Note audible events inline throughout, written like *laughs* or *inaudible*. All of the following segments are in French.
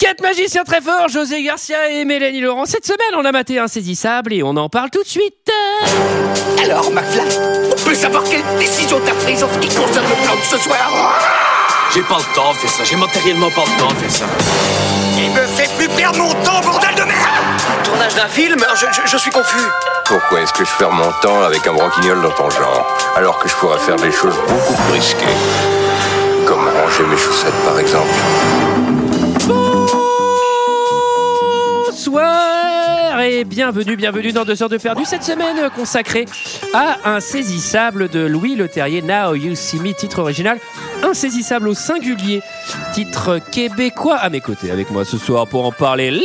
Quatre magiciens très forts, José Garcia et Mélanie Laurent. Cette semaine, on a maté Insaisissable et on en parle tout de suite. Alors, McFly, on peut savoir quelle décision t'as prise en ce qui concerne le plan de ce soir J'ai pas le temps de faire ça, j'ai matériellement pas le temps de faire ça. Il me fait plus perdre mon temps, bordel de merde Tournage d'un film je, je- je suis confus. Pourquoi est-ce que je perds mon temps avec un broquignol dans ton genre, alors que je pourrais faire des choses beaucoup plus risquées Comme ranger mes chaussettes, par exemple. Bonsoir et bienvenue, bienvenue dans 2 heures de perdu. Cette semaine consacrée à Insaisissable de Louis Leterrier, Now You See Me, titre original. Insaisissable au singulier, titre québécois. À mes côtés, avec moi ce soir pour en parler, Léa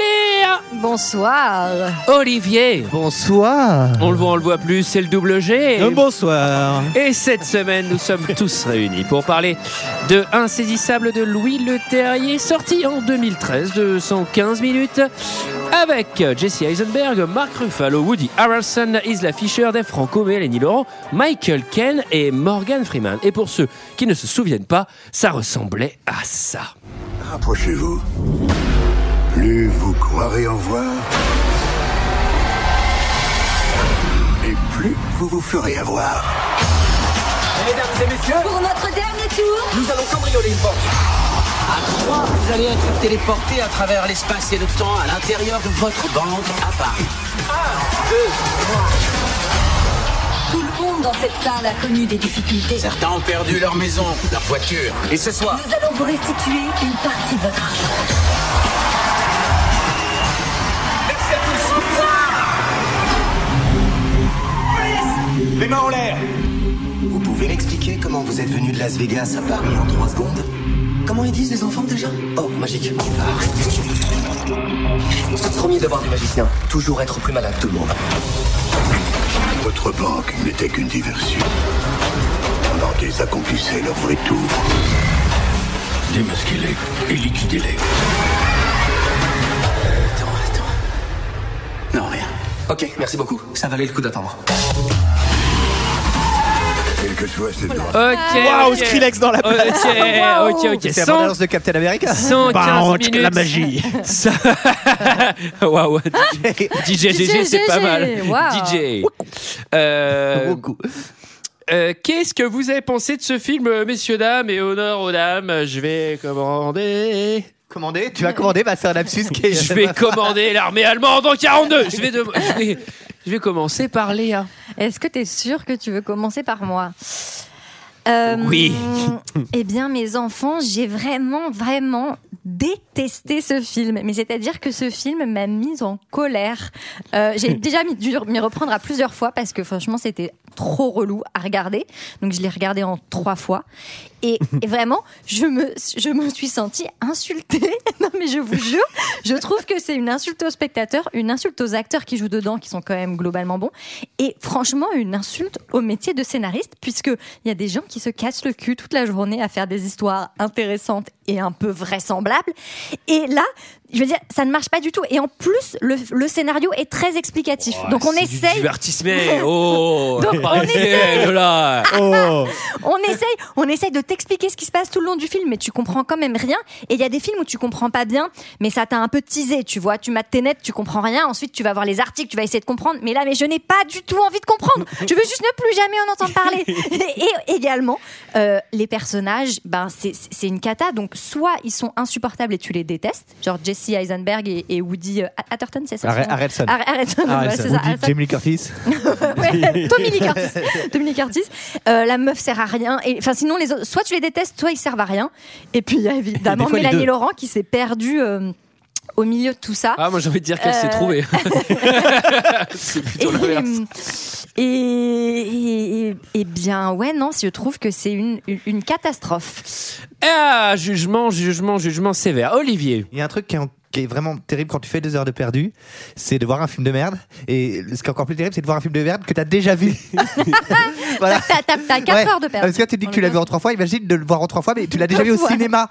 Bonsoir. Olivier. Bonsoir. On le voit, on le voit plus, c'est le double G. Euh, bonsoir. Et cette semaine, nous sommes tous réunis pour parler de Insaisissable de Louis Leterrier, sorti en 2013 de 115 minutes, avec Jesse Eisenberg, Mark Ruffalo, Woody Harrelson, Isla Fisher, Dave Franco, Mélanie Laurent, Michael Ken et Morgan Freeman. Et pour ceux qui ne se souviennent pas, ça ressemblait à ça. Approchez-vous. Plus vous croirez en voir, et plus vous vous ferez avoir. Mesdames et messieurs, Pour notre dernier tour, nous allons cambrioler une porte. À trois, vous allez être téléportés à travers l'espace et le temps à l'intérieur de votre banque à Paris. tout le monde dans cette salle a connu des difficultés. Certains ont perdu leur maison, leur voiture. Et ce soir, Nous allons vous restituer une partie de votre argent. les mains en l'air. Vous pouvez m'expliquer comment vous êtes venu de Las Vegas à Paris en trois secondes Comment ils disent les enfants déjà Oh, magique. Premier devoir du magicien, toujours être plus malade que tout le monde. Votre banque n'était qu'une diversion. Pendant qu'ils accomplissaient leur vrai tour. Démasquez-les et liquidez-les. Attends, attends. Non, rien. Ok, merci beaucoup. Ça valait le coup d'attendre. Quel que soit ce droit. Ok. Waouh, ok. Skrillex dans la Ok, place. ok, ok. C'est la Cent- bande-annonce de Captain America. 115 Bah, minutes. *laughs* la magie. Ça- *laughs* Waouh, DJ GG, c'est pas mal. Waouh. DJ. Euh, Beaucoup. euh, Qu'est-ce que vous avez pensé de ce film, euh, messieurs, dames et honneur aux dames Je vais commander. Commander Tu vas commander Bah, c'est un lapsus qui est- Je vais commander l'armée allemande en 42. Je vais, de- je vais, je vais commencer par Léa. Est-ce que tu es sûr que tu veux commencer par moi Euh, Oui. *laughs* Eh bien, mes enfants, j'ai vraiment, vraiment détesté ce film. Mais c'est-à-dire que ce film m'a mise en colère. Euh, j'ai déjà mis- dû m'y reprendre à plusieurs fois parce que franchement, c'était trop relou à regarder. Donc, je l'ai regardé en trois fois. Et, et vraiment, je me, je me suis sentie insultée. *laughs* non, mais je vous jure, je trouve que c'est une insulte aux spectateurs, une insulte aux acteurs qui jouent dedans, qui sont quand même globalement bons, et franchement, une insulte au métier de scénariste, puisqu'il y a des gens qui se cassent le cul toute la journée à faire des histoires intéressantes et un peu vraisemblables. Et là, je veux dire, ça ne marche pas du tout. Et en plus, le, le scénario est très explicatif. Donc on C'est du essaye Divertissement. *laughs* Oh. Donc, on arrêtez, Lola. Oh. on essaye, on essaye de t'expliquer ce qui se passe tout le long du film, mais tu comprends quand même rien. Et il y a des films où tu comprends pas bien, mais ça t'a un peu teasé, tu vois. Tu mates tes nets, tu comprends rien. Ensuite, tu vas voir les articles, tu vas essayer de comprendre. Mais là, mais je n'ai pas du tout envie de comprendre. Je veux juste ne plus jamais en *laughs* entendre parler. Et, et également, euh, les personnages, ben c'est- c'est c'est une cata. Donc, soit ils sont insupportables et tu les détestes, genre Jesse Eisenberg et, et Woody euh, Atherton, c'est ça son Arre- nom Harrelson. Har- Harrelson, ouais, Harrelson. c'est ça, Vous dites Harrelson. Jamie Lee Curtis. Ouais, *laughs* Tommy Lee Curtis. Tommy Lee Curtis. Euh, la meuf sert à rien. Et, Enfin, sinon, les autres, soit tu les détestes, soit ils servent à rien. Et puis, il y a évidemment Des fois, les Mélanie deux. Laurent qui s'est perdue euh, au milieu de tout ça. Ah, moi j'ai envie de dire qu'elle s'est Euh. trouvée. c'est plutôt l'inverse. et, et- et- et bien, ouais, non, je trouve que c'est une, une- une catastrophe. Ah, jugement, jugement, jugement sévère. Olivier. Il y a un truc qui est, en- qui est vraiment terrible quand tu fais deux heures de perdu, c'est de voir un film de merde. Et ce qui est encore plus terrible, c'est de voir un film de merde que t'as déjà *laughs* vu. voilà. T'as- T'as t'as quatre Ouais. heures de perte. Parce que là, tu dis que tu l'as vu en trois fois, imagine de le voir en trois fois, mais tu l'as déjà *laughs* vu au Voilà. cinéma.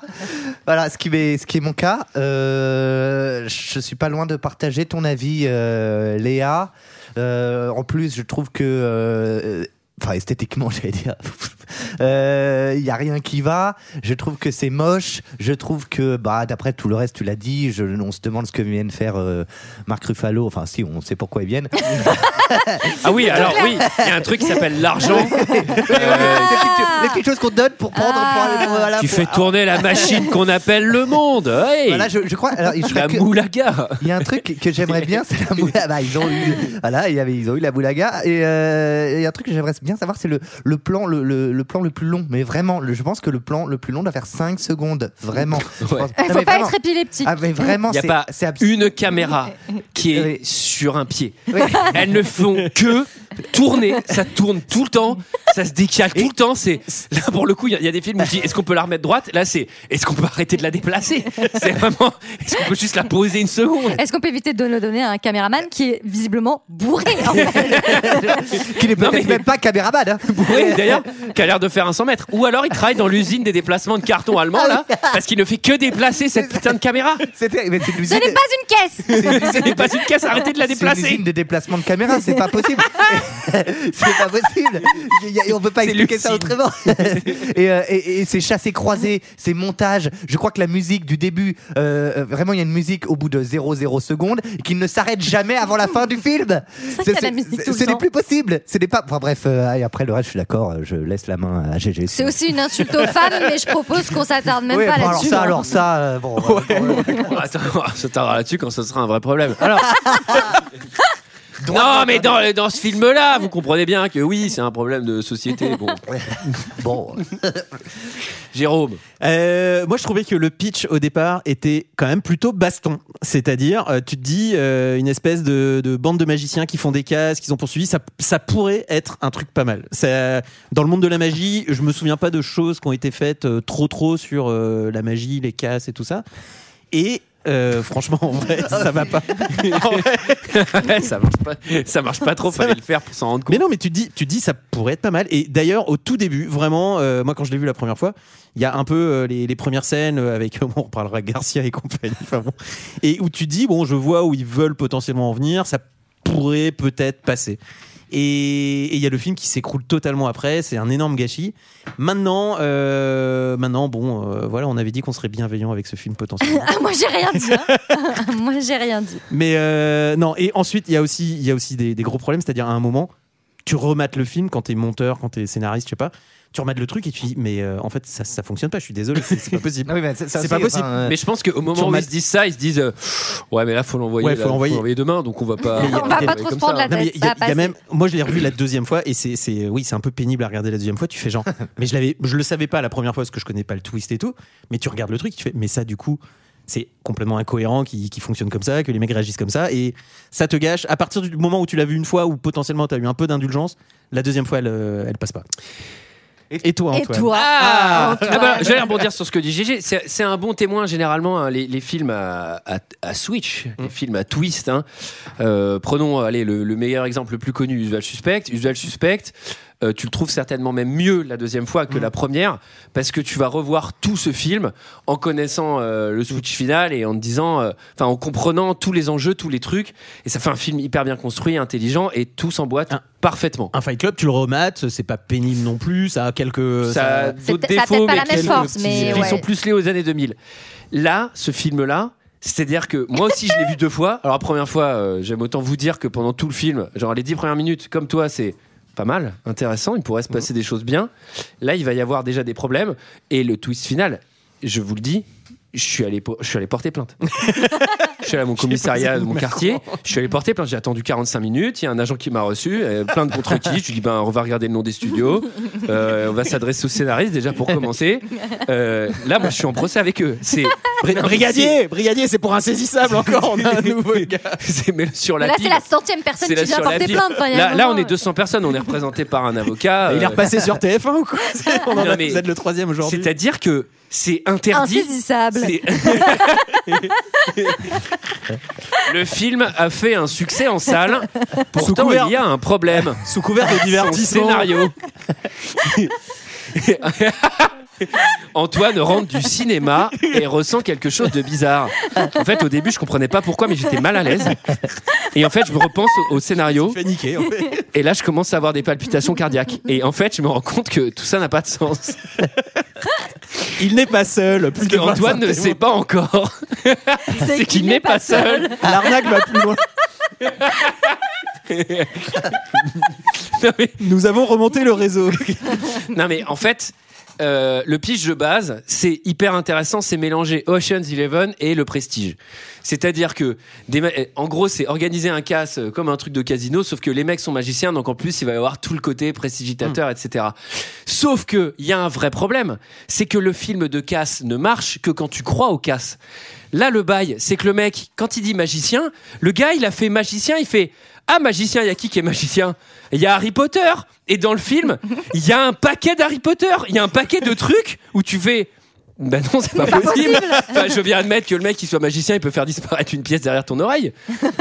Voilà, ce qui est, ce qui est mon cas. Euh, je suis pas loin de partager ton avis, euh, Léa. Euh, en plus, je trouve que euh, Enfin, esthétiquement, *laughs* j'allais dire. Euh, Il y a rien qui va. Je trouve que c'est moche. Je trouve que, bah, d'après tout le reste, tu l'as dit. Je, on se demande ce que viennent faire euh, Marc Ruffalo. Enfin, si, on sait pourquoi ils viennent. Ah oui, alors oui, il y a un truc qui s'appelle l'argent. *laughs* euh, Les petites- les petites choses qu'on te donne pour prendre. pour aller- voilà, qui pour- fait tourner la machine qu'on appelle le monde. Hey, Voilà, je, je crois. Alors, je serais la que- moulaga. Il y a un truc que j'aimerais bien, c'est la moulaga. Bah, ils ont eu, voilà, il y avait- ils ont eu la moulaga. Et euh, il y a un truc que j'aimerais bien savoir, c'est le, le plan, le, le- le plan le plus long. Mais vraiment, le- je pense que le plan le plus long doit faire 5 secondes. Vraiment. Je Ouais. pense- Il Non, Eh, faut mais pas vraiment. être épileptique. Ah, mais vraiment, Il n'y a c'est- pas c'est abs- une caméra qui est Oui. sur un pied. Oui. Elles ne font que tourner. Ça tourne tout le temps. Ça se décale tout le temps. C'est là pour le coup, il y a- il y, a des films où je dis est-ce qu'on peut la remettre droite Là, c'est est-ce qu'on peut arrêter de la déplacer C'est vraiment est-ce qu'on peut juste la poser une seconde Est-ce qu'on peut éviter de le donner à un caméraman qui est visiblement bourré en fait Qui n'est Non, peut-être mais- même pas caméraman. hein. Oui, d'ailleurs, qui a l'air de faire un 100 mètres. Ou alors il travaille dans l'usine des déplacements de carton allemand là, parce qu'il ne fait que déplacer cette putain de caméra. C'était, mais c'est une Ce usine. n'est pas une caisse Ce n'est pas une caisse, arrêtez de la C'est une déplacer. usine de déplacement de caméra, c'est pas possible. c'est pas possible. Il y a- on peut pas C'est expliquer ça lucide. *laughs* autrement. *laughs* et, euh, et- et ces chassés croisés, ces montages, je crois que la musique du début, euh, euh, vraiment, il y a une musique au bout de 0,0 secondes qui ne s'arrête jamais avant la fin du film. vrai Ce- qu'il y a de la ce- musique tout le Ce n'est temps. plus possible. Ce n'est pas. Enfin bref, euh, et après le reste, je suis d'accord, euh, je laisse la main à GG. C'est aussi une insulte aux femmes, mais je propose qu'on s'attarde même Oui, pas bon, alors là-dessus. hein. ça, alors ça, euh, *laughs* bon. euh, bon, euh, Ah, Attends, on s'attardera là-dessus quand ce sera un vrai problème. Alors. Non, mais dans, le- dans ce film-là, vous comprenez bien que oui, c'est un problème de société. Bon, bon. Jérôme, Euh, moi, je trouvais que le pitch au départ était quand même plutôt baston. C'est-à-dire, euh, tu te dis, euh, une espèce de, de bande de magiciens qui font des casques, qu'ils ont poursuivi, ça, ça pourrait être un truc pas mal. Ça, dans le monde de la magie, je me souviens pas de choses qui ont été faites euh, trop trop sur euh, la magie, les casses et tout ça. Et euh, franchement, en vrai, ça va pas. *laughs* En vrai, ça marche pas, ça marche pas trop. Fallait le faire pour s'en rendre compte. mais non, mais tu te dis, tu te dis, ça pourrait être pas mal. Et d'ailleurs, au tout début, vraiment, euh, moi quand je l'ai vu la première fois, il y a un peu euh, les, les premières scènes euh, avec, *laughs* bon, on parlera Garcia et compagnie, enfin bon, et où tu te dis, bon, je vois où ils veulent potentiellement en venir, ça pourrait peut-être passer. Et et il y a le film qui s'écroule totalement après, c'est un énorme gâchis. Maintenant, euh, maintenant, bon, euh, voilà, on avait dit qu'on serait bienveillant avec ce film potentiellement. Ah, *laughs* moi j'ai rien dit. hein. *laughs* moi j'ai rien dit. Mais euh, non, et ensuite, il y a aussi, il y a aussi des, des gros problèmes, c'est-à-dire à un moment, tu remates le film quand t'es monteur, quand t'es scénariste, je sais pas, tu remates le truc et tu dis, mais euh, en fait, ça, ça fonctionne pas, je suis désolé, c'est *laughs* c'est pas possible. Non, oui, mais ça- ça C'est aussi, pas possible. enfin, euh, Mais je pense qu'au moment où remarques- ils se disent ça, ils se disent euh, ouais, mais là faut l'envoyer, Ouais, là, faut l'envoyer. demain, donc on va *laughs* pas. Mais il y a- On va il y a- pas trop se comme prendre ça, la Non, mais tête. il y, ça a- va il y passer. a même, moi je l'ai revu la deuxième fois et c'est, c'est- oui, c'est un peu pénible à regarder la deuxième fois. Tu fais *laughs* genre, mais je l'avais, je le savais pas la première fois parce que je connais pas le twist et tout. Mais tu regardes le truc, tu fais, mais ça du coup, c'est complètement incohérent qui, qui fonctionne comme ça, que les mecs réagissent comme ça et ça te gâche. À partir du moment où tu l'as vu une fois ou potentiellement tu as eu un peu d'indulgence, la deuxième fois elle, euh, elle passe pas. Et, toi, Et Antoine toi Ah, Antoine. Ah bah, J'allais rebondir sur ce que dit Gégé. C'est c'est un bon témoin généralement, hein, les, les films à, à- à switch, les films à twist. hein. Euh, prenons allez, le, le meilleur exemple le plus connu, Usual Suspect. Usual Suspect, euh, tu le trouves certainement même mieux la deuxième fois que la première, parce que tu vas revoir tout ce film en connaissant euh, le switch final et en te disant, euh, enfin en comprenant tous les enjeux, tous les trucs. Et ça fait un film hyper bien construit, intelligent et tout s'emboîte Ah. parfaitement. Un Fight Club, tu le remates, c'est pas pénible non plus, ça a quelques. ça a C'est d'autres peut- Euh, ça a défauts, peut-être pas mais la même qui- force, qui- mais qui ouais. sont plus liés aux années 2000. Là, ce film-là, c'est-à-dire que moi aussi, je l'ai vu deux fois. Alors, la première fois, euh, j'aime autant vous dire que pendant tout le film, genre les dix premières minutes, comme toi, c'est pas mal, intéressant, il pourrait se passer des choses bien. Là, il va y avoir déjà des problèmes. Et le twist final, je vous le dis, je suis allé, po- je suis allé porter plainte. je suis allé à mon commissariat de mon quartier, je suis allé porter plainte. J'ai attendu 45 minutes, il y a un agent qui m'a reçu, euh, plainte contre qui Je lui dis, ben, on va regarder le nom des studios, euh, on va s'adresser au scénariste déjà pour commencer. Euh, là, moi, je suis en procès avec eux. C'est Bri- brigadier, brigadier, c'est pour insaisissable encore, on a un nouveau gars. *laughs* c'est mais sur la Là, c'est pile. la centième personne C'est qui là vient sur la porter pile. plainte. Enfin, il y a un Là, là, on moment, euh. est 200 personnes, on est représenté par un avocat. Il est euh, repassé sur TF1 ou quoi On en Non, a- mais- Vous êtes le troisième aujourd'hui. C'est-à-dire que c'est interdit. Insaisissable. C'est- *laughs* le film a fait un succès en salle. Pourtant, couvert- il y a un problème. *laughs* *laughs* Sous couvert de Son divertissement. scénario. Antoine rentre du cinéma et ressent quelque chose de bizarre. En fait, au début, je comprenais pas pourquoi, mais j'étais mal à l'aise. Et en fait, je me repense au, au scénario. fait niquer, en fait. Et là, je commence à avoir des palpitations cardiaques. Et en fait, je me rends compte que tout ça n'a pas de sens. Il n'est pas seul. Plus Parce que de Antoine 25 ne sait pas encore. C'est qu'il n'est pas seul. L'arnaque va plus loin. Non mais, Nous avons remonté *laughs* le réseau. non, mais en fait, euh, le pitch de base, c'est hyper intéressant. C'est mélanger Ocean's Eleven et le Prestige. C'est-à-dire que, des ma- en gros, c'est organiser un casse euh, comme un truc de casino, sauf que les mecs sont magiciens, donc en plus, il va y avoir tout le côté prestigitateur, etc. Sauf que, il y a un vrai problème, c'est que le film de casse ne marche que quand tu crois au casse. Là, le bail, c'est que le mec, quand il dit magicien, le gars, il a fait magicien, il fait Ah, magicien, il y a qui qui est magicien Il y a Harry Potter Et dans le film, il y a un paquet d'Harry Potter, il y a un paquet de trucs où tu fais. Ben non, c'est pas possible. Enfin, je viens admettre que le mec qui soit magicien, il peut faire disparaître une pièce derrière ton oreille.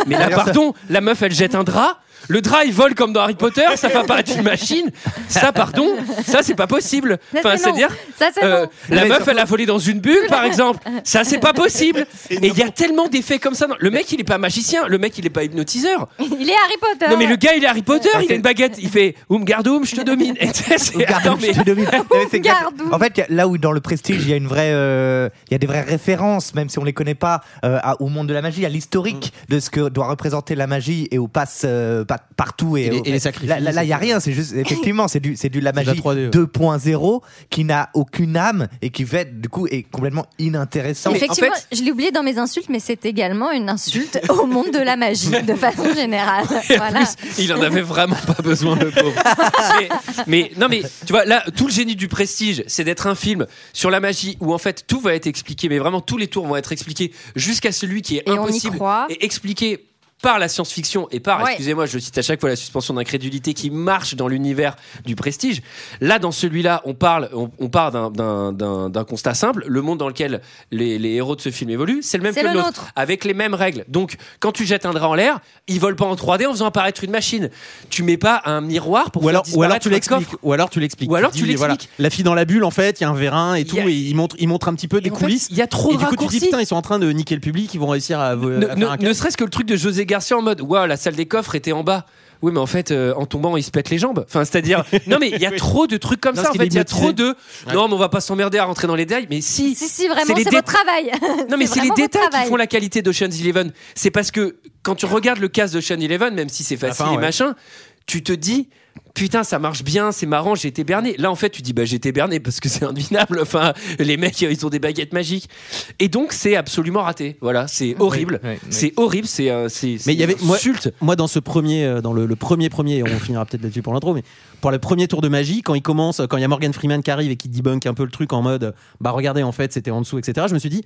Mais là, pardon, la meuf, elle jette un drap. Le drap, il vole comme dans Harry Potter. Ça fait apparaître une machine. Ça, pardon, ça, c'est pas possible. Ça, Enfin, c'est non. c'est-à-dire, Ça, c'est euh, bon. la meuf, elle a volé dans une bulle, par exemple. Ça, c'est pas possible. Et il y a tellement d'effets comme ça. dans- Le mec, il est pas magicien. Le mec, il est pas hypnotiseur. *laughs* Il est Harry Potter. Non, mais le gars, il est Harry Potter. Il a une baguette. Il fait Oum gardoum, je te domine. Et tu sais, *laughs* c'est- Garde, attends, mais- je te domine. Non, mais c'est exact- Garde-nous. En fait, y a- là où dans le prestige, il y a une vraie, euh, il y a des vraies références, même si on les connaît pas, euh, à- au monde de la magie, à l'historique Mm. de ce que doit représenter la magie et au passe euh, pa- partout et, Et les- au- et les sacrifices. Là, là- là, il y a rien. C'est juste, effectivement, c'est du, c'est du la de la magie 3D, ouais. 2.0 qui n'a aucune âme et qui fait du coup est complètement inintéressant. Effectivement, en fait- je l'ai oublié dans mes insultes, mais c'est également une insulte *laughs* au monde de la magie, de façon générale. Et en Voilà. plus, il en avait vraiment pas besoin, le *laughs* pauvre. mais, mais- non, mais tu vois, là, tout le génie du prestige, c'est d'être un film sur la magie où en fait tout va être expliqué, mais vraiment tous les tours vont être expliqués jusqu'à celui qui est Et on y impossible croit. et expliqué par la science-fiction et par, Ouais. excusez-moi, je cite à chaque fois la suspension d'incrédulité qui marche dans l'univers du prestige. Là, dans celui-là, on parle, on, on part d'un- d'un- d'un d'un constat simple. Le monde dans lequel les, les héros de ce film évoluent, c'est le même C'est que le le nôtre, nôtre. avec les mêmes règles. Donc, quand tu jettes un drap en l'air, il vole pas en 3D en faisant apparaître une machine. Tu mets pas un miroir pour Ou faire alors, ou alors disparaître tu un l'expliques. coffre. Ou alors tu l'expliques. Ou alors tu dis, voilà, l'expliques. la fille dans la bulle, en fait, il y a un vérin et Il tout. y a- Et il montre, il montre un petit peu des Et en fait, coulisses. Il y a trop et de du coup, tu dis raccourcis. putain, ils sont en train de niquer le public, ils vont réussir à, vo- Euh, à ne, faire un ne- ne serait-ce que le truc de José Garcia en mode Waouh, la salle des coffres était en bas. Oui, mais en fait, euh, en tombant, il se pète les jambes. Enfin, *laughs* c'est-à-dire, non, mais il y a trop de trucs comme Non, ça. En parce fait, qu'il il y a est trop de. Ouais. Non, mais on va pas s'emmerder à rentrer dans les détails. Mais si, Si, si, vraiment, les *laughs* c'est dé- votre travail. Non, mais c'est les vraiment votre détails qui travail. font la qualité d'Ocean's Eleven. C'est parce que quand tu regardes le cast d'Ocean's Eleven, même si c'est facile fin, et ouais. machin, tu te dis. Putain, ça marche bien, c'est marrant, j'ai été berné. Là, en fait, tu dis, bah, j'ai été berné parce que c'est indéniable. Enfin, les mecs, ils ont des baguettes magiques. Et donc, c'est absolument raté. Voilà, c'est horrible. oui, oui. C'est horrible, c'est euh, c'est- Mais il y c'est avait- une moi- insulte. Moi, dans ce premier, euh, dans le, le premier premier, et on finira peut-être là-dessus pour l'intro, mais pour le premier tour de magie, quand il commence, euh, quand il y a Morgan Freeman qui arrive et qui debunk un peu le truc en mode, euh, bah regardez, en fait, c'était en dessous, etc. Je me suis dit,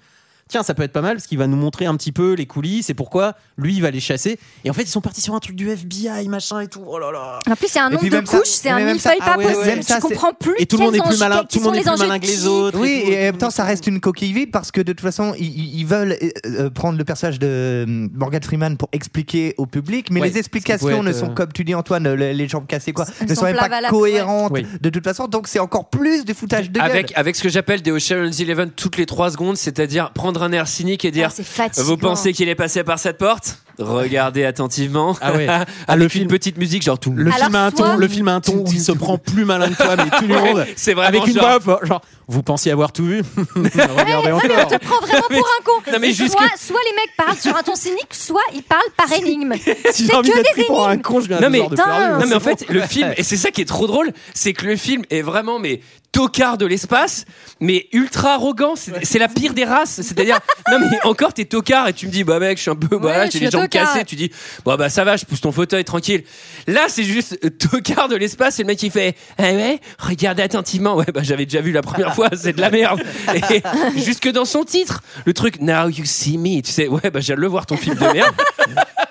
tiens, ça peut être pas mal parce qu'il va nous montrer un petit peu les coulisses et pourquoi lui il va les chasser. Et en fait, ils sont partis sur un truc du FBI, machin et tout. Oh là là. En plus, il y a un puis nombre de même ça- couches, c'est mais un même millefeuille ça- pas ah ouais, ouais, possible. même ça, Tu c'est- comprends plus. Et tout le monde quels est plus enjeux- malin, quels tout le sont monde est les plus enjeux malin que les qui- autres. Oui, tout. et en même temps, ça reste une coquille vide parce que de toute façon, ils, ils veulent euh, euh, prendre le personnage de euh, Morgan Freeman pour expliquer au public, mais Ouais, les explications ce qui peut ne être, sont, euh, comme tu dis Antoine, le- les, jambes cassées, quoi, Elles ne sont sont même pas plavalables, cohérentes ouais. de toute façon, donc c'est encore plus des foutages de gueule. Avec, avec ce que j'appelle des Ocean's Eleven toutes les trois secondes, c'est-à-dire prendre un air cynique et Ah, dire, C'est fatigant. vous pensez qu'il est passé par cette porte Regardez attentivement. *laughs* Ah ouais. Avec Ah, le une film- petite musique, genre tout. Le Alors, film a un ton, soit- le film a un ton où il *laughs* se prend plus malin que toi, mais tout le monde. C'est vraiment Avec une genre- voix off, genre, vous pensiez avoir tout vu *laughs* Regardez Non, mais on encore. te prend vraiment pour un con. non, mais soit, jusque- soit les mecs parlent sur un ton cynique, soit ils parlent par énigme. Si C'est j'ai envie que d'être des pris pour un énigmes. con, je viens Non, mais- de Putain. faire Ah, Non mais en fait le *laughs* film et c'est ça qui est trop drôle c'est que le film est vraiment mais tocard de l'espace mais ultra arrogant c'est c'est la pire des races *laughs* c'est-à-dire non mais encore t'es tocard et tu me dis bah mec je suis un peu Ouais, bah là, je j'ai suis les jambes tocard. cassées tu dis bah bah ça va je pousse ton fauteuil tranquille là c'est juste euh, tocard de l'espace et le mec il fait eh ouais regardez attentivement ouais bah j'avais déjà vu la première fois c'est de la merde et *laughs* jusque dans son titre le truc now you see me tu sais ouais bah j'ai le voir ton film de merde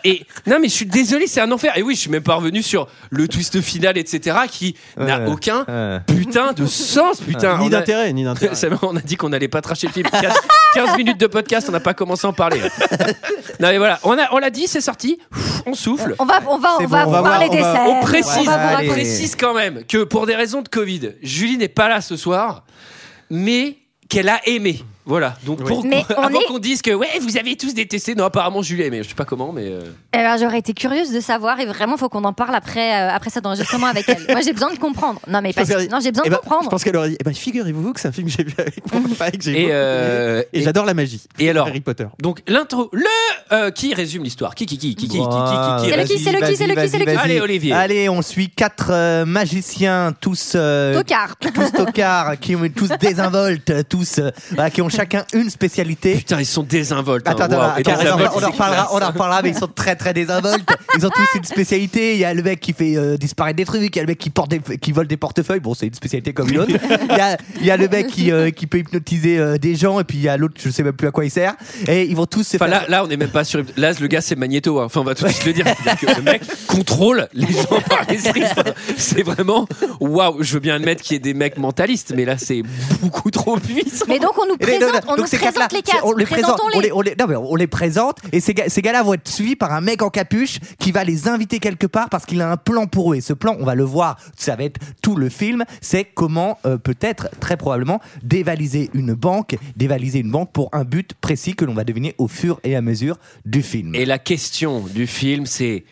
et non, mais je suis désolé, c'est un enfer. Et oui, je suis même pas revenu sur le twist final, etc., qui n'a Ouais. aucun Ouais. putain de sens, putain. Ni On a- d'intérêt, ni *laughs* d'intérêt. Ça va, on a dit qu'on n'allait pas tracher le film. 15, 15 minutes de podcast, on n'a pas commencé à en parler. non, mais voilà, on a- on l'a dit, c'est sorti. Ouf, On souffle. On va, on va, C'est on bon, va on va vous parler voir, on des va- scènes. on On précise, va on Ouais, vous raconter. allez. précise quand même que pour des raisons de Covid, Julie n'est pas là ce soir. mais qu'elle a aimé. Voilà. Donc pour Mais on avant est- qu'on dise que ouais, vous avez tous détesté. Non, apparemment Julie a aimé. Je sais pas comment, mais euh, Alors Eh ben, j'aurais été curieuse de savoir et vraiment faut qu'on en parle après euh, après cet enregistrement avec elle. Moi j'ai besoin de comprendre. Non mais Je peux parce... faire- non j'ai besoin Eh de ben, Je comprendre. pense qu'elle aurait dit eh ben, figurez-vous que c'est un film que j'ai vu avec *laughs* mon papa et que j'ai et beaucoup aimé. euh, Et j'adore la magie. et alors Harry Potter. donc l'intro le euh, qui résume l'histoire qui qui qui qui qui qui qui, qui, qui C'est le qui, Vas-y, c'est le qui, c'est le vas-y, qui, c'est le qui. vas-y. Allez, Olivier. Allez, on suit quatre euh, magiciens, tous euh, Tocard. tous tocards, qui ont tous désinvoltes, tous euh, voilà, qui ont chacun une spécialité. Putain, ils sont désinvoltes. hein. Attends, attends, Waouh. attends, Et dans attends, un on, vol, en- on en c'est reparlera, classe. on en reparlera, mais ils sont très très désinvoltes. Ils ont tous une spécialité. Il y a le mec qui fait euh, disparaître des trucs, il y a le mec qui, porte des- qui vole des portefeuilles. Bon, c'est une spécialité comme une autre. Il y a, il y a le mec qui, euh, qui peut hypnotiser euh, des gens, et puis il y a l'autre, je sais même plus à quoi il sert. Et ils vont tous se Enfin, faire- là, là, on n'est même pas sur. Là, le gars, c'est Magneto. hein. Enfin, on va tout de suite le dire. C'est-à-dire que le *laughs* mec contrôle les gens par les tripes. C'est vraiment. Waouh, je veux bien admettre qu'il y ait des mecs mentalistes, mais là, c'est beaucoup trop puissant. Mais donc on nous Et les- présente, non, non, on donc nous ces présente quatre-là, les quatre. c'est- On les présente, on les, Présentons-les. on les- non, mais on les présente et ces, gars- ces gars-là vont être suivis par un mec en capuche qui va les inviter quelque part parce qu'il a un plan pour eux. Et ce plan, on va le voir, ça va être tout le film, c'est comment euh, peut-être, très probablement, dévaliser une banque, dévaliser une banque pour un but précis que l'on va deviner au fur et à mesure du film. Et la question du film, c'est.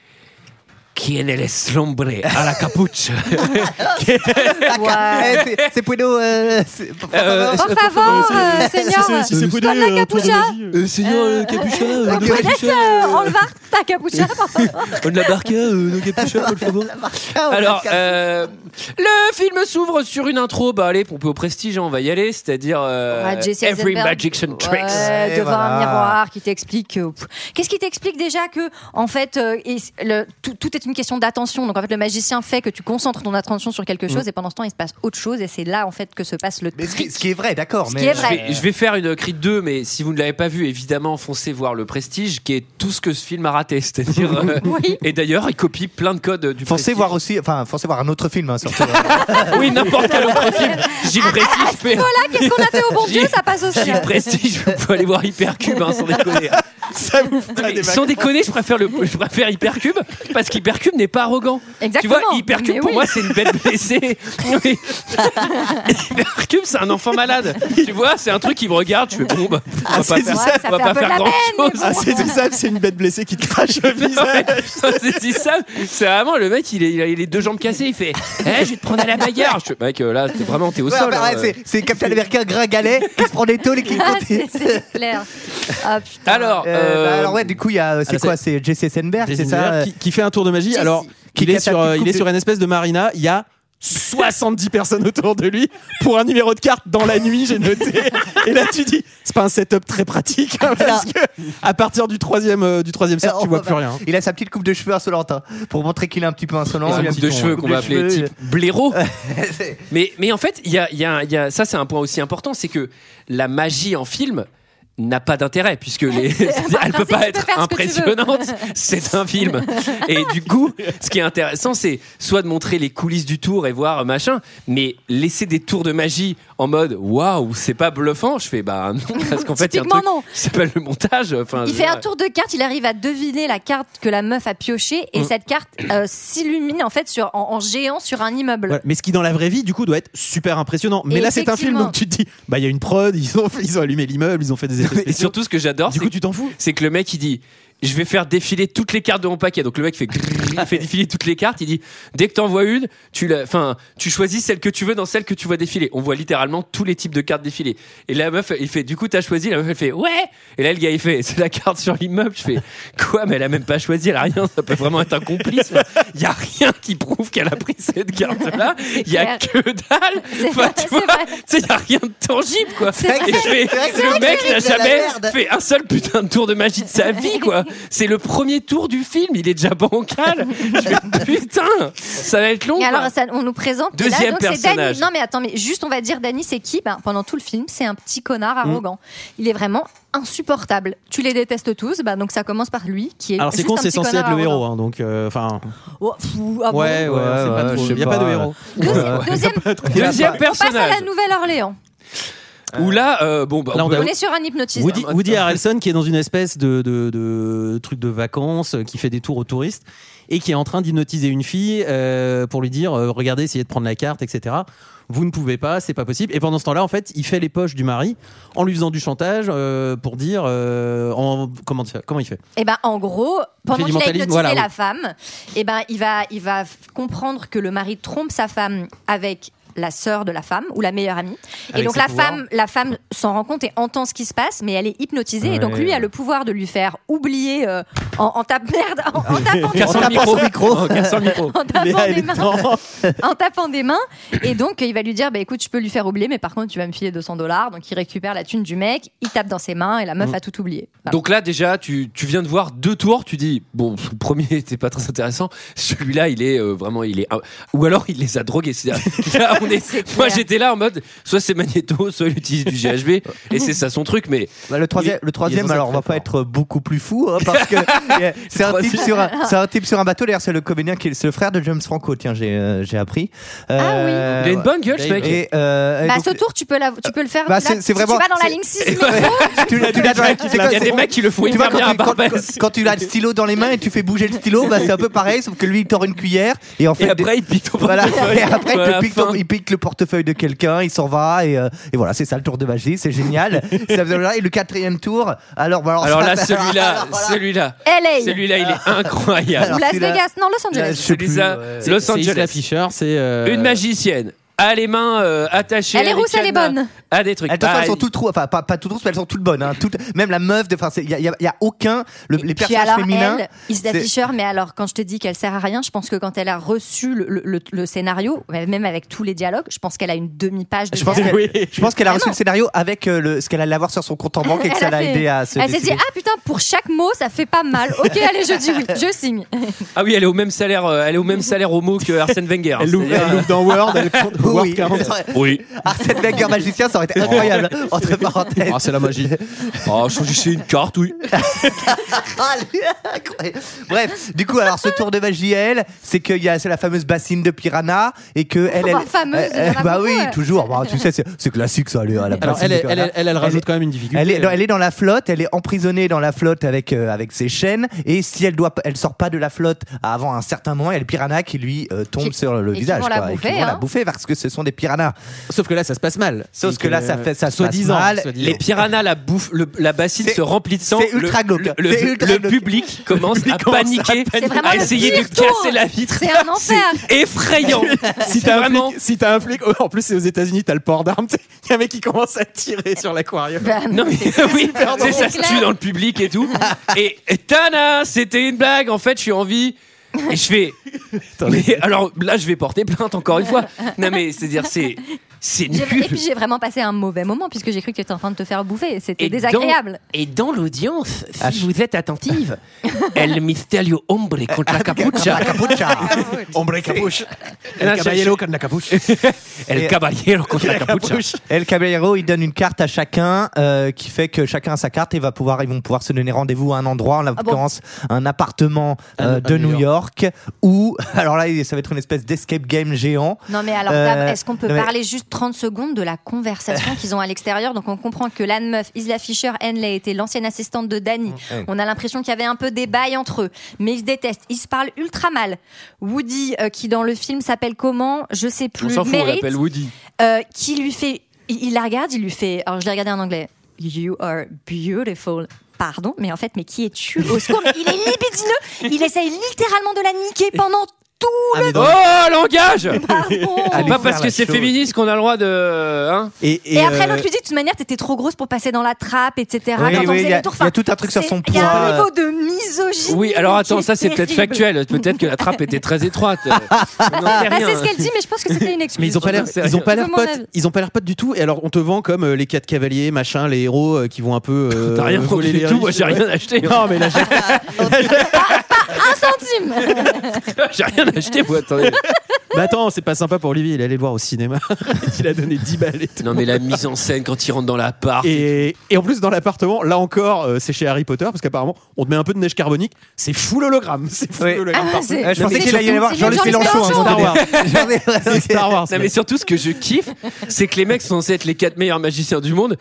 Quién eres el hombre à la capuche Ouah. Eh, c'est- c'est Puedo, euh, c'est- Euh, Por favor, euh, Ah, Seigneur, donne la capucha. Euh, Seigneur, capucha, Euh, Enleva ta capucha, par favor. euh, On la barca, le capucha, pour favor. Ah, Oh, Alors, euh, le film s'ouvre sur une intro. Bah, allez, on peut au prestige, hein, on va y aller. C'est-à-dire euh, Ah, Jesse Every Eisenberg. Magic and Tricks. Ouais, Et devant voilà. un miroir qui t'explique. que- pff. Qu'est-ce qui t'explique déjà que, en fait, euh, et s- le- tout, tout est une question d'attention. Donc, en fait, le magicien fait que tu concentres ton attention sur Mm. quelque chose et pendant ce temps, il se passe autre chose et c'est là, en fait, que se passe le mais ce, qui, trick. ce qui est vrai, d'accord. Ce mais qui est Je vrai. vais, je vais faire une Creed 2, mais si vous ne l'avez pas vu, évidemment, foncez voir le Prestige, qui est tout ce que ce film a raté. C'est-à-dire. euh, *laughs* Oui. Et d'ailleurs, il copie plein de codes euh, du Foncez Prestige. voir aussi, enfin, foncez voir un autre film, hein, surtout. Oui, n'importe quel autre *laughs* film. Ah, Gilles Prestige, mais. *laughs* Voilà, qu'est-ce qu'on a fait au bon Dieu J'ai- Ça passe aussi. Gilles Prestige, vous pouvez aller voir Hypercube, hein, sans déconner. Ah, Ça vous fera Mais sans déconner, je préfère, le, je préfère Hypercube, parce qu'Hypercube n'est pas arrogant. Exactement. Tu vois, Hypercube, Mais pour oui. moi, c'est une bête blessée. *laughs* Oui. Hypercube, c'est un enfant malade. Tu vois, c'est un truc qui me regarde, je fais bon, bah, Ah, on va pas c'est faire, ça, ça on va fait pas un peu faire de la grand peine, mais chose. bon. *laughs* Ah, c'est tout ça, c'est une bête blessée qui te crache *laughs* le Non, mais- visage. *laughs* Ah, non, c'est si simple. C'est vraiment le mec, il, est, il a les deux jambes cassées. Il fait Eh, je vais te prendre à la bagarre. Je fais, Mec, euh, là, t'es vraiment, t'es au Ouais, sol. bah, hein. ouais, c'est- c'est Captain America gringalet qui se prend des tôles et qui *laughs* Ah, *laughs* continue. c'est- c'est clair. Ah, putain. Alors, Euh, euh, bah, alors ouais, du coup, il y a euh, c'est alors, quoi C'est Jesse Eisenberg, c'est ça euh, qui, qui fait un tour de magie. Jesse. Alors, Qui il est, catapulte sur, euh, il coupe est de- sur une espèce de marina. Il y a 70 personnes autour de lui pour un numéro de carte dans la nuit, j'ai noté. Et là, tu dis, c'est pas un setup très pratique hein, parce que à partir du troisième, euh, du troisième cercle, alors, tu vois bah, plus rien. Il a sa petite coupe de cheveux insolente hein, pour montrer qu'il est un petit peu insolent. Et Il un a coupe de cheveux coupe qu'on de va appeler cheveux, euh. type blaireau. c'est- *laughs* mais, mais en fait, il y a, il y a- il y a- ça, c'est un point aussi important c'est que la magie en film n'a pas d'intérêt *laughs* puisque les, *laughs* elle peut c'est- tu pas peux être faire ce que tu veux. impressionnante *laughs* c'est un film et du coup ce qui est intéressant c'est soit de montrer les coulisses du tour et voir euh, machin mais laisser des tours de magie en mode waouh c'est pas bluffant je fais bah non parce qu'en fait il y a un Typiquement, truc non. qui s'appelle le montage enfin je Il veux fait un dire, tour de carte, il arrive à deviner la carte que la meuf a piochée Mm. et cette carte euh, s'illumine en fait sur, en, en géant sur un immeuble. Voilà. Mais ce qui dans la vraie vie, du coup, doit être super impressionnant. Mais Et là, c'est un film, effectivement. donc tu te dis, bah il y a une prod, ils ont, ils ont allumé l'immeuble, ils ont fait des effets. et spéciaux. surtout ce que j'adore du c'est coup, tu t'en fous. c'est que le mec il dit je vais faire défiler toutes les cartes de mon paquet. Donc le mec fait, grrr, il fait défiler toutes les cartes. Il dit dès que t'en vois une, tu la, enfin, tu choisis celle que tu veux dans celle que tu vois défiler. On voit littéralement tous les types de cartes défiler. Et la meuf, il fait du coup t'as choisi. La meuf elle fait ouais. Et là le gars il fait c'est la carte sur l'immeuble. Je fais quoi Mais elle a même pas choisi. Elle a rien. Ça peut vraiment être un complice. Il y a rien qui prouve qu'elle a pris cette carte là. Il y a clair. que dalle. C'est Enfin, vrai, tu c'est vois, vrai. tu sais, il y a rien de tangible quoi. C'est vrai. Et je fais, vrai que c'est le vrai mec que n'a c'est de la jamais merde. fait un seul putain de tour de magie de sa vie, *laughs* quoi. C'est le premier tour du film, il est déjà bancal. Je fais, putain, ça va être long. Et quoi. alors, ça, on nous présente. et Deuxième là, donc, c'est personnage. Danny. Non, mais attends, mais juste, on va dire Danny, c'est qui ben, Pendant tout le film, c'est un petit connard Mm. arrogant. Il est vraiment insupportable. Tu les détestes tous, ben, donc ça commence par lui, qui est. Alors c'est juste con, un c'est petit censé connard être le héros, arrogant. hein, donc euh, enfin. Oh, fou, ah bon ouais, ouais, Ouais, c'est pas ouais, trop. je Il n'y a sais pas de pas. héros. Deuxi- Deuxième, Deuxième on passe à personnage. la Nouvelle-Orléans. Où là, euh, bon, bah, Là, on peut- a- On est sur un hypnotisme. Woody, Woody Harrelson qui est dans une espèce de, de, de truc de vacances, euh, qui fait des tours aux touristes et qui est en train d'hypnotiser une fille euh, pour lui dire euh, regardez, essayez de prendre la carte, etc. Vous ne pouvez pas, c'est pas possible. Et pendant ce temps-là, en fait, il fait les poches du mari en lui faisant du chantage euh, pour dire euh, en- comment, comment il fait Et ben en gros, pendant du qu'il a mentalisme, hypnotisé voilà, la oui. femme, et ben il va il va f- comprendre que le mari trompe sa femme avec la sœur de la femme ou la meilleure amie. Avec et donc ses la pouvoirs. femme la femme s'en rend compte et entend ce qui se passe, mais elle est hypnotisée et donc lui a le pouvoir de lui faire oublier euh, en, en tape merde *laughs* en, en tapant des- Cassons le micro. Oh, cassons le micro. en tapant Léa, elle des est mains, en- en tapant des mains. Et donc, il va lui dire, bah, écoute, je peux lui faire oublier, mais par contre, tu vas me filer 200 dollars. Donc, il récupère la thune du mec, il tape dans ses mains et la Mmh. meuf a tout oublié. Voilà. Donc là, déjà, tu, tu viens de voir deux tours. Tu dis, bon, le premier *laughs* était pas très intéressant. Celui-là, il est euh, vraiment, il est. Ou alors, il les a drogués. C'est-à-dire *laughs* que là, on est- *laughs* C'est Moi, clair. j'étais là en mode, soit c'est Magneto, soit il utilise du GHB, et c'est ça son truc. Mais Bah, le troisième, le troisième censé alors on va être très pas être beaucoup *laughs* plus fou hein, parce que euh, c'est un type sur un, c'est un type sur un bateau. D'ailleurs, c'est le comédien qui est c'est le frère de James Franco. Tiens, j'ai euh, j'ai appris. Euh, il a une bonne gueule, ce mec. Et, euh, et Ah Bah, donc- ce tour, tu peux, la, tu peux le faire. Bah, là, c'est- c'est si vraiment- tu vas dans la c'est- ligne *laughs* 6, tu l'as tu l'as dans la- c'est quoi, Il y a des c'est- mecs qui le font tu vois, hyper quand, bien à tu, quand- Barbès. quand- quand tu as le stylo dans les mains et tu fais bouger le stylo, bah, c'est un peu pareil, sauf que lui il tord une cuillère et en fait Et après, il pique ton voilà, portefeuille. et après il, Voilà, te pique fin. ton- il pique le portefeuille de quelqu'un, il s'en va et, euh, et voilà, c'est ça le tour de magie, *laughs* c'est génial. Ça faisait- et le quatrième tour, alors, bon, Alors ça- là, ça- *laughs* celui-là, alors, voilà. celui-là, LA, celui-là, il est incroyable. ou Alors, Las celui-là- Vegas, non, Los Là, je Angeles. sais plus, Lisa, ouais. Los C'est Isla Angeles. Fisher, c'est euh, Une magicienne. À les mains euh, attachées. Elle est à des rousse, elle est cadenas, bonne. À des trucs. Elles, de toute façon, Ah, elles sont toutes trou- enfin pas, pas toutes rousses, mais elles sont toutes bonnes. hein. Toutes, même la meuf, de- enfin, il y, a- y a- y a aucun le- Et les puis personnages alors, féminins. elle, Isla c'est- Fisher, mais alors quand je te dis qu'elle sert à rien, je pense que quand elle a reçu le, le- le- le scénario, même avec tous les dialogues, je pense qu'elle a une demi-page de Je pense dialogue. qu'elle je pense qu'elle a Ah reçu non. le scénario avec euh, le, ce qu'elle allait avoir sur son compte en banque et que ça Elle a l'a fait- aidé à se. Elle s'est dit décider. ah putain pour chaque mot ça fait pas mal. *laughs* Ok allez je dis oui je signe. Ah oui, elle est au même salaire, euh, elle est au Mhm. même salaire homo que Arsène Wenger. Elle l'ouvre C'est-à-dire, elle l'ouvre dans Word, elle compte Word *laughs* oui, 40. Oui. Arsène Wenger magicien, ça aurait été *laughs* incroyable. Entre parenthèses. Ah, c'est la magie. Oh, choisissez une carte, oui. Ah, lui, *laughs* incroyable. Bref, du coup, alors ce tour de magie, elle, c'est qu'il y a c'est la fameuse bassine de piranha et que elle, elle bah, fameuse, euh, il y en a euh, bah beaucoup, oui, ouais. toujours. Bah, tu sais, c'est c'est classique ça, aller à la Alors, bassine elle, de elle, piranha. elle, elle, elle rajoute quand même une difficulté. Elle est, elle est dans la flotte, elle est emprisonnée dans la flotte avec, euh, avec ses chaînes, et si elle doit, elle sort pas de la flotte avant un certain moment, il y a le piranha qui lui euh, tombe Qui- sur le et qui visage. vont la quoi, et qui bouffer, vont la hein. bouffer parce que ce sont des piranhas. Sauf que là, ça se passe mal. Sauf Et que là, ça fait- ça se soi-disant, passe mal. soi-disant. Les piranhas la bouffent, le- la bassine C'est- se remplit de sang. c'est ultra le, glauque. le- le- C'est ultra le glauque. public commence à commence à paniquer, C'est vraiment à le essayer de pire tour. casser la vitre. C'est un enfer. *laughs* C'est *laughs* effrayant. Si C'est t'as un, vraiment. flic- si t'as un flic, oh, en plus c'est aux États-Unis, t'as le port d'armes. *laughs* Il y a un mec qui commence à tirer sur l'aquarium. Bah, Non mais *laughs* oui, c'est drôle. ça se C'est tue clair. dans le public et *laughs* tout. Et, et Tana, c'était une blague. En fait, je suis en vie. Et je *laughs* fais. Mais alors là, je vais porter plainte encore une fois. Non mais c'est-à-dire c'est c'est J'ai- nul. Et puis j'ai vraiment passé un mauvais moment puisque j'ai cru que tu étais en train de te faire bouffer. C'était Et désagréable. Ah, Dans, et dans l'audience, si vous êtes *laughs* attentive, El Misterio Hombre contre Ah, la Capucha. Hombre capuche. Non, je- con la capuche. *laughs* El Caballero contre *laughs* la Capucha. *laughs* El Caballero, il donne une carte à chacun euh, qui fait que chacun a sa carte et va pouvoir, ils vont pouvoir se donner rendez-vous à un endroit, en l'occurrence un appartement euh, à de New New York, où, *laughs* alors là, ça va être une espèce d'escape game géant. Non mais alors Euh, Dame, est-ce qu'on peut non, mais- parler juste 30 secondes de la conversation qu'ils ont à l'extérieur Donc on comprend que l'âne meuf Isla Fisher Henley était l'ancienne assistante de Danny. Ah, On a l'impression qu'il y avait un peu des bails entre eux, mais ils se détestent, ils se parlent ultra mal. Woody euh, qui dans le film s'appelle comment Je sais On plus. s'en fout, on mérite l'appelle Woody. euh, qui lui fait. Il, il la regarde, il lui fait. Alors je l'ai regardé en anglais. You are beautiful. Pardon, mais en fait, mais qui es-tu Au secours, mais il est libidineux. Il essaye littéralement de la niquer pendant tout le Oh, langage *laughs* Ah, pardon. Pas parce que c'est féministe qu'on a le droit de. Hein Et, et, Et après, euh, l'autre lui dit de toute manière, t'étais trop grosse pour passer dans la trappe, etc. Oui, Quand on oui, faisait y a- les tours, y a enfin, tout un truc sur c'est- son Il y a poids. un niveau de misogynie. Oui, alors qui attends, est ça c'est peut-être terrible. factuel. Peut-être que la trappe était très *laughs* étroite. On n'en Bah, sait rien. c'est ce qu'elle dit, mais je pense que c'était une excuse. Mais ils ont pas l'air, C'est ils ont pas l'air vraiment potes. la- Ils ont pas l'air potes du tout. Et alors on te vend comme euh, les quatre cavaliers, machin, les héros euh, qui vont un *laughs* peu. euh, T'as rien voler compris les du tout, moi riches. j'ai *laughs* rien acheté. Non *laughs* mais là, j'ai- Un centime *laughs* J'ai rien acheté, moi, attendez. Bah attends, c'est pas sympa pour Olivier, il est allé le voir au cinéma. *laughs* il a donné 10 balles et tout. Non, mais la mise en scène quand il rentre dans l'appart. Et, et en plus, dans l'appartement, là encore, euh, c'est chez Harry Potter, parce qu'apparemment, on te met un peu de neige carbonique. C'est full hologramme. C'est full Oui. hologramme. Ah, c'est- Euh, je c'est- pensais qu'il allait y c'est- avoir c'est Jean-Luc Jean-Luc Mélenchon. hein, à un Mélenchon. moment Star *laughs* Wars. donné. C'est Star Wars. Non, mais surtout, ce que je kiffe, c'est que les mecs sont censés être les quatre meilleurs magiciens du monde.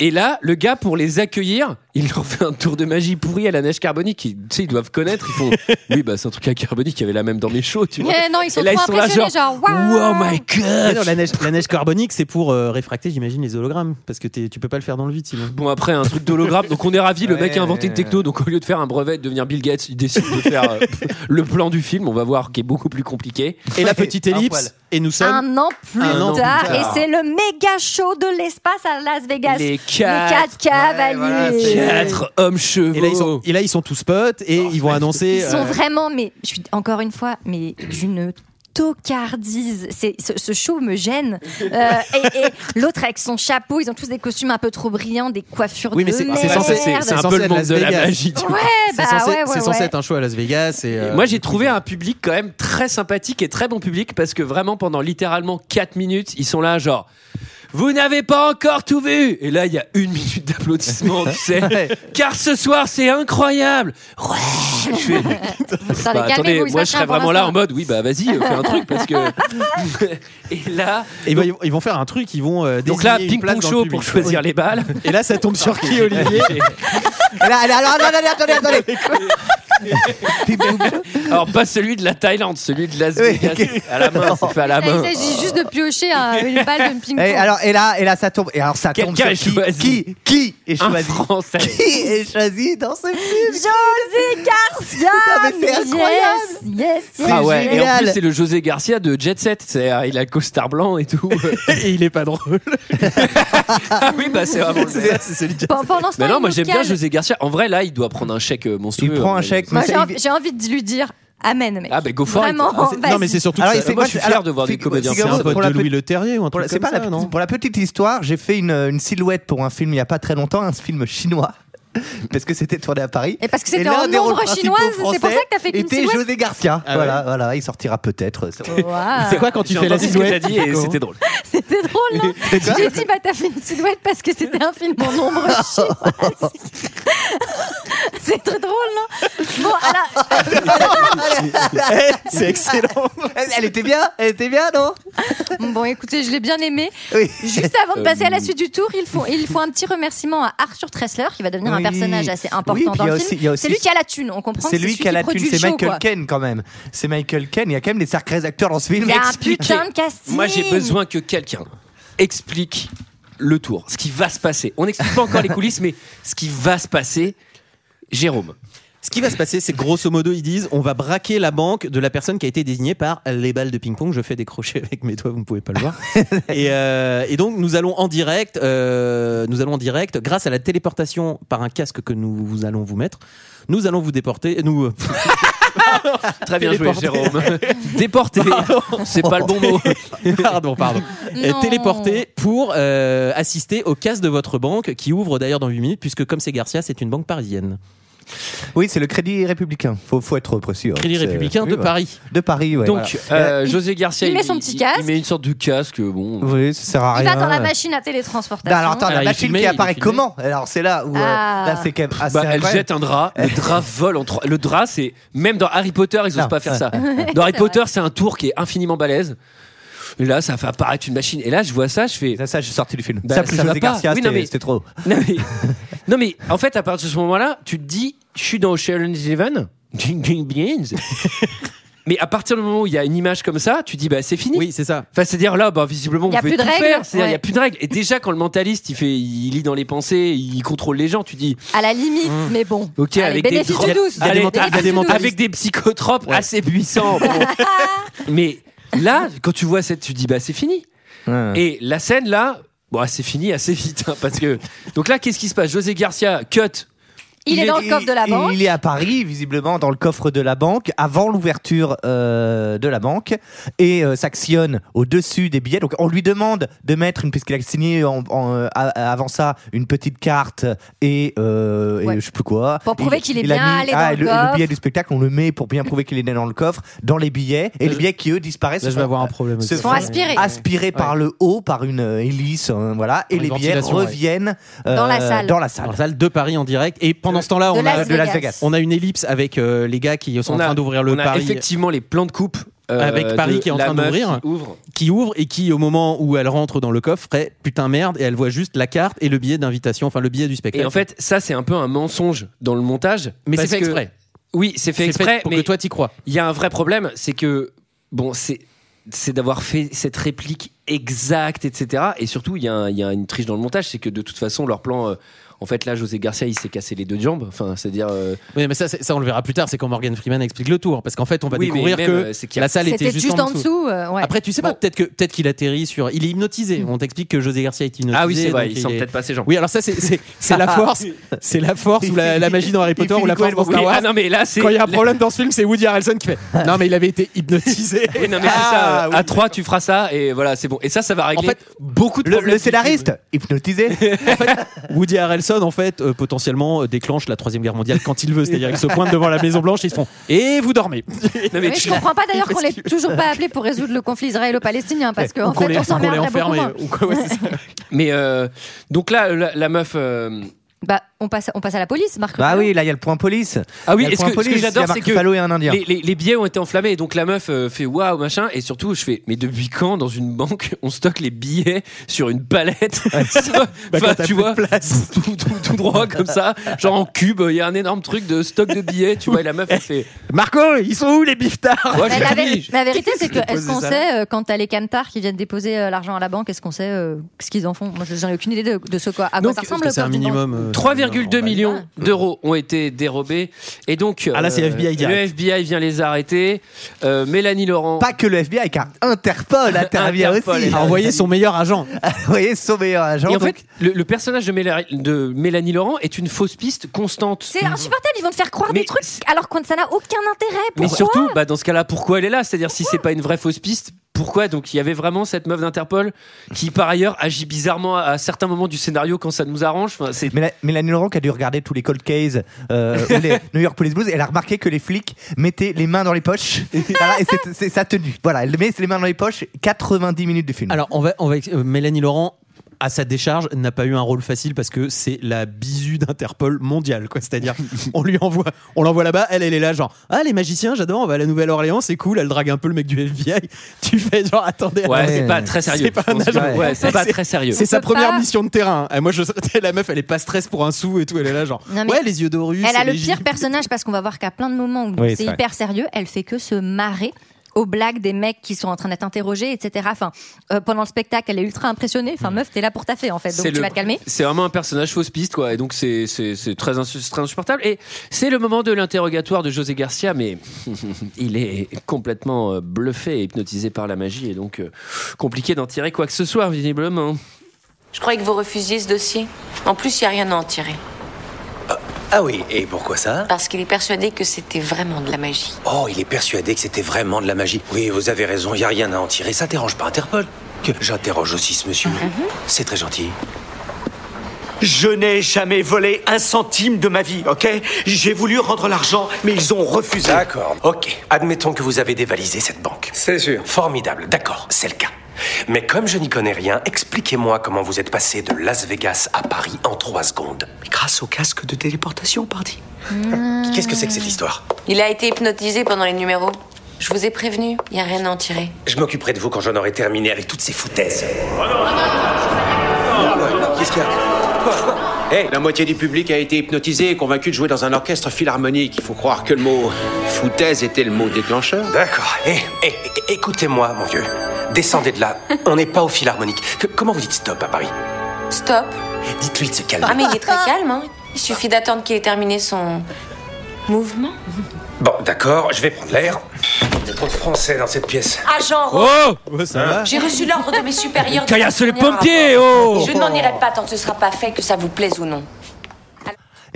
Et là, le gars, pour les accueillir, il leur fait un tour de magie pourri à la neige carbonique. Ils, tu sais, ils doivent connaître. *laughs* Ils font Oui, bah, c'est un truc à carbonique. Il y avait la même dans mes shows, tu vois. Eh non, ils sont Et là, trop ils sont là, impressionnés, genre, Wow, waouh my Mais god non, la, neige, la neige carbonique, c'est pour euh, réfracter, j'imagine, les hologrammes. Parce que t'es- tu peux pas le faire dans le vide, sinon. Bon, après, un truc d'hologramme. Donc, on est ravis. Le mec a inventé une techno. Donc, au lieu de faire un brevet et de devenir Bill Gates, il décide de faire euh, le plan du film. On va voir qui est beaucoup plus compliqué. Et la petite un poil. ellipse, et nous sommes. Un an plus Un an plus tard, tard. et c'est le méga show de l'espace à Las Vegas. Les Les quatre, quatre cavaliers. voilà, c'est- quatre hommes chevaux. Et là, ils sont, et là, ils sont tous potes et ils vont annoncer. Ils sont euh, vraiment, mais je suis encore une fois, mais d'une tocardise. C'est ce, ce show me gêne. Euh, et et l'autre avec son chapeau, ils ont tous des costumes un peu trop brillants, des coiffures Oui, mais de c'est- merde. C'est censé- c'est- c'est un censé peu le être monde Las de la Vegas. magie, tu vois. Ouais, c'est bah censé, ouais, ouais, c'est censé ouais. être un show à Las Vegas. Et, euh, Moi, j'ai trouvé un public quand même très sympathique et très bon public parce que vraiment, pendant littéralement 4 minutes, ils sont là, genre. Vous n'avez pas encore tout vu Et là, il y a une minute d'applaudissements, tu *laughs* sais. Car ce soir, c'est incroyable Ouais Je fais- Attendez, Bah, attendez, calmez-vous, il se moi, je passe serais rien pour vraiment là en l'instant. mode, oui, bah vas-y, euh, fais un truc, parce que... et là, *laughs* et ben, ils vont- ils vont faire un truc, ils vont. *laughs* euh, donc là, désigner une place ping-pong dans le show pour public. choisir les *laughs* balles. Et là, ça tombe sur qui, Olivier Là, allez, alors, attendez, attendez, attendez. Puis, boum. *laughs* Alors, pas celui de la Thaïlande, celui de Las Oui, Vegas. ok. À la main, c'est fait à la Il main. s'agit juste de piocher un- *laughs* une balle de ping-pong. Et alors, et là, et là, ça tombe. Et alors, ça tombe Quelqu'un sur est choisi. qui, qui, qui est Un choisi Français. Qui est choisi dans ce film José Garcia Non, mais c'est incroyable. Yes, yes, yes. Ah ouais, et en génial. plus c'est le José Garcia de Jet Set, c'est euh, il a le costard blanc et tout. *laughs* Et il est pas drôle. *laughs* ah oui, bah c'est vraiment le même. C'est c'est celui qui- Pen- Pendant ce temps, Mais non, il moi nous j'aime bien cale. José Garcia. En vrai là, il doit prendre un chèque euh, monstrueux. Il prend un Euh, chèque, Moi, mais j'ai ça, envie- j'ai envie de lui dire Amen, mec. Ah bah go for it. Vraiment, Ah, c'est- Non, mais c'est surtout que Alors, ça- il fait moi, quoi, je suis alors, fier de voir des figure- comédiens. c'est un figure- pote pour de la Louis Le Terrier ou un Pour truc la- c'est comme pas ça, la petite- non pour la petite histoire, j'ai fait une, une silhouette pour un film il y a pas très longtemps, un film chinois, *laughs* parce que c'était tourné à Paris. Et parce que c'était l'un en des rôles ombre principaux chinoise, c'est pour français ça que t'as fait qu'une était silhouette. José Garcia. Ah ouais. voilà, voilà, il sortira *laughs* peut-être. Waouh. C'est quoi quand tu J'ai fais la entendu ce que t'as silhouette dit et c'était drôle. C'était drôle, non J'ai dit, bah, t'as fait une silhouette parce que c'était un film en ombre chinoise. *laughs* C'est très drôle, non Bon, alors, C'est excellent. *laughs* Elle, elle était bien, elle était bien, non bon, écoutez, je l'ai bien aimé. Oui. Juste avant de passer à Euh, la suite du tour, il faut, il faut un petit remerciement à Arthur Tressler, qui va devenir un Oui. personnage assez important Oui, puis dans il y a le aussi- film. il y a aussi- C'est lui qui a la thune, on comprend C'est que lui qui a la thune, produit le c'est show, Michael quoi. Ken quand même. C'est Michael Ken, il y a quand même des sacrés acteurs dans ce film. Il y a un putain de casting. Moi, j'ai besoin que quelqu'un explique le tour, ce qui va se passer. On n'explique pas encore les coulisses, mais ce qui va se passer, Jérôme. Ce qui va se passer, c'est que grosso modo, ils disent on va braquer la banque de la personne qui a été désignée par les balles de ping-pong. Je fais des crochets *laughs* avec mes doigts, vous ne pouvez pas le *laughs* voir. et, euh, et donc, nous allons en direct, euh, nous allons en direct, grâce à la téléportation par un casque que nous vous allons vous mettre, nous allons vous déporter. Nous, *laughs* Très bien joué, Téléporté. Jérôme. *laughs* Déporté. C'est pas le bon mot. pardon, *laughs* pardon. Et Non. téléporter pour euh, assister au casse de votre banque qui ouvre d'ailleurs dans 8 minutes, puisque comme c'est Garcia, c'est une banque parisienne. Oui, c'est le Crédit Républicain. Faut, faut être précis. hein. Crédit C'est- républicain oui, de voilà. Paris. De Paris, ouais. Donc, euh, José Garcia, il met son petit Il casque. met une sorte de casque. Bon, Voilà. oui, ça sert à Il rien. va dans la machine à télétransportation. Non, alors attends, Alors, il la est machine filmé, il qui est apparaît filmé. comment Alors c'est là où euh, Ah. là c'est quand même assez Bah, elle incroyable. jette un drap, le drap vole en trois. Le drap, c'est même dans Harry Potter, ils n'osent Non, pas faire ouais, ça. ouais. Dans Harry C'est Potter, c'est un tour qui est infiniment balèze. Et là, ça fait apparaître une machine. Et là, je vois ça, je fais. Ça, ça, je suis sorti du film. Bah, ça, plus ça va José pas. Garcia, Oui, non, c'était- mais- c'était trop. Non mais, non, mais en fait, à partir de ce moment-là, tu te dis, je suis dans Sharon's Even. Ding, ding, *laughs* ding. mais à partir du moment où il y a une image comme ça, tu dis, bah, c'est fini. Oui, c'est ça. Enfin, c'est-à-dire là, bah, visiblement, Il y vous a pouvez plus tout de règles, faire. C'est-à-dire, il n'y a ouais. plus de règles. Et déjà, quand le mentaliste, il fait, il lit dans les pensées, il contrôle les gens, tu dis, À la limite, Mmh. mais bon. Ok, Allez, avec des bénéfice drogues. Ah, du douce. Il y a des mentales- Bénéfice il y a des du mentales- doute. avec des psychotropes assez *laughs* puissants. bon. Mais là, quand tu vois cette, tu te dis bah c'est fini. Et la scène ah, là, bon, c'est fini assez vite hein, parce que donc là, qu'est-ce qui se passe José Garcia cut. Il, est dans le coffre de la il- banque. Il est à Paris, visiblement, dans le coffre de la banque, avant l'ouverture euh, de la banque, et euh, s'actionne au-dessus des billets. Donc, on lui demande de mettre, une, puisqu'il a signé en- en, euh, a- avant ça, une petite carte et, euh, et Ouais. je sais plus quoi. Pour prouver Il- qu'il est il a ah, bien allé dans le le, coffre. billet du spectacle, on le met pour bien prouver qu'il est né dans le coffre, dans les billets, et les billets qui, eux, disparaissent. Là, je vais sont- avoir un problème. se avec font ça. aspirés. aspirés par le haut, par une euh, hélice, euh, voilà, et Une les billets ventilation, ouais. reviennent euh, Dans la salle. Dans la Dans la salle. salle de Paris en direct. Et pendant ce temps-là, de on a, Las de Las Vegas. Vegas. on a une ellipse avec euh, les gars qui sont en train d'ouvrir le on a Paris. effectivement les plans de coupe. euh, Avec Paris de qui est en la train meuf d'ouvrir. qui ouvre. qui ouvre et qui, au moment où elle rentre dans le coffre, fait putain merde et elle voit juste la carte et le billet d'invitation, enfin le billet du spectacle. Et en fait, ça, c'est un peu un mensonge dans le montage. mais c'est parce fait que- exprès. Oui, c'est fait C'est exprès, pour mais que toi t'y crois. il y a un vrai problème, c'est que, bon, c'est c'est d'avoir fait cette réplique exacte, etc. Et surtout, il y, a un- il y a une triche dans le montage, c'est que de toute façon, leur plan... euh, en fait, là, José Garcia, il s'est cassé les deux jambes. Enfin, c'est-à-dire... euh, Oui, mais ça, c'est- ça on le verra plus tard. C'est quand Morgan Freeman explique le tour, parce qu'en fait, on va Oui, mais découvrir même, que euh, c'est qu'il y a- la salle était C'était juste, en dessous. euh, ouais. Après, tu sais pas, Bon. peut-être que peut-être qu'il atterrit sur. Il est hypnotisé. On t'explique que José Garcia est hypnotisé. Ah oui, c'est vrai, donc il sent est- peut-être pas ses jambes. Oui, alors ça, c'est- c'est *laughs* c'est la force, c'est la force ou la, la magie dans Harry Il Potter ou finit la force dans complètement- Star Oui, Wars. ah non, mais là, c'est... Quand il y a un problème dans ce film, c'est Woody Harrelson *laughs* qui fait. Non, mais il avait été hypnotisé. *laughs* Oui, non, mais c'est Ah, ça, euh, oui. à 3, tu feras ça, et voilà, c'est bon. Et ça, ça va régler fait, beaucoup de Le, problèmes. le scénariste, hypnotisé, *laughs* Woody Harrelson, en fait, euh, potentiellement euh, déclenche la Troisième Guerre mondiale quand il veut. C'est-à-dire qu'il se pointe devant la Maison Blanche et ils se font Et vous dormez Non, mais Mais tu- je comprends pas d'ailleurs qu'on l'ait toujours pas appelé pour résoudre le conflit israélo-palestinien parce qu'en Ou qu'on fait les- on ou qu'on les s'emmerderait beaucoup enferme. moins. *laughs* et- ou quoi, ouais, c'est ça. Mais euh, donc là, la, la meuf. euh, Bah on passe on passe à la police Marc. Bah Ruffalo. oui, là il y a le point police. Ah oui, Il y a le est-ce point que- ce que police, j'adore, il y a Marc c'est que Ruffalo et un Indien. les, les- les billets ont été enflammés et donc la meuf euh, fait waouh machin et surtout je fais mais depuis quand dans une banque on stocke les billets sur une palette Enfin, Bah, quand t'as *laughs* tu plus de vois *laughs* place. tout, tout- tout droit comme ça genre en cube il y a un énorme truc de stock de billets tu vois et la meuf elle fait Marco, ils sont où les biftards moi Mais je la, l'ai vé- mis. la vérité, c'est que Qu'est-ce que est-ce j'ai qu'on posé ça sait euh, quand t'as les cantards qui viennent déposer euh, l'argent à la banque, est-ce qu'on sait euh, ce qu'ils en font Moi, j'en ai aucune idée de, de ce quoi. À quoi Donc, ça ressemble Parce que C'est un le coffre d'une banque. minimum. euh, 3,2 normal. millions d'euros ont été dérobés et donc euh, Ah là, c'est FBI le direct. FBI vient les arrêter Euh, Mélanie Laurent Pas que le FBI, car Interpol intervient Interpol aussi. est A là. Ah, *laughs* envoyé son meilleur agent. Vous voyez, son meilleur agent. et en donc, fait, le, le personnage de, Méla- de Mélanie Laurent est une fausse piste constante. C'est insupportable, ils vont te faire croire Mais des trucs c'est- alors que ça n'a aucun intérêt. Mais Pourquoi surtout, bah, dans ce cas-là, pourquoi elle est là C'est-à-dire, si c'est pas une vraie fausse piste, pourquoi Donc, il y avait vraiment cette meuf d'Interpol qui, par ailleurs, agit bizarrement à, à certains moments du scénario quand ça nous arrange. Enfin, *laughs* c'est Méla- Mélanie Laurent qui a dû regarder tous les cold cases, euh, ou *laughs* les New York Police Blues, elle a remarqué que les flics mettaient les mains dans les poches. Voilà, et c'est- c'est sa tenue. Voilà, elle met les mains dans les poches 90 minutes du film. Alors, on va, on va, euh, Mélanie Laurent, à sa décharge, n'a pas eu un rôle facile parce que c'est la bisu d'Interpol mondiale. quoi. *laughs* C'est-à-dire, on lui envoie, on l'envoie là-bas, elle, elle est là, genre, ah, les magiciens, j'adore, on va à la Nouvelle-Orléans, c'est cool, elle drague un peu le mec du FBI. Tu fais genre, attendez, ouais, attendez. c'est pas très sérieux. Ah C'est Je pas pense un que- agent. ouais, c'est pas très sérieux. C'est sa peut première pas- mission de terrain. Et moi, je, *laughs* la meuf, elle est pas stress pour un sou et tout. Elle est là, genre, Non, mais ouais, les yeux dorus. Elle a et le les pire gilets- personnage parce qu'on va voir qu'à plein de moments où Oui, c'est c'est vrai. hyper sérieux, elle fait que se marrer aux blagues des mecs qui sont en train d'être interrogés, etc. Enfin, euh, pendant le spectacle, elle est ultra impressionnée. Enfin, Mm. meuf, t'es là pour taffer en fait, donc C'est tu le- vas te calmer. C'est vraiment un personnage fausse piste, quoi. Et donc, c'est c'est- c'est très, insu- c'est très insupportable. Et c'est le moment de l'interrogatoire de José Garcia, mais *laughs* il est complètement euh, bluffé et hypnotisé par la magie. Et donc, euh, compliqué d'en tirer quoi que ce soit, visiblement. Je croyais que vous refusiez ce dossier. En plus, il n'y a rien à en tirer. Ah oui, et pourquoi ça Parce qu'il est persuadé que c'était vraiment de la magie. Oh, il est persuadé que c'était vraiment de la magie. Oui, vous avez raison, il n'y a rien à en tirer. Ça dérange pas Interpol Que j'interroge aussi ce monsieur. C'est très gentil. Je n'ai jamais volé un centime de ma vie, ok J'ai voulu rendre l'argent, mais ils ont refusé. D'accord. Ok, admettons que vous avez dévalisé cette banque. C'est sûr. Formidable, d'accord, c'est le cas. Mais comme je n'y connais rien, expliquez-moi comment vous êtes passé de Las Vegas à Paris en trois secondes. Grâce au casque de téléportation, parti. Qu'est-ce que c'est que cette histoire Il a été hypnotisé pendant les numéros. Je vous ai prévenu, il n'y a rien à en tirer. Je m'occuperai de vous quand j'en aurai terminé avec toutes ces foutaises. Qu'est-ce qu'il y a la moitié du public a été hypnotisée et convaincue de jouer dans un orchestre philharmonique. Il faut croire que le mot foutaise était le mot déclencheur. D'accord. Eh, eh, eh, écoutez-moi, mon vieux. Descendez de là. On n'est pas au philharmonique. Que- comment vous dites stop à Paris Stop. Dites-lui de se calmer. Ah, mais il est *laughs* très calme, hein. Il suffit d'attendre qu'il ait terminé son mouvement. Bon, d'accord, je vais prendre l'air. Il y a trop de français dans cette pièce. Ah, genre, Oh Ouais, ça va. j'ai reçu l'ordre de mes supérieurs. de Caillasse les fournir un pompiers, rapport. oh Je n'en irai pas tant que ce sera pas fait, que ça vous plaise ou non.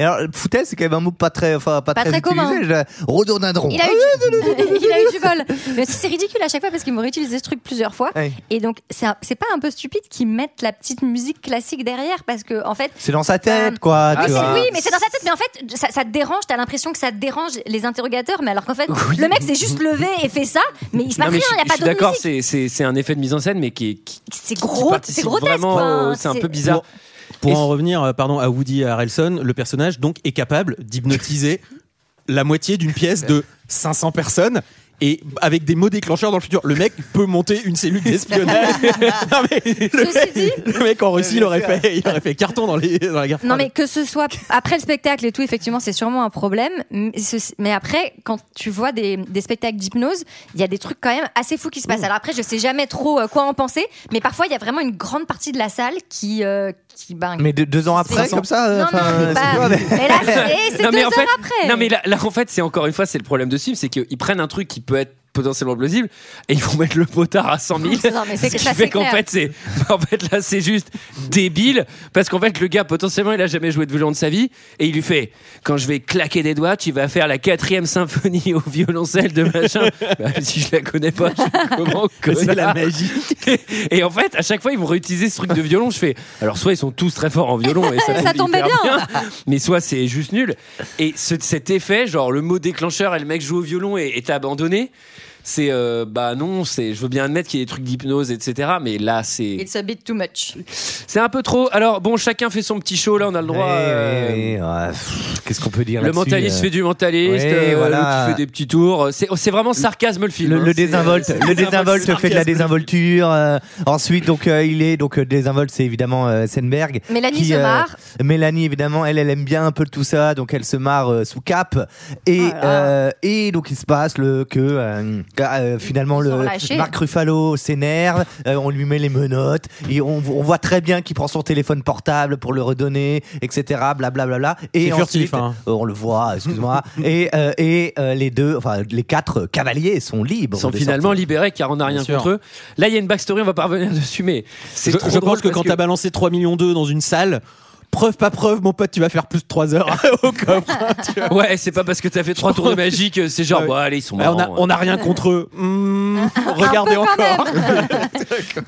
Et alors, foutaise, c'est quand même un mot pas très, enfin, pas, Pas très commun. utilisé. Je- Rhododendron. Il a, eu du... il a eu du vol. Mais c'est ridicule à chaque fois parce qu'ils m'ont réutilisé ce truc plusieurs fois. Ouais. Et donc, c'est un- c'est pas un peu stupide qu'ils mettent la petite musique classique derrière parce que, en fait. C'est dans sa tête, euh, quoi, tu mais c'est- vois. oui, mais c'est dans sa tête. Mais en fait, ça, ça te dérange. T'as l'impression que ça te dérange les interrogateurs. Mais alors qu'en fait, le mec s'est juste levé et fait ça. Mais il se passe Non, mais rien. je- Il n'y a je pas suis d'autre d'accord, musique. c'est- c'est c'est un effet de mise en scène, mais qui est. qui- C'est qui gros, c'est participe grotesque. vraiment enfin, au- C'est un peu bizarre. Pour Et- en revenir, euh, pardon, à Woody Harrelson, le personnage donc est capable d'hypnotiser la moitié d'une pièce de 500 personnes. Et avec des mots déclencheurs dans le futur, le mec peut monter une cellule *laughs* d'espionnage. *laughs* Non, mais le, Ceci mec, le mec en Russie, il aurait fait, il aurait fait carton dans, les, dans la guerre. Non froide. mais que ce soit après le spectacle et tout, effectivement, c'est sûrement un problème. Mais ce- Mais après, quand tu vois des, des spectacles d'hypnose, il y a des trucs quand même assez fous qui se passent. Alors après, je sais jamais trop euh, quoi en penser, mais parfois il y a vraiment une grande partie de la salle qui, euh, qui ben. Mais deux- deux ans après, C'est- comme ça, euh, non, enfin, non, mais c'est pas- quoi, *laughs* mais- mais là, c'est et *laughs* c'est Non, deux mais en heures fait- après. Non, mais là, là, en fait, c'est encore une fois, c'est le problème de ce film, c'est qu'ils prennent un truc qui peut être potentiellement plausible et ils vont mettre le potard à 100 000 Non, mais *laughs* *laughs* c'est ce que qui ça, fait c'est qu'en clair. fait c'est *laughs* en fait là c'est juste débile parce qu'en fait le gars potentiellement il a jamais joué de violon de sa vie et il lui fait quand je vais claquer des doigts tu vas faire la quatrième symphonie au violoncelle de *laughs* machin Bah, si je la connais pas je suis comment C'est la connard magie. *laughs* et en fait, à chaque fois, ils vont réutiliser ce truc de violon. Je fais, alors soit ils sont tous très forts en violon et ça, Ça tombe tombait hyper bien. mais soit c'est juste nul. Et ce- cet effet, genre le mot déclencheur et le mec joue au violon et est abandonné, c'est euh, bah non, c'est je veux bien admettre qu'il y a des trucs d'hypnose, etc. Mais là, c'est It's a bit too much. c'est un peu trop. Alors bon, chacun fait son petit show. Là, on a le droit. Ouais, euh, ouais, ouais, pff, Qu'est-ce qu'on peut dire Le là-dessus, mentaliste euh fait du mentaliste, Ouais, euh, voilà. l'autre fait des petits tours. C'est c'est vraiment sarcasme le film. le, hein. le C'est- désinvolte, c'est le désinvolte fait de la sarcasme. désinvolture. euh, ensuite, donc euh, il est donc euh, désinvolte, c'est évidemment euh, Senberg. Mélanie qui, se euh, marre. Mélanie évidemment, elle, elle aime bien un peu tout ça, donc elle se marre euh, sous cap. Et Oh euh, et donc il se passe le que euh, euh, finalement Ils sont le lâchés. Marc Ruffalo s'énerve, euh, on lui met les menottes, et on, on voit très bien qu'il prend son téléphone portable pour le redonner, etc. Blablabla. Et C'est ensuite, furtif, hein. euh, on le voit, excuse-moi. *laughs* et euh, et euh, les deux, enfin les quatre cavaliers sont libres. sont de finalement sortir. libérés car on n'a rien Bien sûr. contre eux. Là, il y a une backstory, on va pas revenir dessus, mais c'est Je, trop je drôle pense que parce quand t'as balancé 3 millions d'eux dans une salle, preuve pas preuve, mon pote, tu vas faire plus de 3 heures *laughs* au coffre. *laughs* *laughs* Ouais, c'est pas parce que t'as fait trois tours de magie que c'est genre, Ouais. bon, allez, ils sont Ah, marrants. on, a, on a rien contre eux. Hmm, *laughs* Un regardez peu quand encore. même.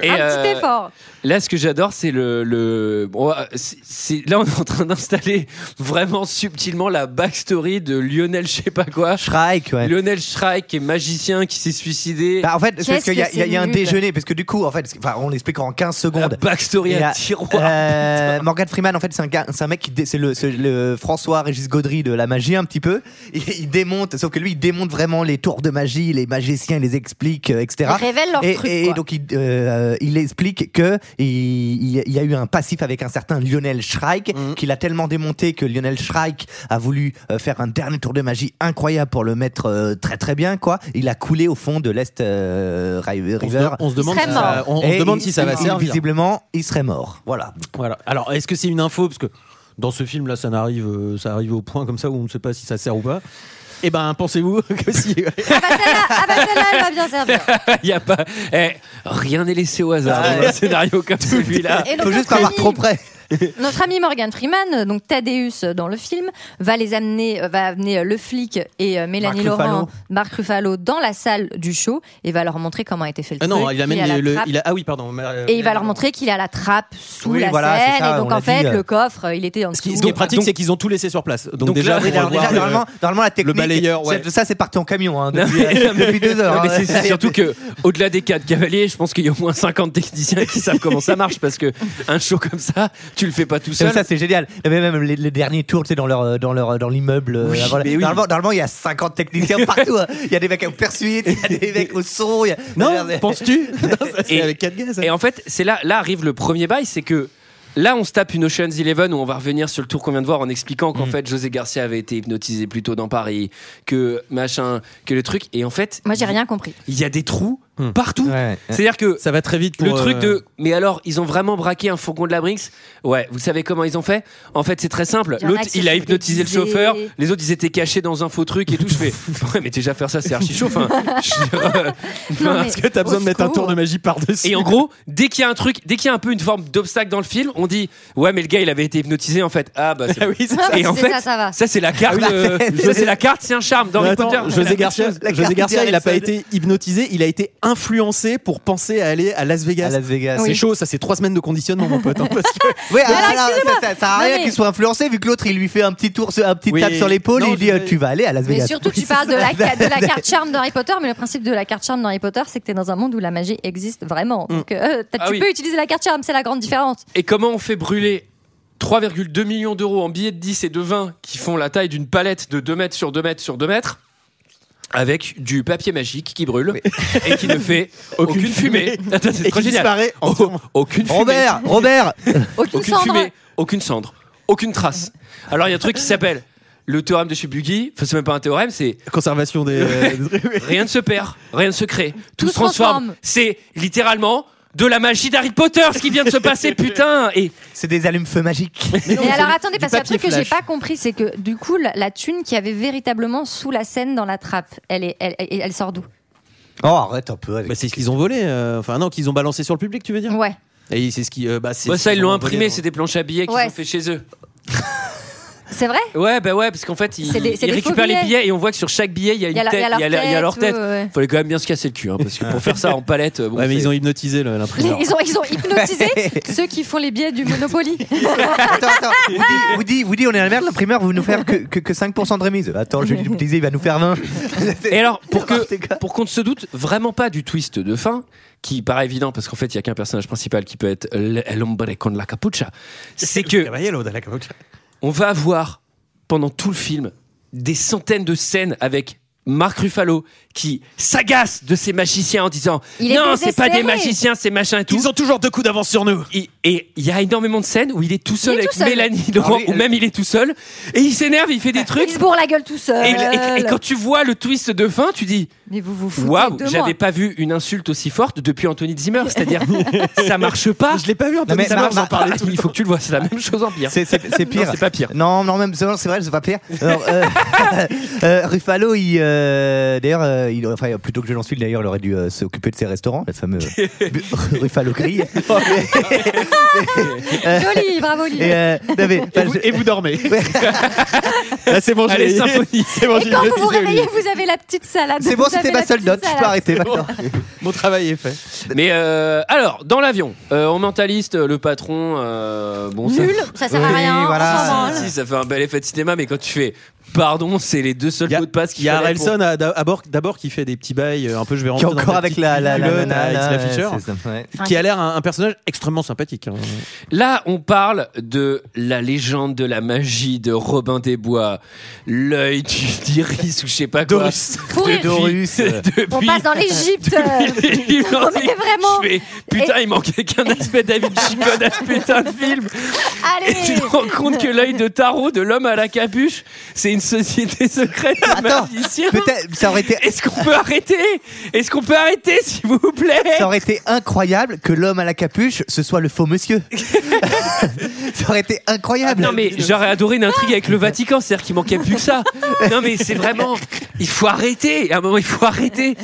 Et, un euh, petit effort. Là, ce que j'adore, c'est le. le bon, euh, c'est- c'est- là, on est en train d'installer vraiment subtilement la backstory de Lionel, je sais pas quoi. Shrike, ouais. Lionel Shrike, qui est magicien, qui s'est suicidé. Bah, en fait, c'est parce Qu'est-ce qu'il y, a- que il y a- il y a un c'est nul. Ah, déjeuner, parce que du coup, en fait, c'est- enfin, on l'explique en 15 la secondes. backstory Et à là, tiroir. euh, Morgan Freeman, en fait, c'est un, gars- c'est un mec qui dé- c'est le, c'est le François Régis Gaudry de la magie un petit peu. Il, il démonte, sauf que lui, il démonte vraiment les tours de magie, les magiciens, il les explique, euh, etc. Ils révèlent leur et, truc, et quoi. donc il, euh, il explique que il, il- il y a eu un passif avec un certain Lionel Shrike Mhm. qu'il a tellement démonté que Lionel Shrike a voulu euh, faire un dernier tour de magie incroyable pour le mettre euh, très très bien quoi. Il a coulé au fond de l'est euh, Ri- On se, River. on se demande, serait si ça, mort. on- on se Et demande il- si ça va il- servir. Visiblement, il serait mort. Voilà. Voilà. Alors, est-ce que c'est une info Parce que dans ce film, là, ça n'arrive, euh, ça arrive au point comme ça où on ne sait pas si ça sert ou pas. Eh ben, pensez-vous que si. Ah bah celle-là, ah bah celle-là, elle va *laughs* bien servir. Il y a pas. eh, rien n'est laissé au hasard Ah, dans un scénario comme celui-là. Et donc, Faut juste notre pas voir ami- trop près. Notre ami Morgan Freeman, euh, donc Thaddeus euh, dans le film, va les amener, euh, va amener euh, le flic et euh, Mélanie Marc Laurent, Ruffalo. Marc Ruffalo dans la salle du show et va leur montrer comment a été fait le Ah truc. non, il amène est à la les- le. trappe. il a- ah oui, pardon. mais, euh, Et il va leur montrer qu'il est à la trappe sous Oui, la voilà, c'est scène ça, et donc on en l'a fait dit, euh. le coffre euh, il était en Ce qui, dessous. ce qui est pratique, Donc- c'est qu'ils ont tout laissé sur place. Donc, Donc déjà, là, pour oui, Déjà, avoir le- normalement, normalement, la technique. balayeur, ouais. c'est- Ça, c'est parti en camion hein, Non, *laughs* depuis, mais- euh, depuis deux heures. Non, mais hein. c'est- c'est surtout que, au-delà des quatre cavaliers, je pense qu'il y a au moins 50 techniciens qui savent comment ça marche parce que un show comme ça, tu le fais pas tout C'est seul. pour ça, c'est génial. Mais même les, les derniers tours, tu sais, dans leur, euh, dans leur, dans l'immeuble. euh, Oui, avant la- mais oui. Normalement, normalement, il y a 50 *laughs* techniciens partout. hein. Il y a des mecs aux poursuites, il y a des mecs au son. il y a- Non, penses-tu Non, ça, Et- C'est avec 4 gars. ça. Et en fait, c'est là, là arrive le premier bail, c'est que là, on se tape une Ocean's Eleven où on va revenir sur le tour qu'on vient de voir en expliquant Mm. qu'en fait, José Garcia avait été hypnotisé plus tôt dans Paris, que machin, que le truc. Et en fait, Moi j'ai rien compris. il y a des trous Mm. partout. C'est-à-dire que ça va très vite. le pour, truc euh, de. Mais alors, ils ont vraiment braqué un fourgon de la Brinks. Ouais. Vous savez comment ils ont fait En fait, c'est très simple. Il y en a L'autre, qui se il a sont hypnotisé le déguisés. chauffeur. Les autres, ils étaient cachés dans un faux truc et tout. Je *laughs* fais. Ouais, mais déjà faire ça, c'est archi chaud. Enfin, je veux dire, euh, Non, enfin, mais Parce que t'as au besoin de mettre un secours. tour de magie par-dessus. *laughs* Et en gros, dès qu'il y a un truc, dès qu'il y a un peu une forme d'obstacle dans le film, on dit ouais, mais le gars, il avait été hypnotisé en fait. Ah bah. c'est bon. ça. Et en C'est fait, ça, ça va. c'est la carte. Ah oui, *laughs* euh, la- ça, c'est la carte. C'est un charme dans Mais Harry attends, Potter. José Garcia, José Garcia, il n'a pas été hypnotisé, il a été influencé pour penser à aller à Las Vegas. Las Vegas. Ah, C'est Oui. chaud, ça c'est trois semaines de conditionnement, mon pote. hein, parce que- Oui, alors, excusez-moi. ça, ça- ça a Non, rien mais- qu'il soit influencé vu que l'autre il lui fait un petit tour, sur- un petit Oui. tape sur l'épaule Non, et il dit je- euh, tu vas aller à Las Vegas. Mais *laughs* surtout, tu parles de la, de la *laughs* carte charme d'Harry Potter, mais le principe de la carte charme d'Harry Potter, c'est que tu es dans un monde où la magie existe vraiment. Donc, euh, t'as- Ah tu oui. peux utiliser la carte charme, c'est la grande différence. Et comment on fait brûler 3,2 millions d'euros en billets de 10 et de 20 qui font la taille d'une palette de 2 mètres sur 2 mètres sur 2 mètres avec du papier magique qui brûle et qui ne *laughs* fait aucune, fumée. Attends, c'est Et trop qui génial. disparaît Au- aucune fumée. *laughs* Robert, Robert Aucune, aucune cendre. fumée, aucune cendre, aucune trace. Alors il y a un truc qui s'appelle le théorème de Shibugi. Enfin, c'est même pas un théorème, c'est Conservation des. rien ne se perd, rien ne se crée, tout, Tout se se transforme. transforme. C'est littéralement de la magie d'Harry Potter ce qui vient de se passer, putain. Et c'est des allumes feux *laughs* magiques. Mais alors attendez, parce qu'il y a un papier truc que j'ai flash. pas compris, c'est que du coup, la, la thune qu'il y avait véritablement sous la scène dans la trappe, elle, est, elle, elle- elle sort d'où Oh, arrête un peu. Bah, c'est ce qu'ils ont volé, euh, enfin non, qu'ils ont balancé sur le public, tu veux dire Ouais. Et c'est ce qui. euh, bah, c'est Bah, ce ça, ils qu'ils l'ont ont imprimé, volé c'est des planches à billets qu'ils Ouais. ont fait chez eux. C'est vrai Ouais, bah ouais, parce qu'en fait, ils, C'est des- c'est ils des faux récupèrent les billets. billets et on voit que sur chaque billet, il y a une leur- tête, il y a la- il y a leur tête. ouais, ouais. Fallait quand même bien se casser le cul, hein, parce que pour faire ça en palette. Bon, Ouais, mais c'est- ils ont hypnotisé le- l'imprimeur. *laughs* Ils ont, ils ont *laughs* hypnotisé ceux qui font les billets du Monopoly. attends, attends. Woody, Woody, Woody, on est à la merde, l'imprimeur vous nous faire que, que, que 5% de remise. Attends, je vais l'utiliser, il va nous faire 20. Et alors, pour que pour qu'on ne se doute vraiment pas du twist de fin, qui paraît évident parce qu'en fait, il y a qu'un personnage principal qui peut être l- el hombre con la capucha, c'est que on va avoir pendant tout le film des centaines de scènes avec Marc Ruffalo qui s'agace de ces magiciens en disant Il est non c'est pas des désespéré. magiciens c'est machin et tout ils ont toujours deux coups d'avance sur nous et il y a énormément de scènes où il est tout seul Il est avec tout seul. Mélanie Laurent Ah oui, ou même il est tout seul et il s'énerve il fait des trucs Ils se bourrent la gueule tout seul. et, et- et quand tu vois le twist de fin, tu dis Mais vous vous foutez Waouh, de moi. j'avais pas vu une insulte aussi forte depuis Anthony Zimmer. *laughs* C'est-à-dire, ça marche pas. Je l'ai pas vu, Anthony Zimmer, vous en parlez tout Il faut que tu le vois, c'est la même chose en pire. C'est- C'est c'est pire. Non, c'est pas pire. Non, non, même c'est vrai, c'est pas pire. Alors, euh, euh, Ruffalo, il, euh, d'ailleurs, euh, il, enfin, plutôt que je l'en suis, d'ailleurs, il aurait dû euh, s'occuper de ses restaurants, le fameux euh, bu- Ruffalo *laughs* Grill. Oh, Joli, bravo Olivier. Et, euh, non, mais, enfin, je- dormez. Là, c'est bon, j'ai- Allez, *laughs* symphonie. C'est bon, Et quand vous vous réveillez, vous avez la petite salade. C'est bon, Vous c'était avez ma la seule petite note. Je peux salade. arrêter *laughs* maintenant. Mon travail est fait. Mais euh, alors, dans l'avion, euh, on mentaliste euh, le patron. euh, bon, Nul, ça sert à Oui, rien, on voilà. s'en branle. Si, si, ça fait un bel effet de cinéma, mais quand tu fais pardon, c'est les deux seuls mots de passe Il qu'il y a fallait pour- Harrelson à- d'a- à bord- d'abord qui fait des petits bails euh, un peu je vais Qui rentrer est dans encore ma avec petite la la la culotte la- à Isla la- Fisher, c'est ça, ouais. qui a l'air un, un personnage extrêmement sympathique. hein. Là, on parle de la légende de la magie de Robin des Bois, l'œil du *laughs* d'Iris ou je sais pas quoi. Dorus. Fou rire. Dorus. euh. *laughs* On passe *laughs* dans l'Égypte. Non, Non, mais vraiment. Je fais, putain, il manquait qu'un aspect David Chicone à ce putain *laughs* de film. Allez. Et tu te rends compte que l'œil de tarot de l'homme à la capuche, c'est une société secrète de Attends, magiciens. peut-être- ça aurait été- Est-ce qu'on peut arrêter Est-ce qu'on peut arrêter, s'il vous plaît Ça aurait été incroyable que l'homme à la capuche, ce soit le faux monsieur. *laughs* ça aurait été incroyable. Ah, Non mais j'aurais adoré une intrigue avec le Vatican, c'est-à-dire qu'il manquait plus que ça. Non mais c'est vraiment, il faut arrêter. À un moment, il faut arrêter.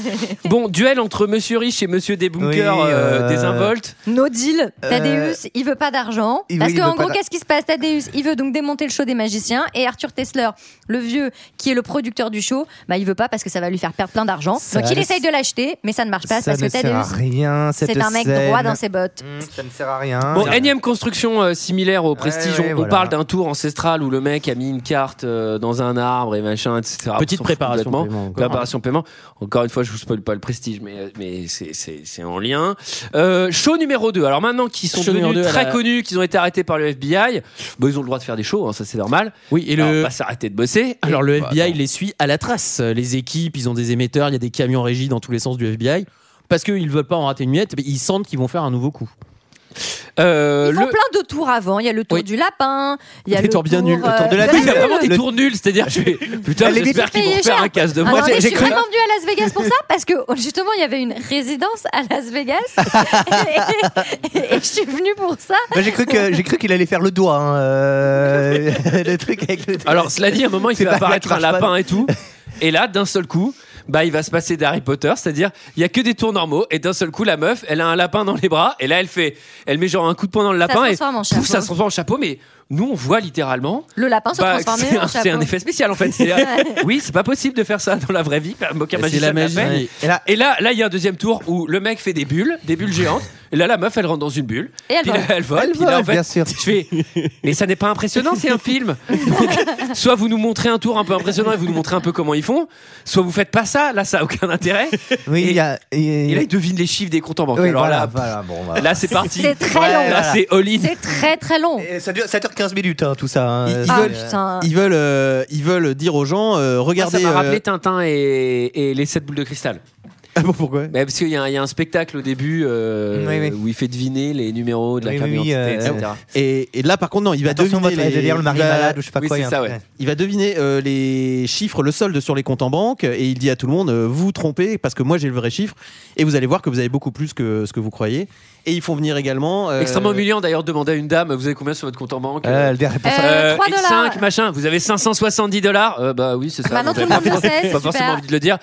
Bon, duel entre Monsieur Riche et Monsieur Débunker Oui, euh, euh, Désinvolte. No deal. Euh, Tadeus, il veut pas d'argent. il- Parce oui, il qu'en veut pas gros, d'ar- qu'est-ce qui se passe Tadeus, il veut donc démonter le show des magiciens. Et Arthur Tessler, le vieux, qui est le producteur du show, bah, il veut pas parce que ça va lui faire perdre plein d'argent. Ça Donc il ne- essaye de l'acheter, mais ça ne marche pas ça parce que ne sert à Tadeus, rien. cette c'est un mec scène. droit dans ses bottes. Mmh, Ça ne sert à rien. Bon, énième construction euh, similaire au Prestige. Hein, ouais, on, on voilà. parle d'un tour ancestral où le mec a mis une carte euh, dans un arbre et machin, etc. Ah, Petite On s'en fout préparation complètement. paiement, quoi. préparation paiement. Encore une fois, je vous spoil pas le Prestige, mais, euh, mais c'est- c'est c'est en lien. Euh, show numéro 2. Alors maintenant qu'ils sont Show numéro devenus deux à très la- connus, qu'ils ont été arrêtés par le FBI, bah, ils ont le droit de faire des shows, hein, ça c'est normal. Oui, et Alors, bah, on le- va pas s'arrêter de bosser. Alors le Et- bah, FBI les suit à la trace. Les équipes, ils ont des émetteurs, il y a des camions Bah, régis dans tous les sens du FBI. Parce qu'ils veulent pas en rater une miette, mais ils sentent qu'ils vont faire un nouveau coup. Euh, Ils font le- plein de tours avant. Il y a le tour du lapin, il y a Des le tours tour bien nuls. Le euh, tour *laughs* de la de nulle. Il y a nulle. vraiment des tours nuls, c'est-à-dire je fais, putain, Elle est j'espère qu'ils vont payée faire cher. un casse de Ah, moi. non, mais je suis vraiment venue à Las Vegas pour ça parce que oh, justement il y avait une résidence à Las Vegas *laughs* et, et- et je suis venue pour ça. Moi, j'ai cru que j'ai cru qu'il allait faire le doigt. hein, euh, *laughs* le truc avec le- Alors, cela dit, à un moment, il C'est fait pas- apparaître un marche pas. lapin et tout. Et là, d'un seul coup, bah, il va se passer d'Harry Potter, c'est-à-dire, il y a que des tours normaux. Et d'un seul coup, la meuf, elle a un lapin dans les bras. Et là, elle fait, elle met genre un coup de poing dans le Ça se lapin. et transforme en pouf, chapeau. ça se transforme en chapeau. Mais nous, on voit littéralement. Le lapin se bah, transformait c'est en un- chapeau. C'est un effet spécial en fait. C'est- *laughs* Ouais. oui, c'est pas possible de faire ça dans la vraie vie. Aucun Ah C'est bah, magicien la ne l'a magie. fait. Et Ouais. là, et là, là, il y a un deuxième tour où le mec fait des bulles, des bulles géantes. Et là, la meuf, elle rentre dans une bulle. Et elle Puis vole. là, elle vole. Elle Puis là, en vole, fait, bien sûr. je fais. Mais ça n'est pas impressionnant, c'est un film. Donc, soit vous nous montrez un tour un peu impressionnant et vous nous montrez un peu comment ils font, soit vous faites pas ça. Là, ça a aucun intérêt. Oui, il y a. Et là, ils devinent les chiffres des comptes en banque. Oui, Alors voilà, là, voilà, bon, bah. là, c'est parti. C'est très Ouais, long. Là, voilà. c'est all-in. C'est très très long. Et ça, dure, ça dure 15 minutes, hein, tout ça. hein. Ils- ils Ah veulent- putain. Ils veulent, euh, ils veulent dire aux gens, Ah, euh, Moi, regardez. ça m'a rappelé euh, *laughs* Tintin et, et les sept boules de cristal. Ah bon, pourquoi Mais parce qu'il y, a un- il y a un spectacle au début euh, Oui, oui. où il fait deviner les numéros de la Oui, carte oui, oui, d'identité, euh, etc. et, et là, par contre, non, il va Attention, deviner. votre les- délire, le mari il va- malade ou je sais pas oui, quoi. hein. c'est il y a un ça, truc- ouais. Il va deviner euh, les chiffres, le solde sur les comptes en banque, et il dit à tout le monde euh, vous trompez parce que moi j'ai le vrai chiffre, et vous allez voir que vous avez beaucoup plus que ce que vous croyez. Et ils font venir également. euh, Extrêmement humiliant d'ailleurs de demander à une dame vous avez combien sur votre compte en banque Euh, *laughs* le dernier- Euh, 3 X5, dollars. machin, vous avez 570 dollars Bah oui, c'est ça. Maintenant, Vous avez tout le monde pas le sait, c'est Pas forcément super. envie de le dire.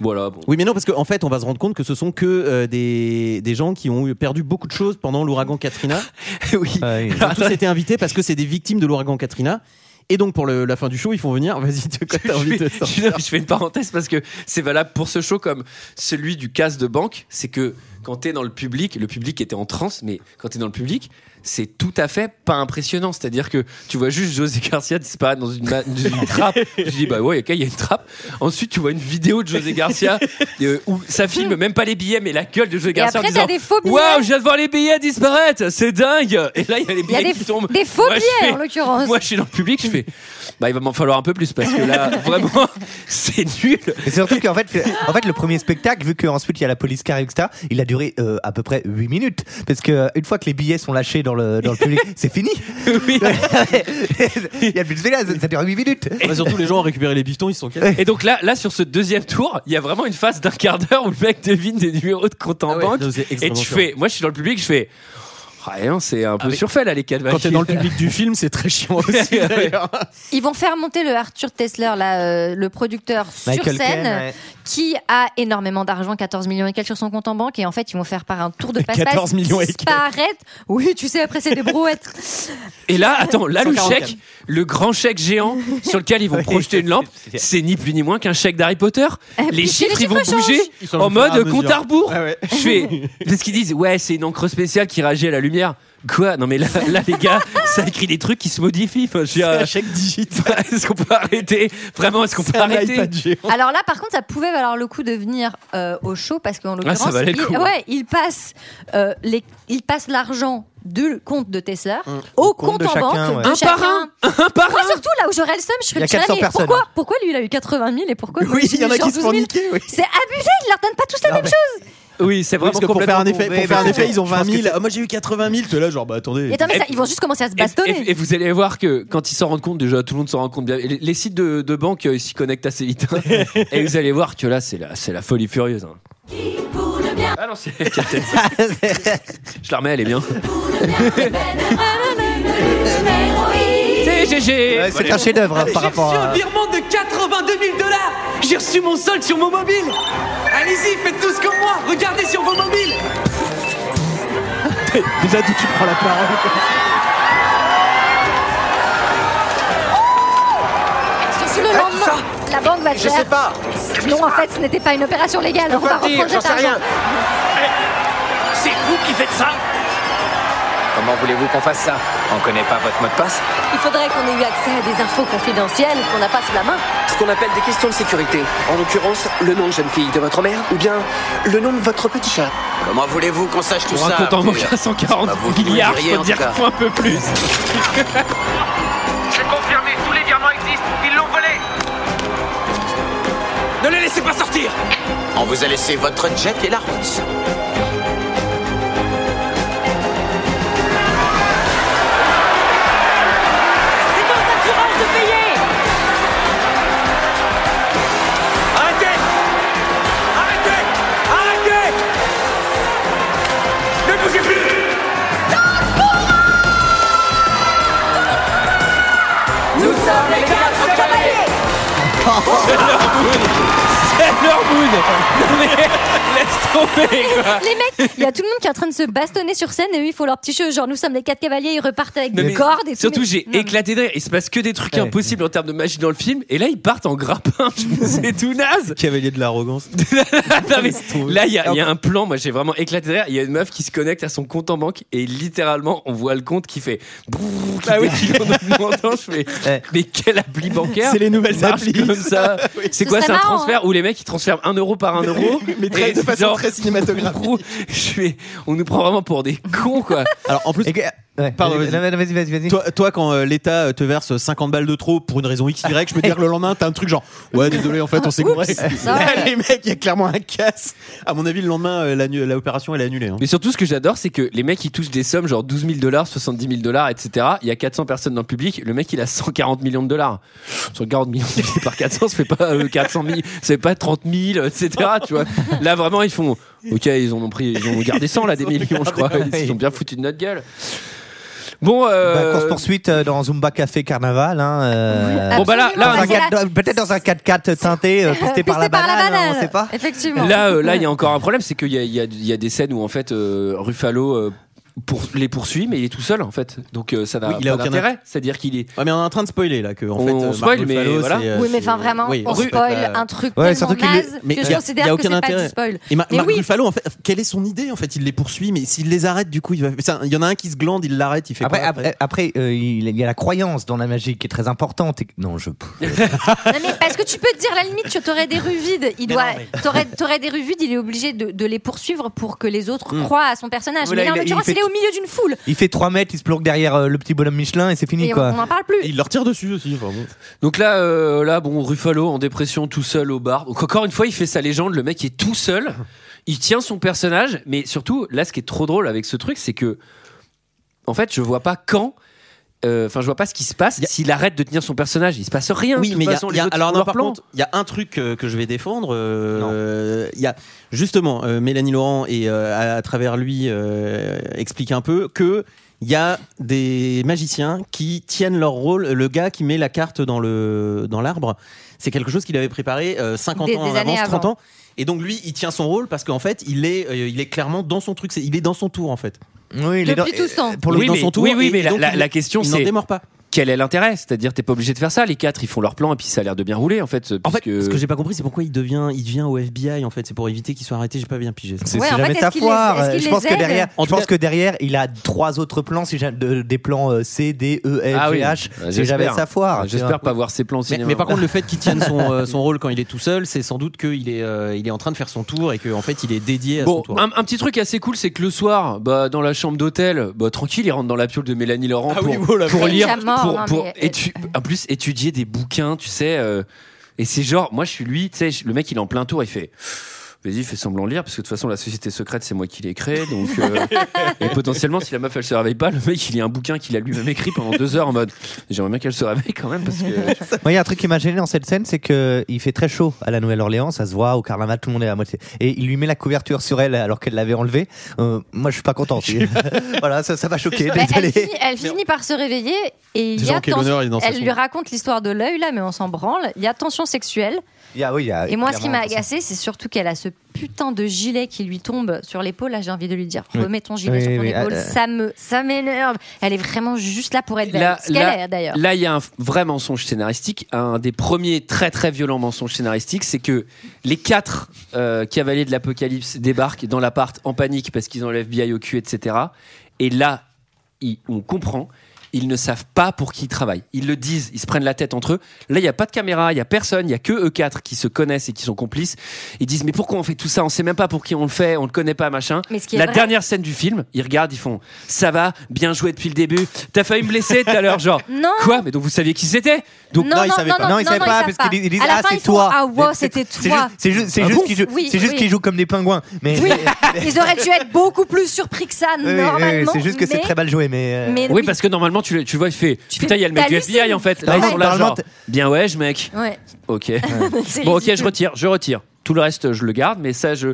Voilà, bon. Oui, mais non, parce qu'en en fait, on va se rendre compte que ce sont que euh, des, des gens qui ont eu- perdu beaucoup de choses pendant l'ouragan *laughs* Katrina. oui. Ah, oui. Ils ont tous été invités parce que c'est des victimes de l'ouragan Katrina. Et donc, pour le- la fin du show, ils font venir. Vas-y, de quoi *laughs* Je t'as envie de fais- *laughs* sortir je fais une parenthèse parce que c'est valable pour ce show comme celui du casse de banque. C'est que quand t'es dans le public, le public était en transe, mais quand t'es dans le public, c'est tout à fait pas impressionnant. C'est-à-dire que tu vois juste José Garcia disparaître dans une, ma- dans une trappe. *laughs* Tu te dis, bah ouais, ok, il y a une trappe. Ensuite, tu vois une vidéo de José *laughs* Garcia euh, où ça filme même pas les billets, mais la gueule de José Et Garcia après, en disant t'as des faux billets. Waouh, je viens de voir les billets disparaître, c'est dingue! Et là, il y a les Il y a billets des, qui tombent. des faux Moi, je billets fais- en l'occurrence. moi, je suis dans le public, je fais bah il va m'en falloir un peu plus parce que là vraiment c'est nul. Et surtout qu'en fait, en fait, le premier spectacle, vu qu'ensuite il y a la police car, etc., il a duré euh, à peu près 8 minutes. Parce que euh, une fois que les billets sont lâchés dans le, dans *laughs* le public, c'est fini. Oui. il y a plus de là, ça dure 8 minutes. Bah, Surtout, les gens ont récupéré les bifetons, ils se sont calmés. Et donc là là sur ce deuxième tour, il y a vraiment une phase d'un quart d'heure où le mec devine des numéros de compte en Ah ouais, banque non, c'est et extrêmement tu chiant. fais moi je suis dans le public, je fais Ah, non, c'est un peu Avec- surfait là les quatre Quand *laughs* t'es dans le public du film, c'est *laughs* très chiant aussi. d'ailleurs. Ils vont faire monter le Arthur Tesler, là, euh, le producteur, sur scène, Caine, ouais. qui a énormément d'argent, 14 millions et quelques sur son compte en banque, et en fait, ils vont faire par un *laughs* tour de passe-passe. 14 millions et quelques. disparaître. Oui, tu sais, après, c'est des brouettes. Et là attends, là le 144. chèque, le grand chèque géant *laughs* sur lequel ils vont projeter une lampe, c'est ni plus ni moins qu'un chèque d'Harry Potter. Les Eh, puis, chiffres les ils vont chiffres bouger changent. Ils sont en au fur et à mode compte mesure. à rebours. Ah ouais. Je *laughs* fais. Parce qu'ils disent, ouais, c'est une encre spéciale qui réagit à la lumière. Quoi Non, mais là, là, les gars, ça écrit des trucs qui se modifient. Enfin, je veux dire, C'est un chèque digital. euh, *laughs* est-ce qu'on peut arrêter Vraiment, est-ce qu'on peut C'est un arrêter iPad géant. *laughs* Alors là, par contre, ça pouvait valoir le coup de venir euh, au show, parce qu'en l'occurrence, Ah, ça valait le il- coup. ouais, ils passent euh, les- ils passent l'argent du compte de Tesla au compte compte, de en chacun, banque ouais. de Un chacun. par un Un par Moi, un surtout, là où j'aurais le seum, je Il serais y a le chien, 400 mais personnes. Pourquoi, pourquoi lui, il a eu 80 000 et pourquoi moi, Oui, j'ai il y en eu a genre qui se 12 font 000? niquer. oui. C'est abusé, ils leur donnent pas tous la même chose. Oui, c'est Oui, vraiment parce que pour complètement faire un effet, bourré, pour faire un mais effet, c'est- ils ont je pense 20 000. que c'est- Ah, moi j'ai eu 80 000. T'es là, genre, bah attendez. Et attends, mais ça, Et- ils vont juste commencer à se Et, bastonner. et- et vous allez voir que quand ils s'en rendent compte, déjà tout le monde s'en rend compte bien. Et Les, les sites de, de banque euh, ils s'y connectent assez vite. hein. *laughs* et vous allez voir que là, c'est la, c'est la folie furieuse. hein. Ah *laughs* non, c'est. Je la remets, elle est bien. C'est GG Ouais, c'est un chef-d'œuvre hein, par rapport à. virement de 82 000 dollars J'ai reçu mon solde sur mon mobile Allez-y, faites tous comme moi Regardez sur vos mobiles Déjà, d'où tu prends la parole Sur le lendemain, la banque va Je faire. sais pas Non, en fait, ce n'était pas une opération légale. On va dire, reprendre j'en cet sais rien argent. C'est vous qui faites ça Comment voulez-vous qu'on fasse ça On connaît pas votre mot de passe Il faudrait qu'on ait eu accès à des infos confidentielles qu'on n'a pas sous la main. Ce qu'on appelle des questions de sécurité. En l'occurrence, le nom de jeune fille de votre mère ou bien le nom de votre petit chat. Comment voulez-vous qu'on sache tout Pour un ça compte en vous banque euh, à 140 Bah, vous- vous milliards, le diriez, je peux en dire tout cas. qu'il faut un peu plus. C'est confirmé, tous les virements existent, ils l'ont volé Ne les laissez pas sortir On vous a laissé votre jet et la route. Sailor Moon Non mais laisse tomber quoi Les mecs, il y a tout le monde qui est en train de se bastonner sur scène et eux, ils font leur petit jeu. Genre, nous sommes les quatre cavaliers, ils repartent avec Non, des mais cordes et tout. Surtout, mais- j'ai éclaté de rire. Il se passe que des trucs impossibles en termes de magie dans le film. Et là, ils partent en grappin. *laughs* Je me dis, C'est tout naze. Cavalier de l'arrogance. Ah, Non, mais là, il y, a- il y a un plan. Moi, j'ai vraiment éclaté de rire. Il y a une meuf qui se connecte à son compte en banque et littéralement, on voit le compte qui fait. brrr, Qui qui en augmentant. Je *laughs* fais. Mais quelle appli bancaire C'est les nouvelles marche applis. comme ça. *laughs* C'est Ce quoi serait C'est un marrant, hein. transfert où les mecs ils transfèrent un euro *laughs* par un euro. *laughs* mais très- Et de façon genre, très cinématographique. Je fais- on nous prend vraiment pour des cons quoi. *laughs* Alors en plus. Pardon, vas-y. vas-y, vas-y, vas-y. Toi, toi, quand euh, l'État euh, te verse 50 balles de trop pour une raison XY, je me dire le lendemain, t'as un truc genre Ouais, désolé, en fait, on s'est Oups, gouré. *laughs* ça. Là, les mecs, il y a clairement un casse. À mon avis, le lendemain, euh, l'annu- la opération, elle est annulée. hein. Mais surtout, ce que j'adore, c'est que les mecs, ils touchent des sommes genre 12 000 dollars, 70 000 dollars, etc. Il y a 400 personnes dans le public. Le mec, il a 140 millions de dollars. 140 millions *laughs* divisé par 400, ça fait pas euh, 400 000, c'est pas 30 000, etc. Tu vois. Là, vraiment, ils font, OK, ils en ont pris, ils ont gardé 100, là, des millions, je crois. Ils ont bien foutu de notre gueule. Bon, Bah, euh, Bah, course poursuite dans Zumba Café Carnaval. Hein, euh, Bon, bah là- là, Ah, dans un on- quatre- dans- peut-être dans un 4x4 teinté euh, pisté par la banane, hein, on sait pas. Effectivement. Là, euh, là, il y a encore un problème, c'est qu'il y a, il y a- il y a des scènes où en fait euh, Ruffalo euh, pour, les poursuit, mais il est tout seul en fait, donc euh, ça n'a Oui, il a pas aucun d'intérêt. C'est-à-dire qu'il est. Ouais, Ah, mais on est en train de spoiler là que en On fait, euh, spoil, Marc mais Ruffalo, voilà. c'est, euh, Oui, mais enfin c'est- vraiment, oui, on c'est spoil pas- un truc Ouais, tellement surtout qu'il naze est- mais que je il y a- considère il y a que c'est aucun pas intérêt. du spoil. Et Ma- Mais Marc oui. Ruffalo, en fait, quelle est son idée En fait, il les poursuit, mais s'il les arrête, du coup, il va. ça, Il y en a un qui se glande, il l'arrête, il Ah fait bah, Après, quoi après, après, euh, il y a la croyance dans la magie qui est très importante. et que- Non, je. Non, mais parce que tu peux te dire, à la limite, tu aurais des rues vides. Il Mais doit, non, t'aurais, t'aurais des rues vides, il est obligé de, de les poursuivre pour que les autres Mm. croient à son personnage. Voilà, mais là, en il- il l'occurrence, fait il, est au tout- milieu d'une foule. Il fait 3 mètres, il se planque derrière euh, le petit bonhomme Michelin et c'est fini Et on- quoi. on n'en parle plus. Et il leur tire dessus aussi. Donc là, euh, là, bon, Ruffalo en dépression, tout seul au bar. Donc encore une fois, il fait sa légende. Le mec est tout seul. Il tient son personnage, mais surtout, là, ce qui est trop drôle avec ce truc, c'est que, en fait, je vois pas quand. euh, Enfin, je vois pas ce qui se passe. S'il arrête de tenir son personnage, il se passe rien. Oui, De toute mais il y a- façon, il les y a, autres alors font non, leur par plan. contre, il y a un truc euh, que je vais défendre. euh, Il y a justement euh, Mélanie Laurent et euh, à, à travers lui euh, explique un peu que il y a des magiciens qui tiennent leur rôle. Le gars qui met la carte dans le dans l'arbre, c'est quelque chose qu'il avait préparé euh, 50 Des- ans des en années avance, 30 avant. ans. Et donc lui, il tient son rôle parce qu'en fait, il est euh, il est clairement dans son truc. c'est- Il est dans son tour en fait. Oui, il est Depuis dans- tout ce temps. pour le- oui, dans mais, son tour, Oui, oui, et- mais et la, donc la- il- la question il n'en c'est. démord pas. Quel est l'intérêt C'est-à-dire, t'es pas obligé de faire ça. Les quatre, ils font leur plan et puis ça a l'air de bien rouler en fait. euh, En fait, puisque- ce que j'ai pas compris, c'est pourquoi il devient, il devient au FBI en fait. C'est pour éviter qu'il soit arrêté. J'ai pas bien pigé. ça. C'est c'est jamais sa foire. Euh, Je pense que derrière, En je tout pense cas- que derrière, il a trois autres plans, si j'ai- de- des plans euh, C, D, E, F, Ah G, oui. H. Ouais, C'est jamais j'espère. sa foire. tu vois. J'espère pas voir ses plans au hein. Mais, cinéma. mais par contre, le fait qu'il tienne *laughs* son, euh, son rôle quand il est tout seul, c'est sans doute qu'il est, euh, il est en train de faire son tour et qu'en fait il est dédié à *laughs* son Bon, tour. un, un petit truc assez cool, c'est que le soir, bah, dans la chambre d'hôtel, bah, tranquille, il rentre dans la piole de Mélanie Laurent Ah pour, oui, oh là pour là. lire, Déjà mort, pour, hein, pour mais- étu- en plus étudier des bouquins, tu sais. euh, et c'est genre, moi je suis lui, tu sais, je- le mec il est en plein tour, il fait. Vas-y, fais semblant de lire, parce que de toute façon, la société secrète, c'est moi qui l'ai créée. Donc, euh, et potentiellement, si la meuf, elle se réveille pas, le mec, il lit un bouquin qu'il a lui-même écrit pendant deux heures en mode J'aimerais bien qu'elle se réveille quand même, parce que. Moi, il y a un truc qui m'a gêné dans cette scène, c'est que il fait très chaud à la Nouvelle-Orléans, ça se voit au carnaval, tout le monde est à moitié. Et il lui met la couverture sur elle alors qu'elle l'avait enlevée. Euh, moi, je suis pas content. *laughs* voilà, ça, ça m'a choqué. Mais Bah, elle Désolé. finit, elle finit par se réveiller et il y Déjà, a ok, l'honneur, il est dans sa elle chambre. lui raconte l'histoire de l'œil là, mais on s'en branle. Il y a tension sexuelle. Il y a- oui, il y a et moi, ce qui clairement un m'a peu ça. agacé, c'est surtout qu'elle a ce putain de gilet qui lui tombe sur l'épaule. Là, j'ai envie de lui dire Oui. remets ton gilet Oui, sur ton oui, épaule. euh, ça me, ça m'énerve. Elle est vraiment juste là pour être belle. Là, ce qu'elle là- est d'ailleurs. là, il y a un f- vrai mensonge scénaristique. Un des premiers très très violents mensonges scénaristiques, c'est que les quatre euh, cavaliers de l'apocalypse débarquent dans l'appart en panique parce qu'ils ont le FBI au cul, etc. Et là, ils- on comprend. Ils ne savent pas pour qui ils travaillent. Ils le disent, ils se prennent la tête entre eux. Là, il n'y a pas de caméra, il n'y a personne, il n'y a que eux quatre qui se connaissent et qui sont complices. Ils disent Mais pourquoi on fait tout ça On sait même pas pour qui on le fait, on ne le connaît pas, machin. Mais ce qui est La vrai- dernière scène du film, ils regardent, ils font Ça va, bien joué depuis le début, t'as failli me blesser tout à l'heure, genre. *laughs* Non. Quoi Mais donc vous saviez qui c'était donc, Non, Non, ils non, savaient non, pas. non, Non, ils savaient pas non, ils parce savent qu'ils pas. ils disent À la ah fin, c'est ils font, toi. ah, wow, Mais c'est- c'était c'est toi. juste- C'est juste, c'est Ah juste bon qu'ils jouent, Oui, c'est juste oui. qu'ils jouent comme des pingouins. Mais Oui, *laughs* ils auraient dû être beaucoup plus surpris que ça Oui, oui, oui, normalement. c'est juste que c'est mais- très mal joué, mais. euh, mais oui, parce que normalement, tu, le- tu vois, il fait Putain, il y a le mec du t'hallucines. FBI en fait. Là, ils Normalement, sont là, normalement, genre Bien ouais, je mec. Ouais. *laughs* Ok. C'est bon, ok, ridicule. je retire, je retire. Tout le reste, je le garde, mais ça, je,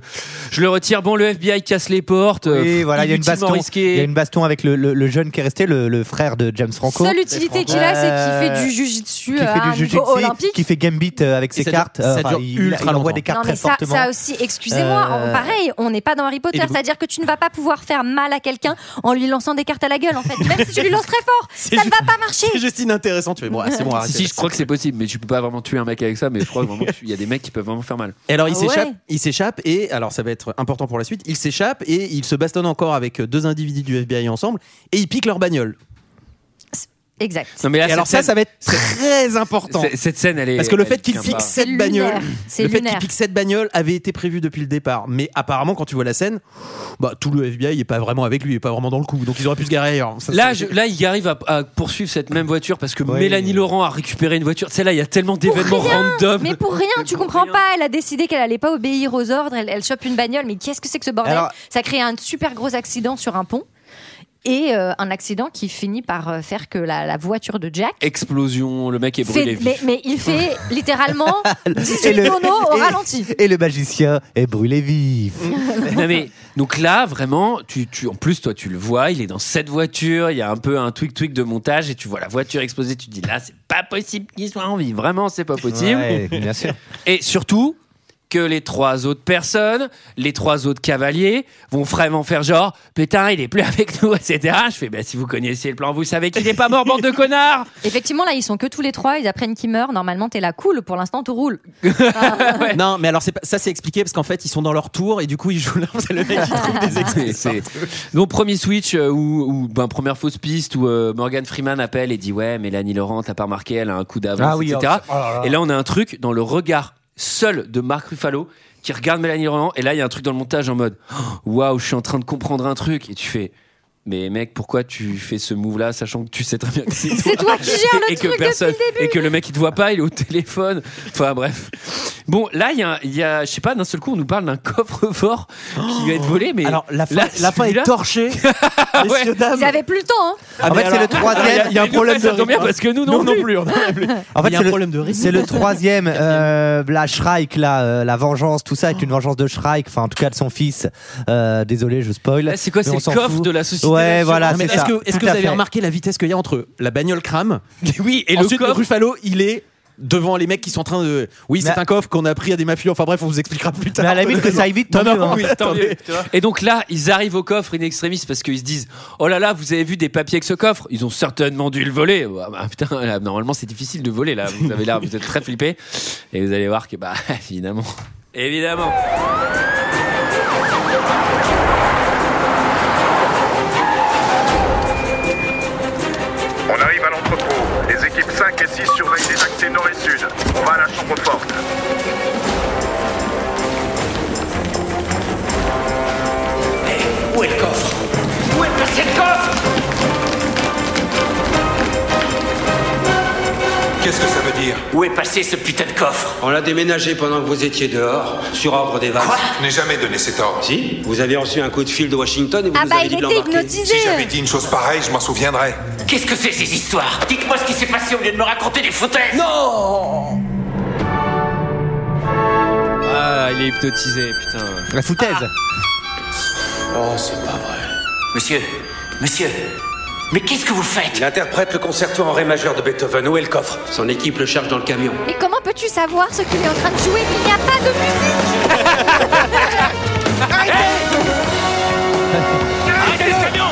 je le retire. Bon, le FBI casse les portes. Oui, euh, voilà, il y a une inutilement baston. Il risqué. y a une baston avec le, le- le jeune qui est resté, le, le frère de James Franco. Seule utilité qu'il a, c'est qu'il fait du jujitsu Qui à fait un du niveau jujitsu, olympique. qui fait gambit euh, avec ses ça cartes. dure- ça dure il, ultra il envoie longtemps. des cartes Non, mais très ça, fortement. ça aussi, excusez-moi, Euh, on- pareil, on n'est pas dans Harry Potter, et le- c'est-à-dire que tu ne vas pas pouvoir faire mal à quelqu'un en lui lançant des cartes à la gueule, en fait. Même si tu lui lances très fort, ça ne ju- va pas marcher. C'est juste inintéressant. Tu fais, bon, ah, c'est bon, Si, arrêtez. si, je crois que c'est possible, mais tu peux pas vraiment tuer un mec avec ça. Mais je crois vraiment qu'il y a des mecs qui peuvent vraiment faire mal. Et alors il Ah ouais. s'échappe, il s'échappe et alors ça va être important pour la suite. Il s'échappe et il se bastonne encore avec deux individus du FBI ensemble et ils piquent leur bagnole. Exact. Non, mais là, et alors ça, cette scène- ça va être très important c'est- Cette scène, elle est. parce que le elle fait qu'il tient pique pas. C'est cette lunaire, bagnole, c'est le fait qu'il lunaire. pique cette bagnole avait été prévu depuis le départ. Mais apparemment, quand tu vois la scène, bah tout le FBI est pas vraiment avec lui, il est pas vraiment dans le coup, donc ils auraient pu se garer ailleurs. Ça, Là, c'est- je- là, il arrive à, à poursuivre cette même voiture parce que Oui. Mélanie Laurent a récupéré une voiture. Tu sais, là, il y a tellement d'événements rien, random. Mais pour rien, Mais tu pour comprends rien. pas, elle a décidé qu'elle allait pas obéir aux ordres, elle, elle chope une bagnole, mais qu'est-ce que c'est que ce bordel Alors- Ça crée un super gros accident sur un pont. Et euh, un accident qui finit par euh, faire que la, la voiture de Jack Explosion, le mec est fait, brûlé. vif. mais, mais il fait littéralement 18 le- tonneaux au et- ralenti. Et le magicien est brûlé vif. Non, *laughs* mais, donc là, vraiment, tu, tu, en plus, toi, tu le vois, il est dans cette voiture, il y a un peu un tweak-tweak de montage et tu vois la voiture exploser, tu te dis là, c'est pas possible qu'il soit en vie, vraiment, c'est pas possible. Ouais, bien *laughs* sûr. Et surtout, que les trois autres personnes, les trois autres cavaliers, vont vraiment faire genre, putain, il est plus avec nous, *laughs* etc. Je fais, bah, si vous connaissiez le plan, vous savez qu'il est pas mort, bande de connards! Effectivement, là, ils sont que tous les trois, ils apprennent qu'ils meurent. Normalement, t'es là cool, pour l'instant, tout roule. *laughs* Non, mais alors c'est pas- ça c'est expliqué parce qu'en fait ils sont dans leur tour et du coup ils jouent. là, *laughs* c'est le mec qui trouve des *laughs* C'est- excuses. c'est- *laughs* Donc premier switch euh, ou, ou, ben, première fausse piste où euh, Morgan Freeman appelle et dit ouais Mélanie Laurent t'as pas remarqué elle a un coup d'avance Ah oui, etc. oh, oh là là. Et là on a un truc dans le regard seul de Marc Ruffalo qui regarde Mélanie Laurent et là il y a un truc dans le montage en mode *gasps* Oh, waouh je suis en train de comprendre un truc et tu fais mais mec pourquoi tu fais ce move là sachant que tu sais très bien que c'est *laughs* C'est toi qui gères le et que truc depuis personne le début. et que le mec il te voit pas il est au téléphone enfin bref bon là il y a, il y a je sais pas d'un seul coup on nous parle d'un coffre fort qui va être volé mais Alors la fin, là, la fin est celui-là- *laughs* torchée. messieurs, dames. Ils avaient plus le temps. hein. Ah, en mais fait, c'est alors- le troisième. Il y a un problème de Ça tombe bien rythme. parce que nous non, Non, non plus. plus. on en a plus. En Mais fait, il y a c'est un le- problème de rythme. C'est le troisième. euh, la Shrike, là, euh, la vengeance, tout ça est une vengeance de Shrike. Enfin, en tout cas, de son fils. Euh, désolé, je spoil. Là, c'est quoi Mais C'est on le s'en coffre fout. de la société Ouais, d'assurance. voilà, Non, mais c'est est-ce ça. que, est-ce que Tout vous à avez fait. remarqué la vitesse qu'il y a entre eux La bagnole crame. *laughs* Oui, et Ensuite, le le coffre. Ruffalo, il est devant les mecs qui sont en train de. Oui, c'est Mais- un coffre qu'on a pris à des mafieux. Enfin bref, on vous expliquera plus tard. Mais à la limite que ça aille vite, tant Non, mieux, non, hein. oui, Tant attendez. mieux, tu vois. Et donc là, ils arrivent au coffre in extremis parce qu'ils se disent Oh là là, vous avez vu des papiers avec ce coffre Ils ont certainement dû le voler. Bah, bah, putain, *laughs* là, normalement, c'est difficile de voler là. Vous avez là, vous êtes très flippé. Et vous allez voir que, bah, *laughs* évidemment. Évidemment. On arrive à l'entrepôt. Les équipes 5 et 6 surveillent les accès nord et sud. On va à la chambre forte. Où est le coffre Où est placé le coffre Qu'est-ce que ça veut dire Où est passé ce putain de coffre On l'a déménagé pendant que vous étiez dehors, sur ordre des vagues. Quoi Je n'ai jamais donné cet ordre. Si Vous avez reçu un coup de fil de Washington et vous Ah nous bah, avez il dit de était l'embarquer. hypnotisé. J'avais dit une chose pareille, je m'en souviendrai. Qu'est-ce que c'est ces histoires Dites-moi ce qui s'est passé au lieu de me raconter des foutaises Non Ah, il est hypnotisé, putain. La foutaise. Ah. Oh, c'est pas vrai. Monsieur, monsieur, mais qu'est-ce que vous faites Il interprète le concerto en ré majeur de Beethoven. Où est le coffre Son équipe le charge dans le camion. Mais comment peux-tu savoir ce qu'il est en train de jouer Il n'y a pas de musique Arrêtez le camion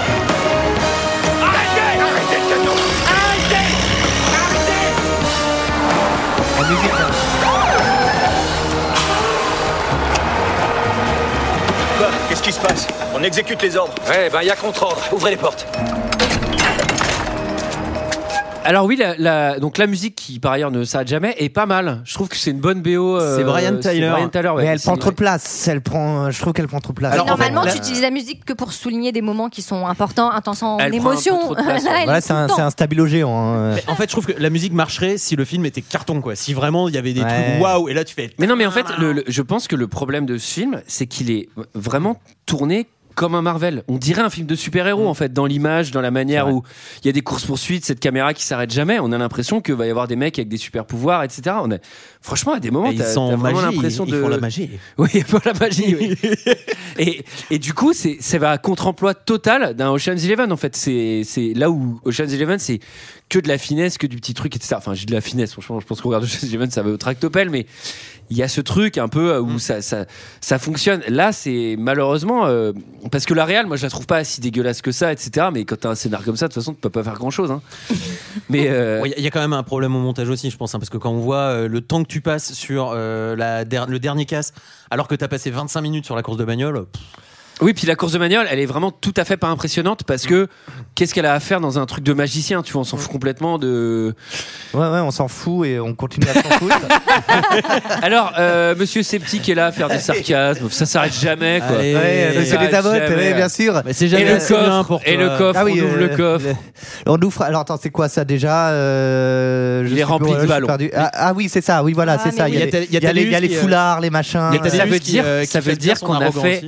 Arrêtez Arrêtez le camion Arrêtez Arrêtez En musique, hein. Qu'est-ce qui se passe On exécute les ordres. Eh ben, il y a contre-ordre. Ouvrez les portes. Alors oui, la, la- donc la musique qui par ailleurs ne s'arrête jamais est pas mal. Je trouve que c'est une bonne BO. euh, C'est Brian c'est Tyler. Brian Tyler, ouais. Mais elle C'est- prend trop de place. Elle prend. Je trouve qu'elle prend trop de place. Alors, en fait, Normalement, là- tu utilises la musique que pour souligner des moments qui sont importants, intenses en Elle prend un peu émotion. trop de place, Là, ouais. *laughs* elle Voilà, est c'est tout le un, temps. c'est un stabilo géant. hein. Mais en fait, je trouve que la musique marcherait si le film était carton, quoi. Si vraiment il y avait des Ouais. trucs waouh, et là tu fais. Mais non, mais en fait, le- le- je pense que le problème de ce film, c'est qu'il est vraiment tourné comme un Marvel. On dirait un film de Mm. super-héros en fait dans l'image, dans la manière où il y a des courses poursuites, cette caméra qui s'arrête jamais. On a l'impression que va y avoir des mecs avec des super-pouvoirs, etc. On a... franchement à des moments Et ils t'as- sont t'as vraiment magie, l'impression ils- de ils font la magie. *laughs* Oui, ils font la *laughs* magie. oui. Euh, et, et du coup c'est ça va à contre-emploi total d'un Ocean's Eleven en fait. C'est c'est là où Ocean's Eleven c'est que de la finesse, que du petit truc, etc. Enfin j'ai de la finesse. Franchement je pense qu'on regarde Ocean's Eleven ça va au tractopelle, mais il y a ce truc un peu euh, où ça, ça, ça fonctionne. Là, c'est malheureusement euh, parce que la réal, moi, je la trouve pas si dégueulasse que ça, etc. Mais quand t'as un scénar comme ça, de toute façon, tu peux pas faire grand chose. Mais euh, il y, a- y a quand même un problème au montage aussi, je pense, hein, parce que quand on voit euh, le temps que tu passes sur euh, la der- le dernier casse, alors que t'as passé 25 minutes sur la course de bagnole. Oui, puis la course de bagnole, elle est vraiment tout à fait pas impressionnante parce que qu'est-ce qu'elle a à faire dans un truc de magicien Tu vois, on s'en fout complètement de. Ouais, ouais, on s'en fout et on continue à s'en foutre. Alors, euh, Monsieur Sceptique est là à faire des sarcasmes. Ça s'arrête jamais, quoi. Allez, Ça ouais, c'est s'arrête les abottes, jamais. ouais, bien sûr. Et le coffre, et le coffre, Ah oui, on ouvre euh, le coffre. On ouvre. Alors attends, c'est quoi ça déjà euh, je Il est sais rempli plus, de je suis ballons. perdu. Ah, ah oui, c'est ça. Oui, voilà, Ah, c'est mais ça. oui. Il y Il y a a, les- Tal- il y a les, il y a les qui, euh, foulards, les machins. Mais ça veut dire, euh, ça veut dire qu'on a fait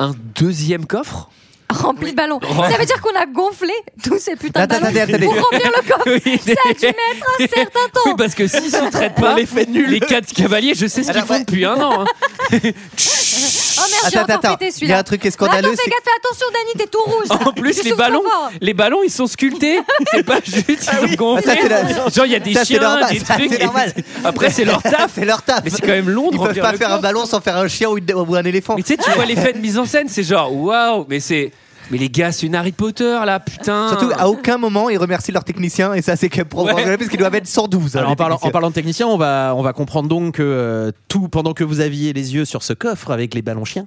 un deuxième coffre Rempli de ballons. Ouais. Ça veut dire qu'on a gonflé tous ces putains de Attends, ballons attendez, attendez. pour remplir le coffre. Oui. *laughs* Ça a dû mettre un certain temps. *laughs* Oui, parce que s'ils se *laughs* traitent pas, les, quatre cavaliers, je sais ce qu'ils bah, font depuis un an. hein. Oh merde, j'ai Attends, encore attends, pété il y a celui-là. un truc qui est Mais scandaleux, Attends, fais c'est- gaffe, fais attention, Dani, t'es tout rouge. En Tu plus, les souffles ballons, trop fort. les ballons, ils sont sculptés. C'est *laughs* pas juste ils ont gonflé. Ah, ça, c'est la- Genre, il y a des ça, c'est chiens, normal, des ça, trucs. c'est et- normal. *laughs* Après, c'est *laughs* leur taf. c'est leur taf. Mais c'est quand même long de Ils peuvent remplir pas le faire un ballon sans faire un chien ou, une- ou un éléphant. Tu sais, tu vois l'effet de mise en scène, c'est genre waouh, mais c'est. Mais les gars, c'est une Harry Potter là, putain. Surtout, ah à aucun moment ils remercient leurs techniciens et ça c'est quand même probable Ouais. parce qu'ils doivent être 112. hein, Alors, en, les parlant, en techniciens. parlant de technicien, on va, on va comprendre donc que euh, tout pendant que vous aviez les yeux sur ce coffre avec les ballons chiens,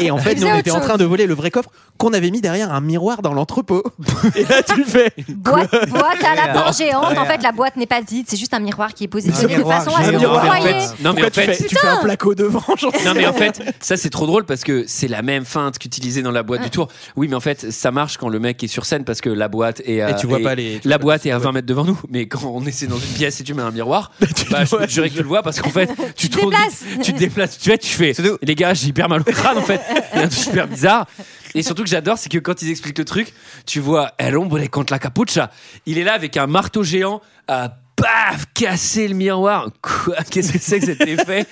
et en fait, Ils nous, on faisaient était autre en train chose. de voler le vrai coffre qu'on avait mis derrière un miroir dans l'entrepôt. et là, tu *laughs* fais. Boîte, boîte à Ouais, non. lapin géante. En Ouais. fait, la boîte n'est pas vide, c'est juste un miroir qui est Un positionné de miroir façon à ce que géant. vous Non, mais en croyez. fait- Non mais Pourquoi en tu fait, fais- tu fais un Putain placo devant. j'en sais Non *laughs* mais en rien. fait, ça c'est trop drôle parce que c'est la même feinte qu'utilisée dans la boîte du tour. Oui, mais en fait, ça marche quand le mec est sur scène parce que la boîte est à, Et tu vois pas les- *laughs* tu la boîte est à 20 mètres devant nous. Mais quand on est c'est dans une pièce et tu mets un *laughs* miroir, bah, je peux te jurer que tu le vois parce qu'en fait, tu te rends- déplaces. *laughs* tu te déplaces, tu vois, tu fais. Les gars, j'ai hyper mal au crâne en fait. Il y a un truc hyper bizarre. Et surtout que j'adore, c'est que quand ils expliquent le truc, tu vois El Hombre contre la capucha. Il est là avec un marteau géant à paf casser le miroir. Quoi Qu'est-ce que c'est que cet *laughs* effet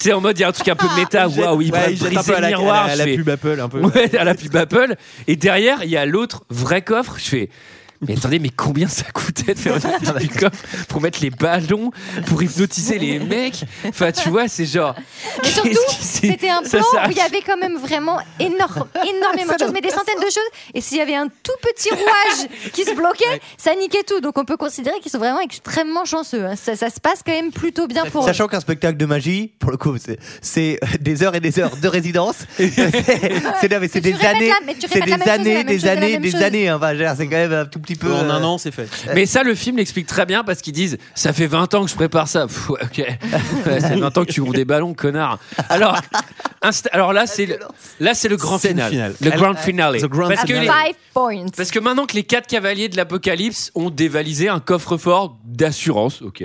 Tu sais, en mode, il y a un truc un peu méta. Waouh, il Ouais, va Ah, il jette un briser peu à le la- miroir. à la- à la Je fais- pub Apple, un peu. *laughs* Ouais, à la pub Apple. Et derrière, il y a l'autre vrai coffre. Je fais. Mais attendez, mais combien ça coûtait de faire *laughs* une pub du coffre pour mettre les ballons, pour hypnotiser *laughs* les mecs Enfin, tu vois, c'est genre. Mais surtout, qu'est-ce qui s'est- *laughs* c'était un ça plan s'arrache où il y avait quand même vraiment énorme, énormément de choses, mais des centaines de choses. Et s'il y avait un tout petit rouage qui se bloquait, ça niquait tout. Donc on peut considérer qu'ils sont vraiment extrêmement chanceux. hein. Ça, ça se passe quand même plutôt bien pour eux. Sachant qu'un spectacle de magie, pour le coup, c'est- c'est des heures et des heures de résidence. *laughs* C'est- c'est non, mais c'est des tu répètes années, la- mais tu c'est répètes des la même chose, la années, même des chose, la années, même des chose. années. hein. Enfin, je veux dire, c'est quand même un tout petit peu. En euh, un an, c'est fait. Mais ça, le film l'explique très bien parce qu'ils disent Ça fait 20 ans que je prépare ça. Pff, *laughs* ouais, ok. Ouais, Ça fait 20 ans que tu ouvres des ballons, connard. Alors, insta- alors là, c'est le, là, c'est le grand Scène final. finale. Le Elle- grand finale. The grand parce, que finale. les- Five points. parce que maintenant que les quatre cavaliers de l'apocalypse ont dévalisé un coffre-fort d'assurance, ok.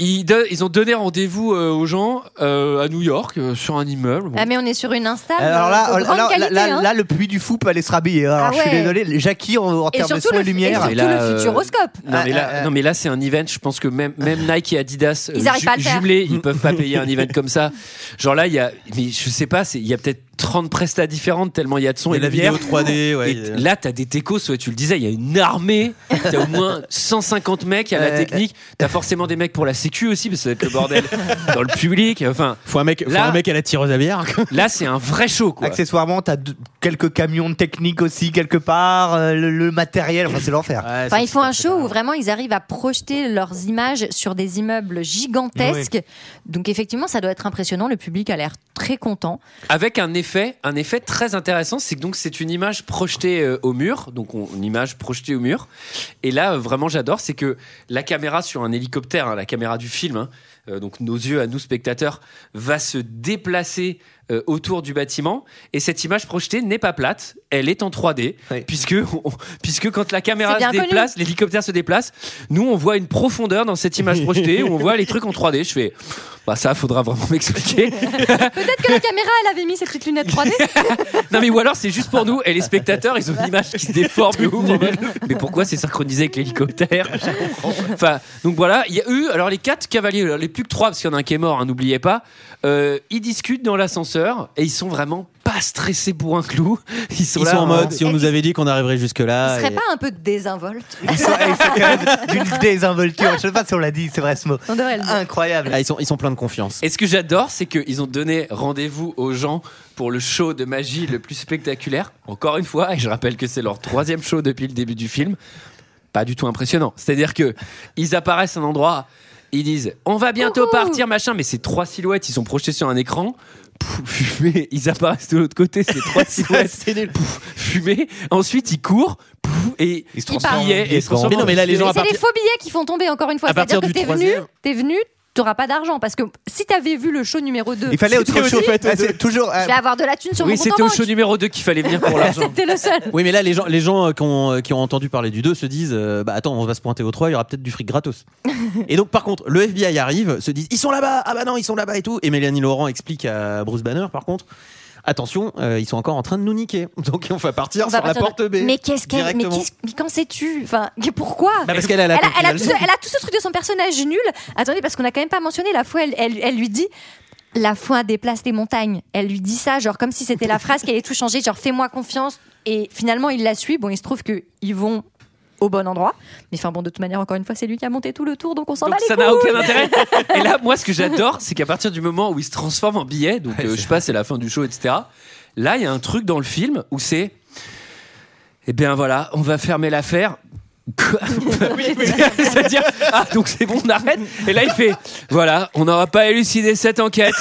Ils, don- ils ont donné rendez-vous euh, aux gens euh, à New York euh, sur un immeuble. Bon. Ah, mais on est sur une instable. Alors là, de grande alors là, qualité, là, hein. là, le puits du fou peut aller se rhabiller. hein. Alors, Ah je suis ouais. désolé, les- Jackie en, en Et termes de surtout soins et le- et lumière. surtout là, euh, Non Ah, mais, ah, là, ah. non mais là c'est un event, je pense que même, *laughs* même Nike et Adidas euh, euh, Ils arrivent pas à le faire. Mm. jumelés, ils peuvent pas *laughs* payer un event comme ça. Genre là il y a mais je sais pas, c'est- il y a peut-être 30 prestats différentes tellement il y a de son Il y et a la de lumière. vidéo 3D, ouais. Et t- là t'as des techos, ouais, tu le disais, il y a une armée, t'as au moins 150 mecs à la Euh, technique, t'as forcément des mecs pour la sécu aussi parce que ça va être le bordel dans le public, enfin Faut un mec, faut Là- un mec à la tireuse à bière. là c'est un vrai show quoi. Accessoirement, t'as deux- quelques camions de technique aussi quelque part, euh, le, le matériel, enfin c'est l'enfer. Ah, Enfin, ils font un show où vraiment ils arrivent à projeter leurs images sur des immeubles gigantesques. Donc effectivement, ça doit être impressionnant. Le public a l'air très content. Avec un effet, un effet très intéressant, c'est que donc c'est une image projetée euh, au mur, donc on- une image projetée au mur. Et là, euh, vraiment, j'adore, c'est que la caméra sur un hélicoptère, hein, la caméra du film, hein, euh, donc nos yeux à nous spectateurs, va se déplacer euh, autour du bâtiment. Et cette image projetée n'est pas plate, elle est en 3D, puisque, on- puisque quand la caméra C'est se bien connu. déplace, l'hélicoptère se déplace, nous on voit une profondeur dans cette image projetée où on voit les trucs en 3D. Je fais, bah ça faudra vraiment *laughs* m'expliquer. Peut-être que la caméra, elle avait mis ses petites lunettes 3D. Non mais ou alors c'est juste pour nous et les spectateurs ils ont une image qui se déforme de *laughs* ouf, en mode, mais pourquoi c'est synchronisé avec l'hélicoptère Je comprends. enfin donc voilà il y a eu alors les quatre cavaliers alors, les plus que trois parce qu'il y en a un qui est mort hein, n'oubliez pas Euh, ils discutent dans l'ascenseur et ils sont vraiment pas stressés pour un clou ils sont Ils là sont en mode, hein. si on nous avait dit qu'on arriverait Ce jusque-là. serait et- pas un peu désinvolte D'une désinvolture, je sais pas si on l'a dit, c'est vrai ce mot. Incroyable. Ah, ils, sont, ils sont pleins de confiance. Et ce que j'adore, c'est qu'ils ont donné rendez-vous aux gens pour le show de magie le plus spectaculaire. Encore une fois, et je rappelle que c'est leur troisième show depuis le début du film. Pas du tout impressionnant. C'est-à-dire que ils apparaissent à un endroit, ils disent "On va bientôt partir, machin", mais c'est trois silhouettes, ils sont projetés sur un écran. Pouf, Fumée, ils apparaissent de l'autre côté, c'est *laughs* trois silhouettes. Pouf, Fumée. Ensuite, ils courent pouf, et ils se transforment en billets de banque. Mais non, mais là, les gens Mais à c'est les partir- faux billets qui font tomber encore une fois. À C'est-à-dire partir du que t'es venu, troisième. t'es venu, t'auras pas d'argent parce que si t'avais vu le show numéro 2 Il fallait autre C'était au chose. show, fait, Ah, c'est toujours. Je vais avoir de la thune sur oui, mon compte c'était en au banque. show numéro 2 qu'il fallait venir pour *laughs* l'argent. C'était le seul. Oui, mais là, les gens, les gens euh, qui, ont, euh, qui ont entendu parler du 2 se disent euh, Bah attends, on va se pointer au 3, il y aura peut-être du fric gratos. et donc, par contre, le FBI arrive, se disent Ils sont là-bas, ah bah non, ils sont là-bas et tout. Et Mélanie Laurent explique à Bruce Banner, par contre Attention, euh, ils sont encore en train de nous niquer. Donc, on va partir On va sur la partir de- porte B. Mais qu'est-ce qu'elle mais, directement. qu'est-ce- mais quand sais-tu Enfin, mais pourquoi Bah, parce qu'elle a la elle a, elle a tout confidence. ce, elle a tout ce truc de son personnage nul. Attendez, parce qu'on a quand même pas mentionné la fois elle, elle- elle lui dit. La foi déplace les montagnes. Elle lui dit ça, genre comme si c'était la phrase qui allait tout changer, genre fais-moi confiance. Et finalement, il la suit. Bon, il se trouve que ils vont au bon endroit. Mais enfin bon, de toute manière, encore une fois, c'est lui qui a monté tout le tour, donc on s'en bat Donc les ça n'a couilles. aucun *laughs* intérêt. Et là, moi, ce que j'adore, c'est qu'à partir du moment où il se transforme en billet, donc euh, je sais pas, c'est la fin du show, etc. Là, il y a un truc dans le film où c'est, eh bien voilà, on va fermer l'affaire. *laughs* Quoi *laughs* C'est-à-dire, ah, donc c'est bon, on arrête. Et là, il fait, voilà, on n'aura pas élucidé cette *laughs* enquête.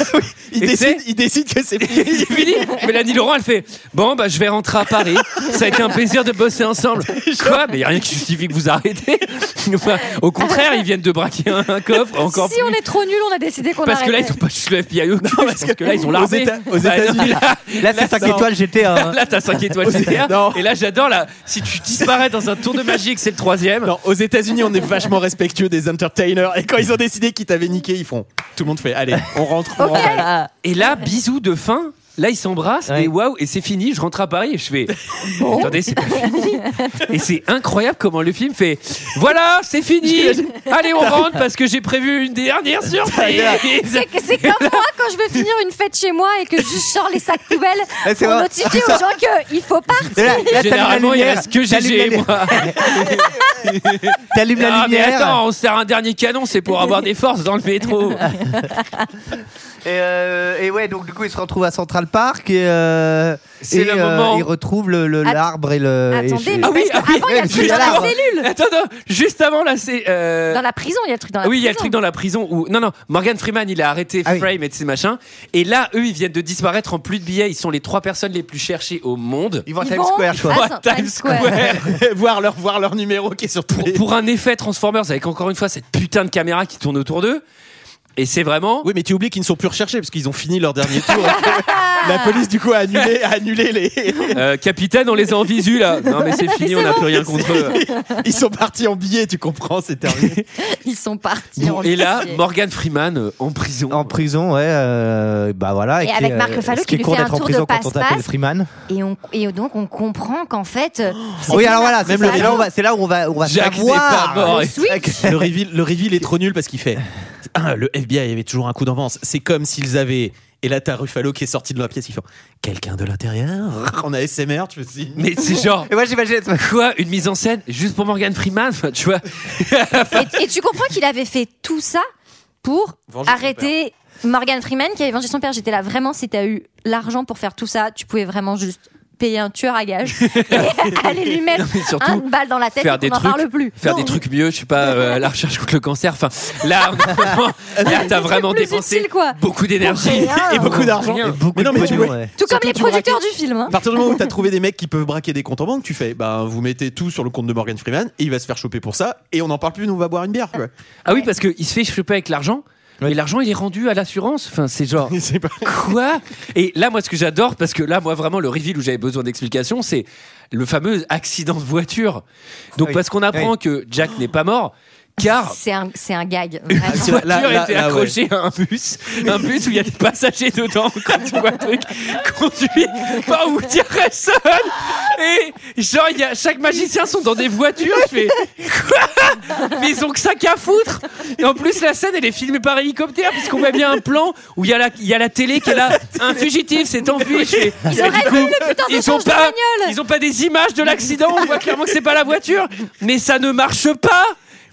il, décide, il décide que c'est fini. fini. Mélanie Laurent, elle fait, bon, bah, je vais rentrer à Paris. Ça a été un plaisir de bosser *laughs* ensemble. Quoi Mais il n'y a rien qui justifie que vous arrêtez. *laughs* Enfin, au contraire, ils viennent de braquer un, un *laughs* coffre encore Si on est trop nul, on a décidé qu'on parce que là, ils arrêtait. sont pas juste le FBI au cul, parce que, là, ils ont aux l'armée. Éta- aux Ah, non, États-Unis, là, là, c'est cinq non. étoiles GTA, hein. Là, t'as 5 étoiles Aux GTA. États- non. Et là, j'adore, là, si tu disparais dans un tour de magie et que c'est le troisième. Non, aux États-Unis, on est vachement respectueux des entertainers. Et quand ils ont décidé qu'ils t'avaient niqué, ils font Tout le monde fait Allez, on rentre, on remballe. Et là, bisous de fin. Là, ils s'embrassent et waouh, et c'est fini. Je rentre à Paris et je fais. Attendez, c'est pas fini. Et c'est incroyable comment le film fait. Voilà, c'est fini. Allez, on rentre parce que j'ai prévu une dernière surprise. C'est que- *laughs* c'est comme moi quand je veux finir une fête chez moi et que je sors les sacs poubelles Ouais, c'est pour vrai. notifier Tu aux sors- gens qu'il faut partir. Là, là, t'allumes la Généralement, il lumière. reste que T'allumes GG, la- moi. T'allumes la Ah, mais lumière. attends, on sert un dernier canon, c'est *laughs* pour avoir des forces dans le métro. Et, euh, et ouais, donc du coup, il se retrouve à Central Park et, euh, C'est et, le euh, moment- Ah il retrouve le- le- Att- l'arbre et le. et Attendez, je- mais parce que avant, il y a le truc Juste dans la avant- cellule. Attends, attends, juste avant là, c'est. euh, Dans la prison, il y a le truc dans la oui, il y a le prison. truc dans la prison où. Non, non, Morgan Freeman, il a arrêté Ah Frame et de ces machins. Et là, eux, ils viennent de disparaître en plus de billets. Ils sont les trois personnes les plus cherchées au monde. Ils vont à Ils Times vont Square, je crois. à Ils vont à Times Square. voir, leur, voir leur numéro qui est sur *laughs* tous pour, pour un effet Transformers avec encore une fois cette putain de caméra qui tourne autour d'eux. Et c'est vraiment. Oui, mais tu oublies qu'ils ne sont plus recherchés parce qu'ils ont fini leur dernier tour. *laughs* la police, du coup, a annulé, a annulé les. Euh, capitaine, on les a en visu là. Non, *laughs* mais c'est fini, on n'a plus rien contre eux. Ils sont partis en billets, tu comprends, c'est terminé. Ils sont partis. Bon, en et là, juillet. Morgan Freeman euh, en prison. En prison, ouais, euh, bah voilà. Et qui, avec euh, Marc Ruffalo ce qui est lui con fait un d'être en tour de prison quand on t'appelle passe-passe. Freeman. Et, on, et donc on comprend qu'en fait. Oh. euh, c'est Oui, pas alors Marc voilà, c'est Ruffalo. là, on va- c'est là où on va, on va savoir. le, reveal, le reveal est trop nul parce qu'il fait un, le FBI avait toujours un coup d'avance. C'est comme s'ils avaient. Et là, t'as Ruffalo qui est sorti de la pièce, il fait quelqu'un de l'intérieur. En ASMR, tu me dis. Mais c'est genre. Et moi j'imagine. Quoi Une mise en scène juste pour Morgan Freeman enfin, Tu vois Et, et tu comprends qu'il avait fait tout ça pour Venger son arrêter Morgan Freeman qui avait vengé son père. J'étais là vraiment, si t'as eu l'argent pour faire tout ça, tu pouvais vraiment juste payer un tueur à gage *laughs* et aller lui mettre Non, mais surtout, une balle dans la tête faire et des qu'on n'en trucs, parle plus. faire des trucs mieux, je sais pas, euh, à la recherche contre le cancer. Enfin, là, on est vraiment- là, t'as vraiment dépensé beaucoup d'énergie rien. Et beaucoup d'argent. Ah, Rien. Et beaucoup Mais non, de mais pognon, tu- ouais. Tout comme Surtout, les tu braques- producteurs du film. hein. À partir du moment où t'as trouvé des mecs qui peuvent braquer des comptes en banque, tu fais bah vous mettez tout sur le compte de Morgan Freeman et il va se faire choper pour ça et on n'en parle plus, nous on va boire une bière. quoi. Ah oui, parce qu'il se fait choper avec l'argent. mais l'argent il est rendu à l'assurance. Enfin, *laughs* c'est genre quoi Et là, moi, ce que j'adore, parce que là, moi, vraiment, le reveal où j'avais besoin d'explication, c'est le fameux accident de voiture. Donc, Oui. parce qu'on apprend Oui. que Jack n'est pas mort, car Ah C'est un, c'est un gag. la vraiment. voiture était accrochée à un bus, un bus où il y a des passagers dedans. Quand tu vois le truc conduit par Woody Harrelson, et genre il y a chaque magicien sont dans des voitures. Je fais quoi Mais ils ont que ça qu'à foutre. Et en plus la scène elle est filmée par hélicoptère puisqu'on voit bien un plan où il y a la il y a la télé qui est *laughs* là, un fugitif s'est enfui. Je fais, Ils et auraient du vu coup, le putain ils ont d'échange de pas bagnole. ils ont pas des images de l'accident. On voit clairement que c'est pas la voiture, mais ça ne marche pas.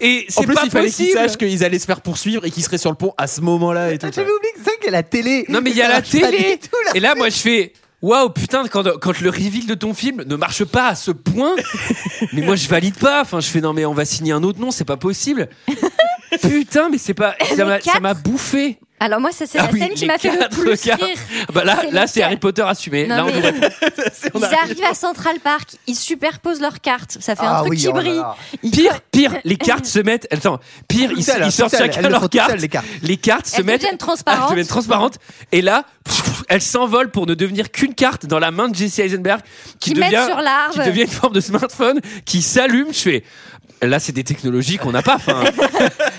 Et En c'est plus, pas il fallait qu'ils possible. sachent qu'ils allaient se faire poursuivre et qu'ils seraient sur le pont à ce moment-là et tout. ça. J'avais oublié que ça, qu'il y a la télé. Non mais il y a Ça la marche pas télé du tout, là. Et là moi je fais Waouh putain quand, quand le reveal de ton film ne marche pas à ce *laughs* point Mais moi je valide pas Enfin je fais non mais on va signer un autre nom c'est pas *laughs* possible Putain mais c'est pas Mais ça m'a- quatre ça m'a bouffé Alors moi, ça c'est Ah la oui, scène qui les m'a fait le quatre plus gars. rire. Bah là C'est là les c'est Harry Potter assumé Non, Là on mais- *laughs* devrait- Ils arrivent à Central Park, ils superposent leurs cartes, ça fait un Ah truc oui, qui oh là brille. là. Ils- Pire pire les *laughs* cartes se mettent Attends pire ils, Toutes seules, ils sortent toutes seules, elles chacun le font leurs toutes cartes seules, les cartes. Les cartes se Elles mettent deviennent *laughs* transparentes. Elles deviennent transparentes Et là pff, elles s'envolent pour ne devenir qu'une carte dans la main de Jesse Eisenberg qui, Qui mettent devient sur l'arbre. qui devient une forme de smartphone qui s'allume. Je fais. Là, c'est des technologies qu'on n'a pas. *laughs* enfin,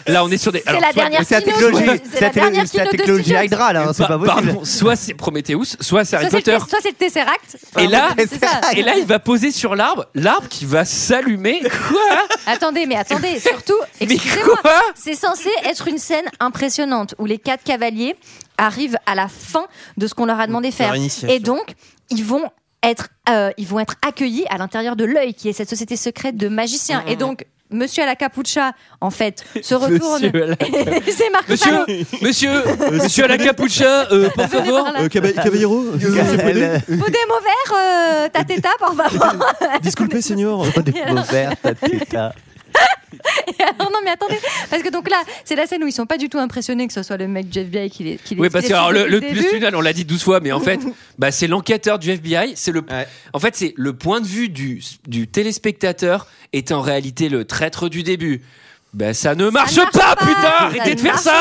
là, on est sur des. C'est la dernière C'est la keynote, technologie. c'est- c'est la dernière C'est la keynote de technologie Steve Jobs. Hydra, là, hein, c'est pas Pa- possible. pardon, soit c'est Prometheus, soit c'est Harry Soit c'est Potter. le- soit c'est le Tesseract. Et là, *laughs* C'est ça. et là, il va poser sur l'arbre, l'arbre qui va s'allumer. Quoi Attendez, mais *laughs* attendez, surtout, Mais excusez-moi, quoi c'est censé être une scène impressionnante où les quatre cavaliers arrivent à la fin de ce qu'on leur a demandé de faire. initiation. Et donc, ils vont être, euh, ils vont être accueillis à l'intérieur de l'œil, qui est cette société secrète de magiciens. Et donc, Monsieur à la capucha, en fait, se retourne. Ah. Monsieur à la- Et *laughs* c'est Marc Monsieur, Ruffalo. monsieur, monsieur à la capucha, *laughs* euh, pour favor. Euh, Caba- Caballero euh, c'est Elle, euh, Podemo vert, euh, ta teta, por favor. Disculpez, senior. Des mots verts, ta teta. *laughs* Alors, Oh, non, mais attendez, parce que donc là, c'est la scène où ils sont pas du tout impressionnés que ce soit le mec du FBI qui les. Qui les Oui, parce qui que les alors, suit le, le, depuis le début. tunnel, on l'a dit 12 fois, mais en fait, bah, c'est l'enquêteur du FBI. C'est le, Ouais. En fait, c'est le point de vue du, du téléspectateur est en réalité le traître du début. Bah, ça ne marche, marche pas, pas, putain ça Arrêtez de ne faire marche ça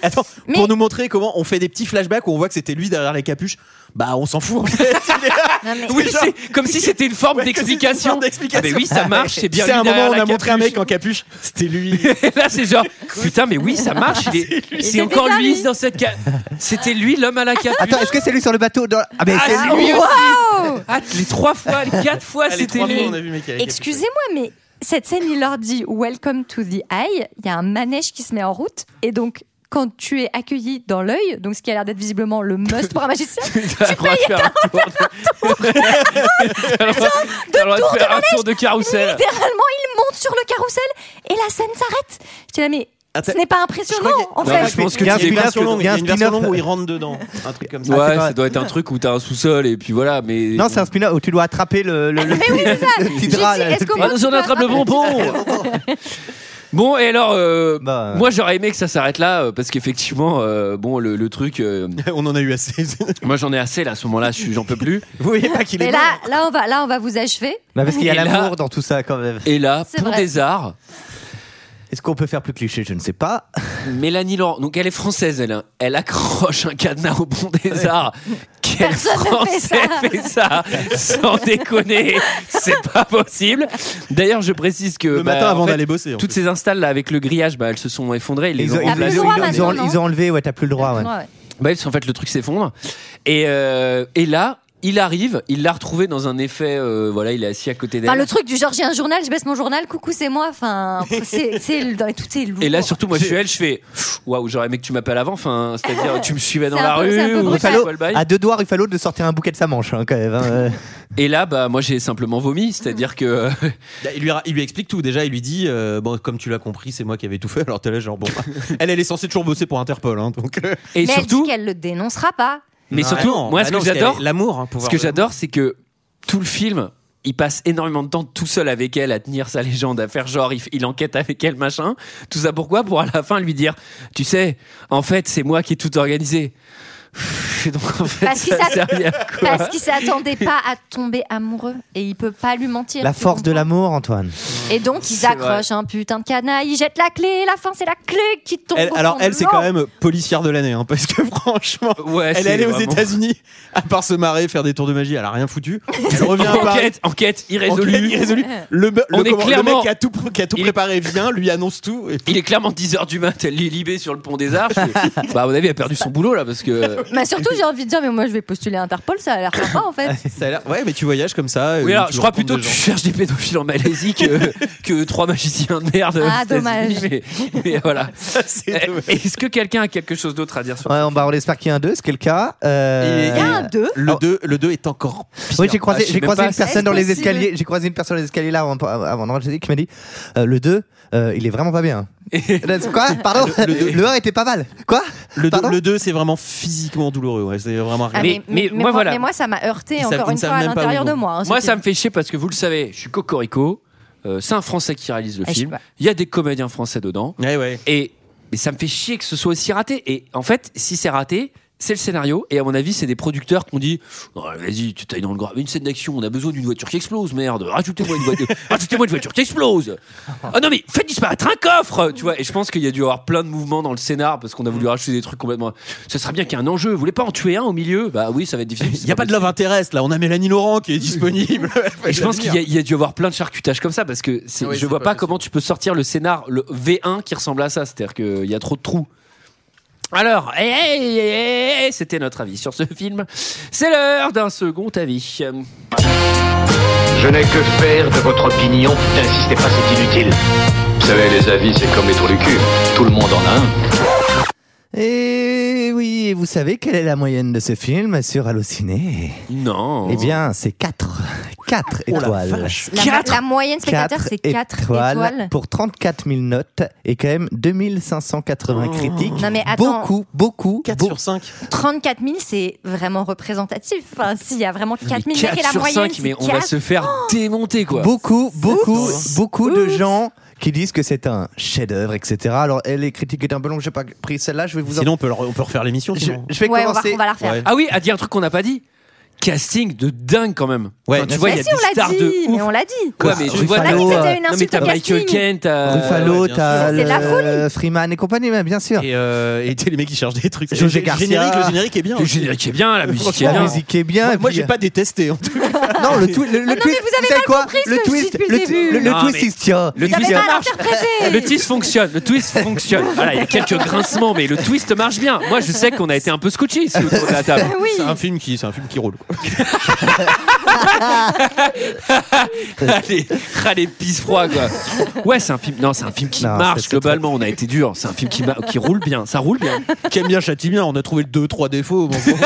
pas. Attends, Mais- pour nous montrer comment on fait des petits flashbacks où on voit que c'était lui derrière les capuches, bah on s'en fout en *laughs* fait. Il est là. Non, mais- Oui, Genre- c'est comme si c'était une forme Ouais, comme si c'était une d'explication. forme d'explication. Ah, mais oui, ça marche, c'est bien. C'est lui un moment derrière où on la a montré un capuche. mec en capuche, *laughs* c'était lui. Et *laughs* là, c'est genre, putain, mais oui, ça marche. il est- C'est C'est encore bien lui lui. dans cette. ca- C'était lui l'homme à la capuche. Attends, est-ce que c'est lui sur le bateau dans- Ah, mais Ah, c'est c'est lui lui aussi. Waouh Ah, les trois fois, les quatre fois, Allez, c'était Ah, trois fois, lui. on a vu le mec avec la capuche. Excusez-moi, mais cette scène, il leur dit Welcome to the Eye. Il y a un manège qui se met en route. Et donc, quand tu es accueilli dans l'œil, donc ce qui a l'air d'être visiblement le must pour un magicien, *laughs* tu T'as le droit de faire un tour de- T'as le droit- t'as le droit de faire un tour de carrousel. Ah, littéralement, il monte sur le carrousel et la scène s'arrête. J'étais là, mais Attends. ce n'est pas impressionnant, Je crois qu'il en y a- Non, fait. mais je pense que il y a tu une débarques version que- longue, il y a il y a un une version spin-off. longue où il rentre dedans, un truc comme ça. Ouais, Ah, c'est ça pas- doit être un truc où t'as un sous-sol et puis voilà, mais. Non, c'est un spin-off où tu dois attraper le, le, le- Mais oui, c'est ça. le J'ai petit dit, drap. là, le est-ce qu'au petit- moins Ah, tu on peux attrape le *laughs* attraper- bonbon Bon, et alors, euh, Bah, euh. moi j'aurais aimé que ça s'arrête là, euh, parce qu'effectivement, euh, bon, le, le truc, euh, *laughs* On en a eu assez. moi j'en ai assez là, à ce moment-là, je suis- j'en peux plus. Vous voyez pas qu'il est Mais là, là, on va, là, on va vous achever. Bah, parce qu'il y Et là- a l'amour dans tout ça quand même. Et là, C'est Pont vrai. des Arts, Est-ce qu'on peut faire plus cliché Je ne sais pas. Mélanie Laurent, donc elle est française, elle, hein. elle accroche un cadenas au Pont des Arts. Quel Personne ne fait français ça. fait ça, Sans déconner, c'est pas possible. D'ailleurs, je précise que. Le bah, matin en avant fait, d'aller bosser. en Toutes fait. ces installes là avec le grillage, bah, elles se sont effondrées. Ils les ont ils, plus remplacées. ils le ont- droit ils ont- maintenant, ils ont- non ils ont enlevé, ouais, t'as plus le Ah droit. ouais. Ouais, ouais. Bah, parce qu'en fait, le truc s'effondre. Et, euh, et là, il arrive, il l'a retrouvé dans un effet. euh, voilà, il est assis à côté d'elle. Enfin, le truc du genre, j'ai un journal, je baisse mon journal, coucou, c'est moi. Enfin, c'est, c'est- dans- tout est lourd. Et là, surtout, moi, je suis elle, je fais Waouh, j'aurais aimé que tu m'appelles avant. Enfin, c'est-à-dire, tu me suivais dans C'est un la peu- c'est un rue peu ou brutal. c'est quoi le bail À deux doigts, Ruffalo de sortir un bouquet de sa manche, hein, quand *laughs* même. hein, euh. Et là, bah, moi, j'ai simplement vomi. C'est-à-dire que. *laughs* Il lui, ra- il lui explique tout. Déjà, il lui dit euh, Bon, comme tu l'as compris, c'est moi qui avais tout fait. Alors, t'es là, genre, bon. bah, *laughs* elle, elle est censée toujours bosser pour Interpol. hein, donc, euh, Et mais elle surtout, dit qu'elle le dénoncera pas. mais non, surtout, non, moi, bah ce non, que parce j'adore, qu'elle- L'amour. hein, pour Ce que voir le- j'adore, c'est que tout le film, il passe énormément de temps tout seul avec elle à tenir sa légende, à faire genre, il, f- il enquête avec elle, machin. Tout ça pourquoi Pour à la fin lui dire, tu sais, en fait, c'est moi qui ai tout organisé. Donc, en fait, Parce qu'il ça s'att- servait à quoi Parce qu'il s'attendait pas à tomber amoureux et il peut pas lui mentir. La tu force de l'amour, Antoine. comprends. Et donc ils C'est accrochent un putain de canaille, ils jettent la clé, la fin c'est la clé qui tombe. Elle- au alors fond elle de c'est l'eau. quand même policière de l'année hein, parce que *laughs* franchement elle est c'est allée aux vraiment- États-Unis à part se marrer faire des tours de magie elle a rien foutu elle revient à *laughs* Paris. enquête, enquête irrésolue. Enquête irrésolue. le, me- On le est comment- le clairement- mec qui a tout, pr- qui a tout préparé vient lui annonce tout et Il est clairement 10h du mat, elle est libée sur le pont des Arches. Et- bah, à mon avis, elle a perdu son boulot là parce que. Mais Bah, surtout j'ai envie de dire mais moi je vais postuler à Interpol, ça a l'air sympa *laughs* en fait. Ça a l'air- ouais mais tu voyages comme ça euh, Oui, alors, tu je crois rencontres plutôt des que tu gens. cherches des pédophiles en Malaisie que, que trois magiciens de merde. aux Ah, États-Unis, dommage. Mais, mais voilà. Eh, *laughs* Est-ce que quelqu'un a quelque chose d'autre à dire sur Ouais, on, bah, on espère qu'il y a un 2, c'est le cas. Euh, Il y a un deux le 2 le 2 est encore pire. Oui, j'ai croisé, Ah, je sais j'ai même croisé pas une si- personne dans les escaliers. J'ai croisé une personne dans les escaliers là avant, avant d'enregistrer qui m'a dit euh, le 2, euh, il est vraiment pas bien. Là, c'est- Quoi *laughs* Pardon Le- le deux. Le 1 était pas mal. Quoi le Pardon 2 le 2 c'est vraiment physiquement douloureux ouais, c'est vraiment Ah, rien. moi, mais moi ça m'a heurté Ils savent- encore ils une savent fois à même pas où l'intérieur ils de vont. moi. hein, *laughs* Moi, c'était- ça me fait chier parce que vous le savez, je suis Cocorico. euh, c'est un Français qui réalise le Ah, je sais film. pas. Il y a des comédiens français dedans. ouais. Et mais ça me fait chier que ce soit aussi raté. Et en fait, si c'est raté, c'est le scénario. Et à mon avis, c'est des producteurs qui ont dit Oh, Vas-y, tu tailles dans le gras. Une scène d'action, on a besoin d'une voiture qui explose, merde. Rajoutez-moi une, *laughs* voiture- rajoutez-moi une voiture qui explose. Ah non, mais faites disparaître un coffre Tu vois, et je pense qu'il y a dû y avoir plein de mouvements dans le scénar parce qu'on a Mm. voulu rajouter des trucs complètement. Ce serait bien qu'il y ait un enjeu. Vous voulez pas en tuer un au milieu Bah oui, ça va être *laughs* difficile. il y a pas de love interest là on a Mélanie Laurent qui est *laughs* disponible Et je pense qu'il y, a- il y a dû y avoir plein de charcutages comme ça parce que c'est- Oui, je c'est vois pas pas, comment tu peux sortir le scénar, le V1 qui ressemble à ça. C'est-à-dire qu'il y a trop de trous. Alors, eh, hey, hey, hey, hey, hey, eh, c'était notre avis sur ce film. C'est l'heure d'un second avis. Je n'ai que faire de votre opinion. N'insistez pas, c'est inutile. Vous savez, les avis, c'est comme les trous du cul. Tout le monde en a un. Et Eh oui, et vous savez quelle est la moyenne de ce film sur Allociné Oh. Non. Eh bien, c'est 4. 4 Oh la Ah, étoiles. vache. La, la moyenne spectateur Quatre c'est 4 étoiles. pour 34 000 notes et quand même 2580 critiques. Non, mais attends. Beaucoup, beaucoup. 4 Oh. sur 5. 34 000 c'est vraiment représentatif. Enfin s'il y a vraiment 4 000 4 et la sur moyenne 5, mais c'est on va quatre. se faire démonter quoi. Beaucoup, beaucoup, beaucoup de gens qui disent que c'est un chef-d'œuvre, etc. Alors, eh, les critiques étaient un peu longues, j'ai pas pris celle-là, je vais vous en- sinon on peut, le- on peut refaire l'émission Je, sinon. je vais Ouais, on va- commencer. on va la refaire. Ouais. Ah oui, à dire un truc qu'on n'a pas dit. Casting de dingue quand même. Ouais, Enfin, tu mais vois, il y Mais a si, des on l'a stars de dit, ouf. mais on l'a dit. Ouais, mais tu vois, Ruffalo, t'as- On a dit que c'était une non, mais insulte t'as au Michael *laughs* casting. Kent, t'as- Ruffalo, Ouais, bien sûr. t'as C'est la le- Freeman et compagnie, mais bien sûr. Et, euh, et t'es les mecs qui cherchent des trucs. José Le gé- Garcia. Générique, le générique Ah, est bien. euh, Le générique est bien, la musique est La bien. musique est bien. Moi, et moi, puis- j'ai pas détesté. En tout cas. Non, le, twi- le, le Ah non, mais twist. vous avez savez pas quoi compris ce Le que je dis twist, depuis le, le début. le- le Non, twist, mais- il se tient. Le Vous avez twist pas à marche. l'interpréter. Le twist fonctionne, le twist fonctionne. Voilà, il y a quelques grincements, mais le twist marche bien. Moi, je sais qu'on a été un peu scotché ici autour de la table. Oui. C'est un film qui, c'est un film qui roule. quoi. Allez, ah, les pisse froid quoi. Ouais, c'est un film. Non, c'est un film qui Non, c'est- marche c'est globalement. On a été dur. C'est un film qui, ma- qui roule bien. Ça roule bien. Qui aime bien châtie bien. On a trouvé deux, trois défauts. Bon, bon.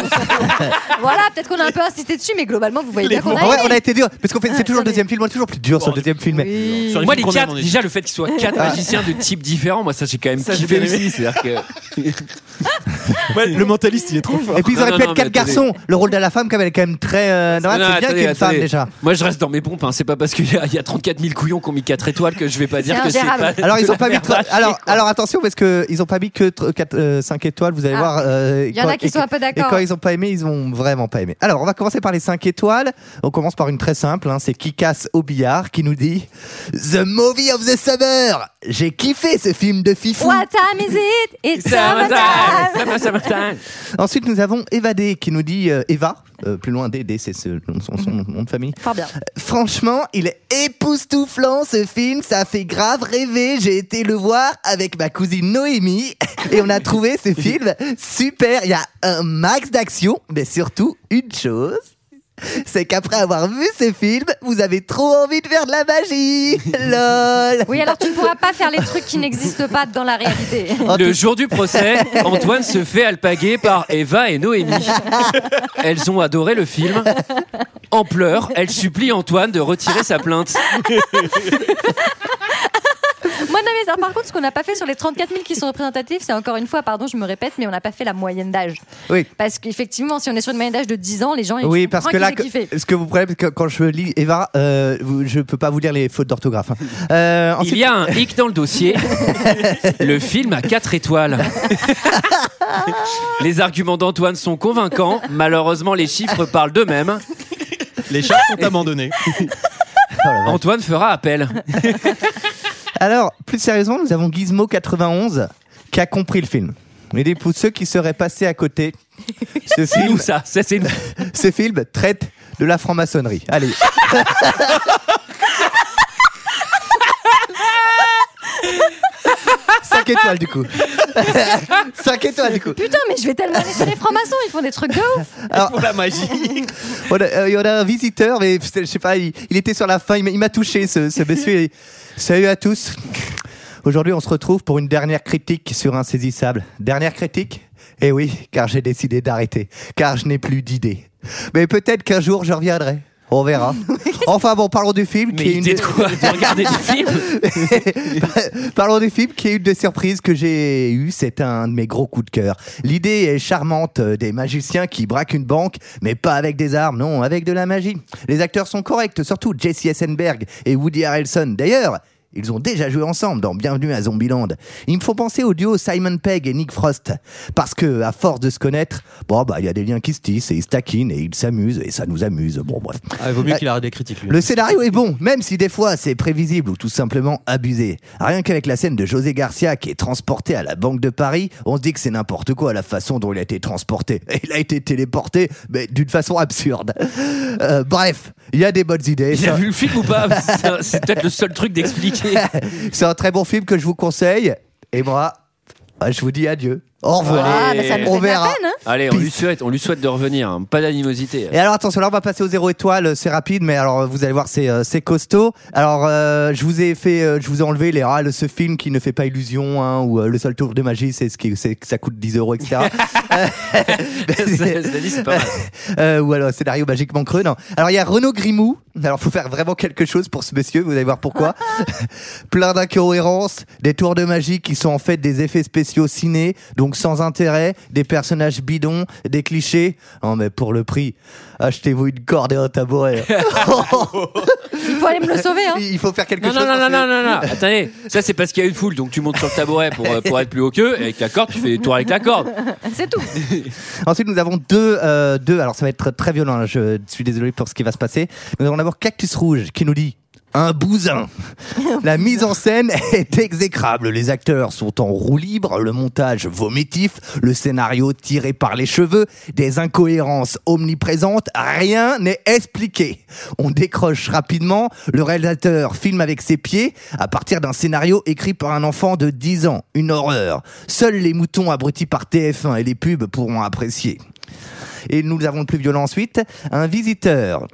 Voilà, peut-être qu'on a un peu insisté dessus, mais globalement, vous voyez Les bien qu'on Ah ouais, a on aimé. a été dur. Parce qu'on fait, c'est toujours le attendez. deuxième film, on est toujours plus dur sur le deuxième film. mais- Oui. Sur les moi, les films qu'on aime, quatre. on est- Déjà, le fait qu'ils soient quatre Ah. magiciens de types différents, moi, ça j'ai quand même kiffé aussi. C'est-à-dire que *laughs* Ouais, le mentaliste, il est trop fort. Et puis ils Non, auraient non, pu non, être quatre mais attendez. garçons. Le rôle de la femme, quand même, elle est quand même très. euh, normal, Non, c'est bien attendez, qu'il y ait une femme attendez. déjà. Moi, je reste dans mes pompes. hein. C'est pas parce qu'il y, a- il y a 34 000 couillons qui ont mis 4 étoiles que je vais pas dire que c'est ingérable. pas. Alors ils *laughs* ont la pas mis merde trois- à chier, alors quoi. alors attention parce que ils ont pas mis que 5 étoiles vous allez Ah. voir il y en a qui sont un peu et d'accord. quand ils ont pas aimé ils ont vraiment pas aimé alors on va commencer par les 5 étoiles on commence par une très simple hein, c'est Kikas au billard qui nous dit The movie of the summer j'ai kiffé ce film de fifou What time is it It's summertime. Summertime, summertime. ensuite nous avons Evadé qui nous dit euh, Eva euh, plus loin D D, c'est ce, son, son nom de famille Euh, Fort bien. Franchement, il est époustouflant ce film, ça fait grave rêver. J'ai été le voir avec ma cousine Noémie *laughs* et on a trouvé ce film super. Il y a un max d'action, mais surtout une chose. C'est qu'après avoir vu ce film, vous avez trop envie de faire de la magie. *laughs* Lol. Oui, alors tu ne pourras pas faire les trucs qui n'existent pas dans la réalité. Ah, Le jour du procès, Antoine se fait alpaguer par Eva et Noémie. Elles ont adoré le film. En pleurs, elles supplient Antoine de retirer sa plainte. Moi, non, mais ça, par contre, ce qu'on n'a pas fait sur les 34 000 qui sont représentatifs, c'est encore une fois, pardon, je me répète, mais on n'a pas fait la moyenne d'âge. Oui. Parce qu'effectivement, si on est sur une moyenne d'âge de 10 ans, les gens, ils Oui, comprennent parce que qu'ils là, aient kiffé. ce que vous prenez, parce que quand je lis Eva, euh, vous- je peux pas vous lire les fautes d'orthographe. Euh, ensuite- Il y a un hic dans le dossier. Le film a 4 étoiles. Les arguments d'Antoine sont convaincants. Malheureusement, les chiffres parlent d'eux-mêmes. Les chiffres sont abandonnés. Antoine fera appel. Alors, plus sérieusement, nous avons Gizmo91 qui a compris le film. Mais des- pour ceux qui seraient passés à côté, ce C'est film, nous, ça. Ça, c'est nous. ce film traite de la franc-maçonnerie. Allez. Cinq étoiles du coup. *laughs* Cinq étoiles du coup. Putain, mais je vais tellement aller chez les francs-maçons, ils font des trucs de *laughs* ouf. pour la magie. *laughs* On a- euh, Il y en a un visiteur, mais je sais pas, il, il était sur la fin, il m'a- il m'a touché ce, ce monsieur. Et- *laughs* Salut à tous. Aujourd'hui, on se retrouve pour une dernière critique sur Insaisissable. Dernière critique Eh oui, car j'ai décidé d'arrêter, car je n'ai plus d'idées. Mais peut-être qu'un jour, je reviendrai. On *laughs* verra. Enfin bon, parlons du film qui est une idée des- de quoi De regarder des *laughs* films Parlons du film qui est une des surprises que j'ai eues. C'est un de mes gros coups de cœur. L'idée est charmante euh, des magiciens qui braquent une banque, mais pas avec des armes, non, avec de la magie. Les acteurs sont corrects, surtout Jesse Eisenberg et Woody Harrelson. D'ailleurs, ils ont déjà joué ensemble dans Bienvenue à Zombieland. Il me faut penser au duo Simon Pegg et Nick Frost. Parce que, à force de se connaître, bon, bah, il y a des liens qui se tissent et ils se taquinent et ils s'amusent et ça nous amuse. Bon, bref. Ah, il vaut mieux Euh, qu'il arrête les critiques. lui. le scénario est bon, même si des fois c'est prévisible ou tout simplement abusé. Rien qu'avec la scène de José Garcia qui est transporté à la Banque de Paris, on se dit que c'est n'importe quoi la façon dont il a été transporté. *laughs* Il a été téléporté, mais d'une façon absurde. Euh, bref, il y a des bonnes idées. Il a vu le film ou pas C'est- C'est peut-être le seul truc d'expliquer. *laughs* c'est un très bon film que je vous conseille. Et moi, bah, je vous dis adieu. Au revoir. Ah, bah, on verra. hein. Allez, on lui souhaite, on lui souhaite de revenir. hein. Pas d'animosité. *laughs* Et alors attention, là on va passer au zéro étoile, c'est rapide, mais alors vous allez voir, c'est euh, c'est costaud. Alors euh, je vous ai fait, euh, je vous ai enlevé les ah, le- ce film qui ne fait pas illusion, hein, ou euh, le seul tour de magie, c'est ce qui, c'est que ça coûte 10 euros, etc. *laughs* Cela dit, c'est pas mal. Euh, ou alors scénario magiquement creux, non. Alors il y a Renaud Grimou. Alors faut faire vraiment quelque chose pour ce monsieur, vous allez voir *laughs* pourquoi. Plein d'incohérences, des tours de magie qui sont en fait des effets spéciaux ciné, donc sans intérêt, des personnages bidons, des clichés. Non mais pour le prix, achetez-vous une corde et *laughs* un tabouret. Il faut aller me le sauver. Hein. il faut faire quelque Non, chose. non, non, non, parce non, que- non, non. Attendez, ça c'est parce qu'il y a une foule, donc tu montes sur le tabouret pour, euh, pour être plus haut qu'eux, et avec la corde, tu fais des tours avec la corde. C'est tout. Ensuite, nous avons deux, euh, deux. Alors, ça va être très violent. là, Je suis désolé pour ce qui va se passer. Nous avons d'abord Cactus Rouge qui nous dit. Un bousin. La mise en scène est exécrable. Les acteurs sont en roue libre, le montage vomitif, le scénario tiré par les cheveux, des incohérences omniprésentes, rien n'est expliqué. On décroche rapidement, le réalisateur filme avec ses pieds à partir d'un scénario écrit par un enfant de 10 ans. Une horreur. Seuls les moutons abrutis par TF1 et les pubs pourront apprécier. Et nous avons le plus violent ensuite, un visiteur.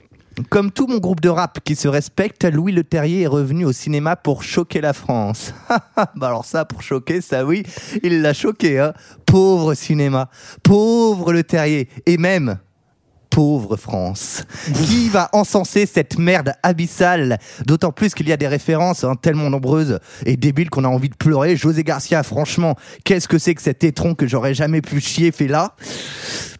Comme tout mon groupe de rap qui se respecte, Louis Le Terrier est revenu au cinéma pour choquer la France. *laughs* bah alors ça, pour choquer, ça oui, il l'a choqué. Hein. Pauvre cinéma, pauvre Le Terrier, et même pauvre France. Qui va encenser cette merde abyssale D'autant plus qu'il y a des références hein, tellement nombreuses et débiles qu'on a envie de pleurer. José Garcia, franchement, qu'est-ce que c'est que cet étron que j'aurais jamais pu chier fait là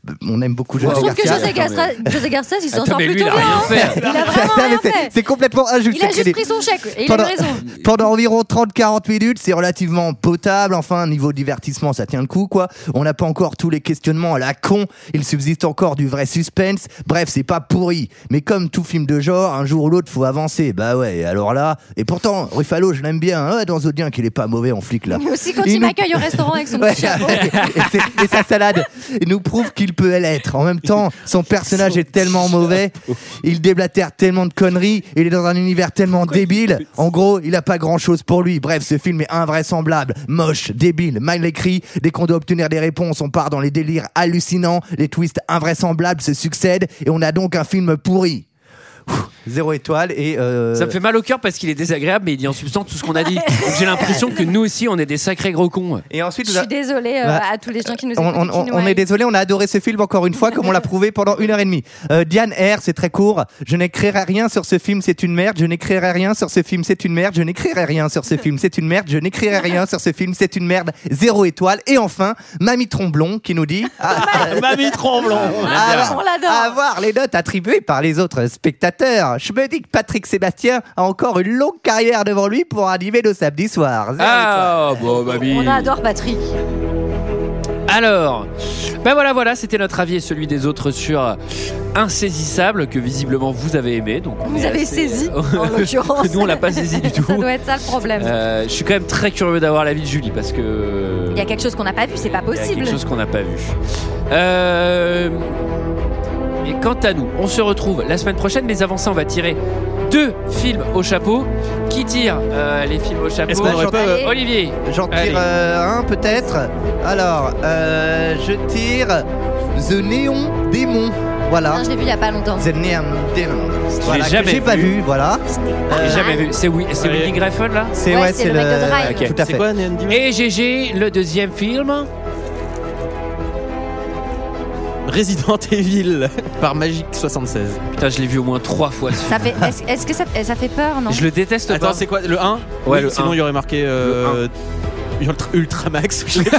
Bah, On aime beaucoup Je José trouve que Garcia. José Garcia, José Garcia il s'en Attends, sort mais lui, plutôt il a bien. rien hein. fait. Il *laughs* a vraiment rien C'est- fait. C'est complètement injuste. Il a cette juste idée. pris son chèque et il a eu pendant, raison. *laughs* pendant environ 30-40 minutes, c'est relativement potable. Enfin, niveau divertissement, ça tient le coup, quoi. On n'a pas encore tous les questionnements à la con. Il subsiste encore du vrai suspense. Bref, c'est pas pourri. Mais comme tout film de genre, un jour ou l'autre, faut avancer. Bah ouais, alors là. Et pourtant, Ruffalo, je l'aime bien. hein, dans Zodiac, qu'il est pas mauvais en flic, là. Mais aussi quand Il il nous- m'accueille au restaurant avec son Ouais, petit chapeau. *laughs* et, c'est- et sa salade Il nous prouve qu'il peut l'être. En même temps, son personnage est tellement mauvais, il déblatère tellement de conneries, il est dans un univers tellement débile. En gros, il a pas grand chose pour lui. Bref, ce film est invraisemblable, moche, débile, mal écrit. Dès qu'on doit obtenir des réponses, on part dans les délires hallucinants, les twists invraisemblables se succèdent et on a donc un film pourri. Ouh, Zéro étoile et euh, Ça me fait mal au cœur parce qu'il est désagréable, mais il dit en substance tout ce qu'on a *laughs* dit. Donc j'ai l'impression que nous aussi, on est des sacrés gros cons. Et ensuite, Je suis désolée euh, Bah, à tous les gens qui nous on, écoutent. on- et qui nous on est haïssent. désolé, on a adoré ce film encore *laughs* une fois, comme on l'a prouvé pendant une heure et demie. Euh, Diane R, c'est très court. Je n'écrirai rien sur ce film, c'est une merde. Je n'écrirai rien sur ce film, c'est une merde. Je n'écrirai rien sur ce film, c'est une merde. Je n'écrirai rien sur ce film, c'est une merde. Zéro étoile. Et enfin, Mamie Tromblon qui nous dit. ah, *laughs* Mamie Tromblon. Alors, ah, à voir les notes attribuées par les autres spectateurs. Je me dis que Patrick Sébastien a encore une longue carrière devant lui Ah, pour animer nos samedis soirs. Ah, bon, mamie. *laughs* On adore Patrick. Alors, ben voilà, voilà, c'était notre avis et celui des autres sur Insaisissable, que visiblement vous avez aimé. Donc on Vous est avez assez- saisi, euh, *laughs* en l'occurrence. Nous, on l'a pas saisi du *laughs* tout. Ça doit être ça le problème. Euh, je suis quand même très curieux d'avoir l'avis de Julie parce que. Il y a quelque chose qu'on n'a pas vu, c'est pas Il y a possible. quelque chose qu'on n'a pas vu. Euh, Et quant à nous, on se retrouve la semaine prochaine, mais avant ça, on va tirer deux films au chapeau. Qui tire euh, les films au chapeau Est-ce qu'on Bah, aurait pas, euh, Olivier J'en Allez. tire euh, un peut-être. Alors, euh, je tire The Néon Démon. Voilà. Non, je l'ai vu il y a pas longtemps. The Neon Demon. Voilà, que jamais j'ai pas vu. vu, voilà. Euh, J'ai jamais vu. C'est Wi- c'est Ouais. Willy Greffon là C'est- Ouais, ouais, c'est c'est le mec de le- Drive. Ok. Tout à C'est fait. quoi, Et GG, le deuxième film. Resident Evil par Magic 76. Putain, je l'ai vu au moins trois fois. Ça fait, est-ce, est-ce que ça, ça fait peur, non Je le déteste Attends, pas. c'est quoi le 1 Ouais, Oui, le sinon 1. il y aurait marqué euh, Ultra, Ultramax. Je sais pas.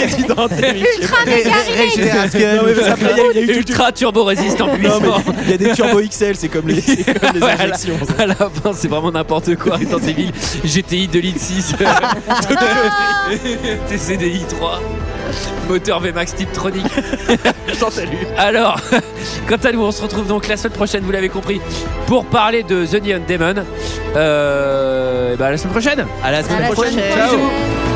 Resident Evil. Ultra Ré- méga ré- remake. ré- Rascal. Non, mais parce qu'après, il y a- il y a eu tout- Ultra turbo résistant Non, mais puissant. Il y a des turbo XL, c'est comme les, c'est comme les Ouais, à la- injections. à la fin, c'est vraiment n'importe quoi. Resident Evil, GTI 2.6, TCDI 3, moteur VMAX Tiptronic. Alors, quant à nous, on se retrouve donc la semaine prochaine, vous l'avez compris, pour parler de The Neon Demon. Euh, et ben, à la semaine prochaine. À la À la semaine prochaine. Ciao. prochaine.